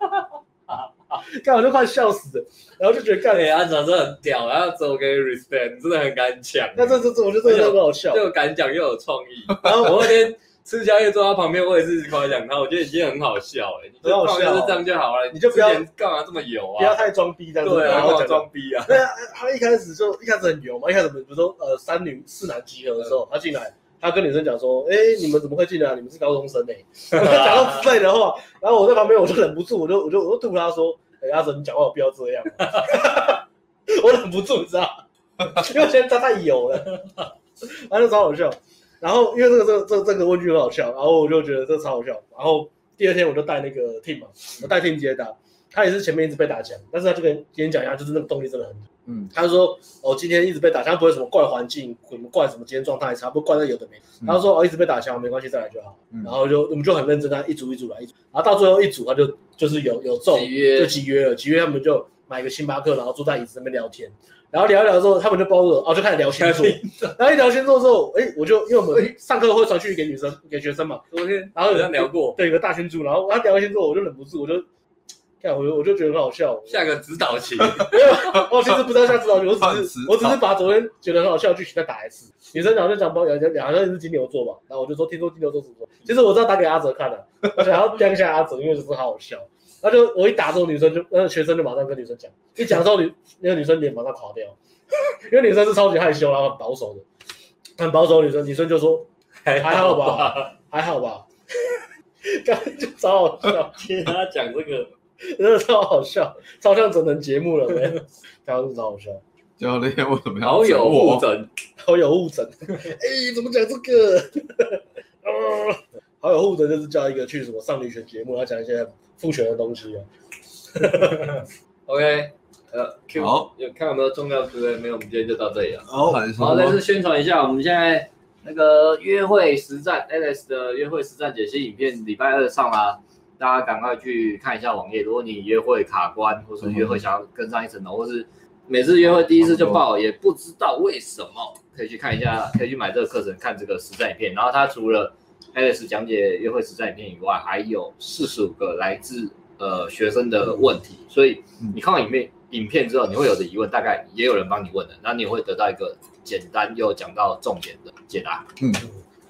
Speaker 1: 干我就快笑死了，然后就觉得干，
Speaker 4: 对啊，长得很屌，然后走给 respect，你真的很敢讲。
Speaker 1: 那这这这我
Speaker 4: 哎
Speaker 1: 就真的很好笑。
Speaker 4: 又敢讲又有创意。
Speaker 1: 然后
Speaker 4: 我那天吃宵夜坐他旁边，我也是夸奖他，我觉得已经很好笑哎，你就
Speaker 1: 很好笑啊
Speaker 4: 就是这样就好了，
Speaker 1: 你就不要
Speaker 4: 之前干嘛这么油
Speaker 1: 不要
Speaker 4: 啊？
Speaker 1: 太装逼这样子，
Speaker 4: 对啊，
Speaker 1: 然
Speaker 4: 干
Speaker 1: 后
Speaker 4: 嘛
Speaker 1: 讲
Speaker 4: 装逼啊？
Speaker 1: 对啊，他一开始就一开始很油嘛，一开始我们比如说呃三女四男集合的时候，他进来，他跟女生讲说，哎、你们怎么会进来？你们是高中生呢、欸？讲到之类的话，然后我在旁边我就忍不住，我就我就我就吐他说，哎、阿哲你讲话有必要这样 吗？我忍不住，你知道吗， 因为我觉得他太油了， 他就超好笑。然后因为这个这个这个、这个问句很好笑，然后我就觉得这超好笑。然后第二天我就带那个 team 嘛，我带 team 直接打，他也是前面一直被打枪，但是他就跟演讲一样，就是那个动力真的很
Speaker 5: 嗯，
Speaker 1: 他就说哦，今天一直被打枪，不会什么怪环境，什么怪什么今天状态差，不怪那有的没。
Speaker 5: 嗯
Speaker 1: 他就说哦，一直被打枪，没关系，再来就好。
Speaker 5: 嗯
Speaker 1: 然后就我们就很认真，他一组一组来，一组，然后到最后一组他就就是有有中，
Speaker 2: 集约
Speaker 1: 就集约了，集约他们就买个星巴克，然后坐在椅子那边聊天。然后聊一聊之后，他们就包括哦，就开始聊星座。然后一聊星座之后，哎，我就因为我们上课会传讯息给女生、给学生嘛，
Speaker 4: 昨天
Speaker 1: 然后
Speaker 4: 好
Speaker 1: 有
Speaker 4: 像聊过，
Speaker 1: 对有个大群组，然后他聊完星座，我就忍不住，我就，看我就我就觉得很好笑。
Speaker 4: 下个指导棋，
Speaker 1: 没有，我其实不知道下指导我只是
Speaker 5: 反指
Speaker 1: 我只是把昨天觉得很好笑的剧情再打一次。女生讲就讲包两两好像是金牛座吧，然后我就说听说金牛座是什么，其实我知道打给阿哲看的、我想要亮一下阿哲，因为就是好好笑。然后就我一打中女生就那个学生就马上跟女生讲，一讲之后女那个女生脸马上垮掉，因为女生是超级害羞然后很保守的，很保守的女生，女生就说
Speaker 4: 还
Speaker 1: 还好？ 吧，还好吧， 刚就超好笑。
Speaker 4: 听他讲这个，
Speaker 1: 真的超好笑，超像整人节目了，没？ 超超好笑，
Speaker 5: 教练为什么要
Speaker 4: 好
Speaker 5: 整哦
Speaker 4: 友互
Speaker 5: 我？
Speaker 4: 整，
Speaker 1: 好有互 整。哎、怎么讲这个？ 啊，好有互整就是叫一个去什么上女权节目，然后讲一些父权的东西啊。
Speaker 2: OK，呃，Q，
Speaker 5: 好
Speaker 2: 有看有没有重要之类？没有，我们今天就到这里了。
Speaker 5: 好，哦还是什
Speaker 2: 好，再
Speaker 5: 么
Speaker 2: 次宣传一下，我们现在那个约会实战 Alice 的约会实战解析影片，礼拜二上啦，大家赶快去看一下网页。如果你约会卡关，或是约会想要更上一层楼，或是每次约会第一次就爆，也不知道为什么，可以去看一下，可以去买这个课程，看这个实战影片。然后它除了 Alice 讲解约会实战影片以外，还有四十五个来自呃学生的问题，所以你看完影片影片之后，你会有的疑问，大概也有人帮你问的，那你也会得到一个简单又讲到重点的解答。
Speaker 5: 嗯，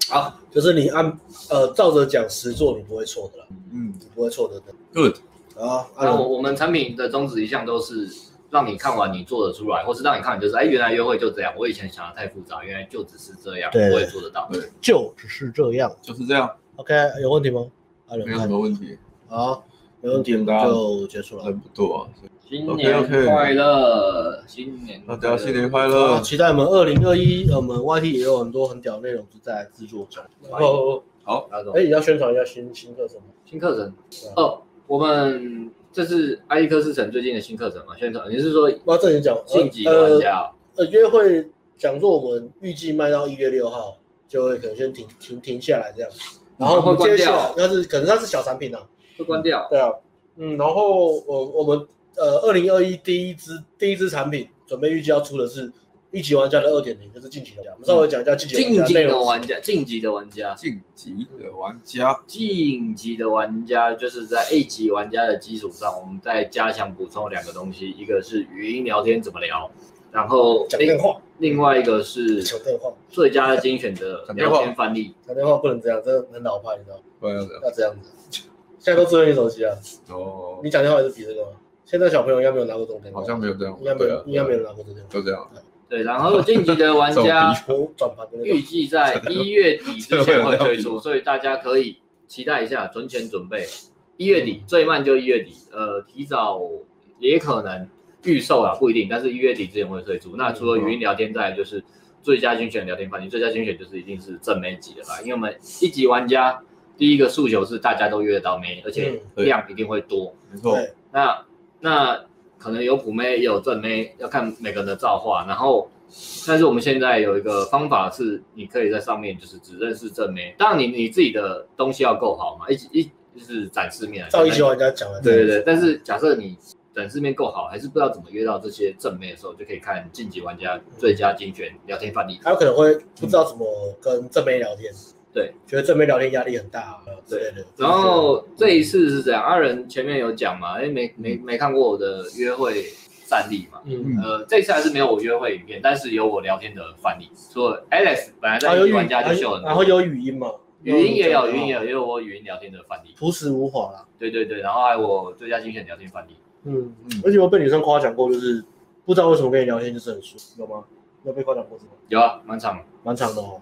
Speaker 2: 好，
Speaker 1: 就是你按呃照着讲实做，你不会错的啦，
Speaker 5: 嗯
Speaker 1: 你不会错的的。
Speaker 5: ，good，
Speaker 1: 啊，
Speaker 2: 那我我们产品的宗旨一向都是让你看完你做得出来，或是让你看你就是哎，原来约会就这样，我以前想的太复杂，原来就只是这样，
Speaker 1: 对
Speaker 2: 我也做得到。
Speaker 1: 就只是这样。
Speaker 5: 就是这样，
Speaker 1: OK，有问题吗？啊，有
Speaker 5: 没有什
Speaker 1: 问题。
Speaker 5: 么问题，
Speaker 1: 好，没问题，我们就结束了。
Speaker 5: 人不多啊，
Speaker 2: 新
Speaker 5: OK，OK
Speaker 2: 年快乐，新年
Speaker 5: 大家新年快
Speaker 1: 啊
Speaker 5: 乐，
Speaker 1: 期待我们二零二一，呃我们 YT 也有很多很屌的内容是在制作中。然后，
Speaker 2: 那种
Speaker 1: 哎，也要宣传一下新新课程吗？
Speaker 2: 新课程哦，我们这是埃利克斯城最近的新课程嘛？宣传你是说
Speaker 1: 我要正经讲，
Speaker 2: 晋级的玩
Speaker 1: 呃
Speaker 2: 家哦？
Speaker 1: 呃，约会讲座我们预计卖到一月六号，就会可能先停停停下来这样。然后我
Speaker 2: 会
Speaker 1: 们
Speaker 2: 关
Speaker 1: 接下
Speaker 2: 掉
Speaker 1: 来，，那是可能它是小产品啊，
Speaker 2: 会关掉。
Speaker 1: 对啊，嗯，然后我我们呃，二零二一第一支第一支产品准备预计要出的是一级玩家的二点零，就是晋级玩家。我们稍微讲一下晋级玩
Speaker 2: 晋
Speaker 1: 家
Speaker 2: 级
Speaker 1: 内
Speaker 2: 的
Speaker 1: 容。
Speaker 2: 玩家，晋级的玩家，
Speaker 5: 晋级的玩家，
Speaker 2: 晋级的玩家就是在 A 级玩家的基础上，我们再加强补充两个东西，一个是语音聊天怎么聊，然后
Speaker 1: 讲电
Speaker 2: 另
Speaker 1: 话，
Speaker 2: 另外一个是
Speaker 1: 讲电话，
Speaker 2: 最佳精选的聊天翻译。
Speaker 1: 讲电话不能这样，真的很老派，你知道吗？
Speaker 5: 不然要怎样
Speaker 1: 要这样子，现在都智能手机啊，
Speaker 5: 哦，
Speaker 1: 你讲电话也是比这个吗？现在小朋友应该没有拿过这种电话，
Speaker 5: 好像没有这样，啊
Speaker 1: 应该没
Speaker 5: 对啊
Speaker 1: 有，，应该没有拿过这种电话。
Speaker 5: 就这样，
Speaker 2: 对，啊然 后晋级的玩
Speaker 5: 这
Speaker 2: 家
Speaker 5: 种
Speaker 1: 我转盘的那
Speaker 2: 预
Speaker 1: 种，
Speaker 2: 计在一月底之前会推出，所以大家可以期待一下，存钱准备。一月底最慢就一月底，呃，提早也可能预售啊，不一定，但是一月底之前会推出。那除了语音聊天，再来就是最佳精选聊天翻译，最佳精选就是一定是正妹级的啦，因为我们一级玩家第一个诉求是大家都约得到妹，而且量一定会多。
Speaker 5: 没错，
Speaker 2: 哦
Speaker 1: 对
Speaker 2: 那那可能有普妹也有正妹，要看每个人的造化。然后，但是我们现在有一个方法是，你可以在上面就是只认识正妹，当然你你自己的东西要够好嘛，一起一就是展示面啊。
Speaker 1: 照一级玩家讲的，
Speaker 2: 对对对，但是假设你展示面够好，还是不知道怎么约到这些正妹的时候，就可以看晋级玩家最佳精选聊天范例。
Speaker 1: 他有可能会不知道怎么跟正妹聊天，
Speaker 2: 对，
Speaker 1: 觉得正妹聊天压力很大啊之类的。
Speaker 2: 然后这一次是这样，阿仁前面有讲嘛，因为没没没看过我的约会战例嘛，
Speaker 1: 嗯，
Speaker 2: 呃，这次还是没有我约会影片，但是有我聊天的范例。除了 Alex 本来在
Speaker 1: 然后啊有
Speaker 2: 一
Speaker 1: 语，
Speaker 2: 玩家就秀很
Speaker 1: 然后有
Speaker 2: 多，
Speaker 1: 语音嘛，
Speaker 2: 语音也有，
Speaker 1: 有
Speaker 2: 语音也有，也有我语音聊天的范例。
Speaker 1: 朴实无华啦。
Speaker 2: 对对对，然后还有我最佳精选聊天范例。
Speaker 1: 嗯
Speaker 5: 嗯，
Speaker 1: 而且我被女生夸奖过，就是不知道为什么跟你聊天就是很熟，有吗？有被夸奖过是吗？
Speaker 2: 有啊，满场
Speaker 1: 蛮长的哦，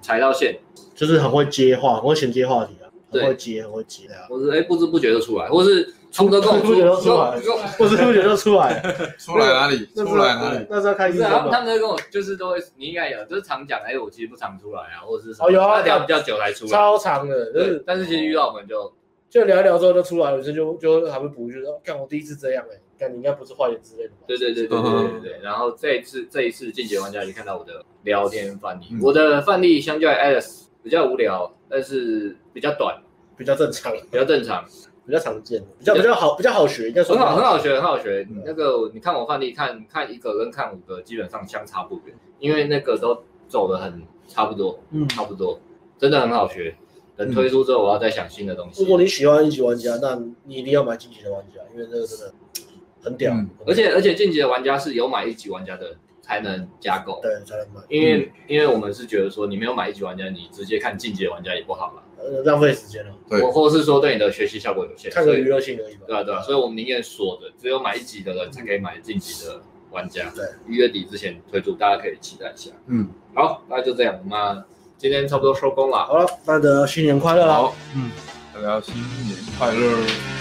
Speaker 2: 踩到线，
Speaker 1: 就是很会接话，很会衔接话题啊，
Speaker 2: 对
Speaker 1: 很会接，很会接的啊，
Speaker 2: 或是哎不知不觉就出来，或是冲得够
Speaker 1: 不知不觉就出来了
Speaker 2: 够
Speaker 1: 不知不觉就出来 了，
Speaker 5: 出来哪里？
Speaker 1: 那
Speaker 5: 出
Speaker 1: 是啊
Speaker 5: 来哪里？
Speaker 1: 那是要看
Speaker 2: 不
Speaker 1: 医
Speaker 2: 是
Speaker 1: 生
Speaker 2: 啊，他
Speaker 1: 吧？
Speaker 2: 们都跟我就是都会，你应该有，就是常讲，哎，我其实不常出来啊，或者是什
Speaker 1: 哦有啊
Speaker 2: 他聊比较久才出来，
Speaker 1: 超嗯长的，就
Speaker 2: 对
Speaker 1: 是，
Speaker 2: 但是其实遇到我们就
Speaker 1: 就聊一聊之后就出来了，女生就就还会补一句说：“看我第一次这样哎、欸，看你应该不是坏人之类的吧？”
Speaker 2: 对对
Speaker 5: 嗯
Speaker 2: 对对对对对对。然后这一次这一次进阶玩家就看到我的聊天范例，
Speaker 5: 嗯
Speaker 2: 我的范例相较于 Alice 比较无聊，但是比较短，
Speaker 1: 比较正常，
Speaker 2: 比较正常，
Speaker 1: 比较常见，比较比较好，比较好学，应该说
Speaker 2: 很好很好学很好学
Speaker 5: 嗯。
Speaker 2: 那个你看我范例，看看一个跟看五个基本上相差不远，因为那个都走的很差不多，
Speaker 1: 嗯
Speaker 2: 差不多，真的很好学。等推出之后，我要再想新的东西
Speaker 1: 如。
Speaker 5: 嗯
Speaker 1: 果你喜欢一级玩家，那你一定要买晋级的玩家，因为这个真的很屌，
Speaker 5: 嗯
Speaker 2: 而且而且进阶的玩家是有买一级玩家的才能加购。
Speaker 1: 对才能买，
Speaker 2: 因为、
Speaker 5: 嗯
Speaker 2: 因为我们是觉得说，你没有买一级玩家，你直接看进阶玩家也不好嘛，
Speaker 1: 呃浪费时间了，
Speaker 5: 对
Speaker 2: 或或是说对你的学习效果有限，
Speaker 1: 看
Speaker 2: 所
Speaker 1: 个娱
Speaker 2: 以
Speaker 1: 乐性而已吧。
Speaker 2: 对啊对啊，所以我们宁愿锁着，只有买一级的人才可以买晋级的玩家。
Speaker 1: 对，
Speaker 2: 一月底之前推出，大家可以期待一下。
Speaker 5: 嗯，
Speaker 2: 好，那就这样，那今天差不多收工了。
Speaker 1: 好了，大家新年快乐啦！
Speaker 5: 好，嗯，大家新年快乐。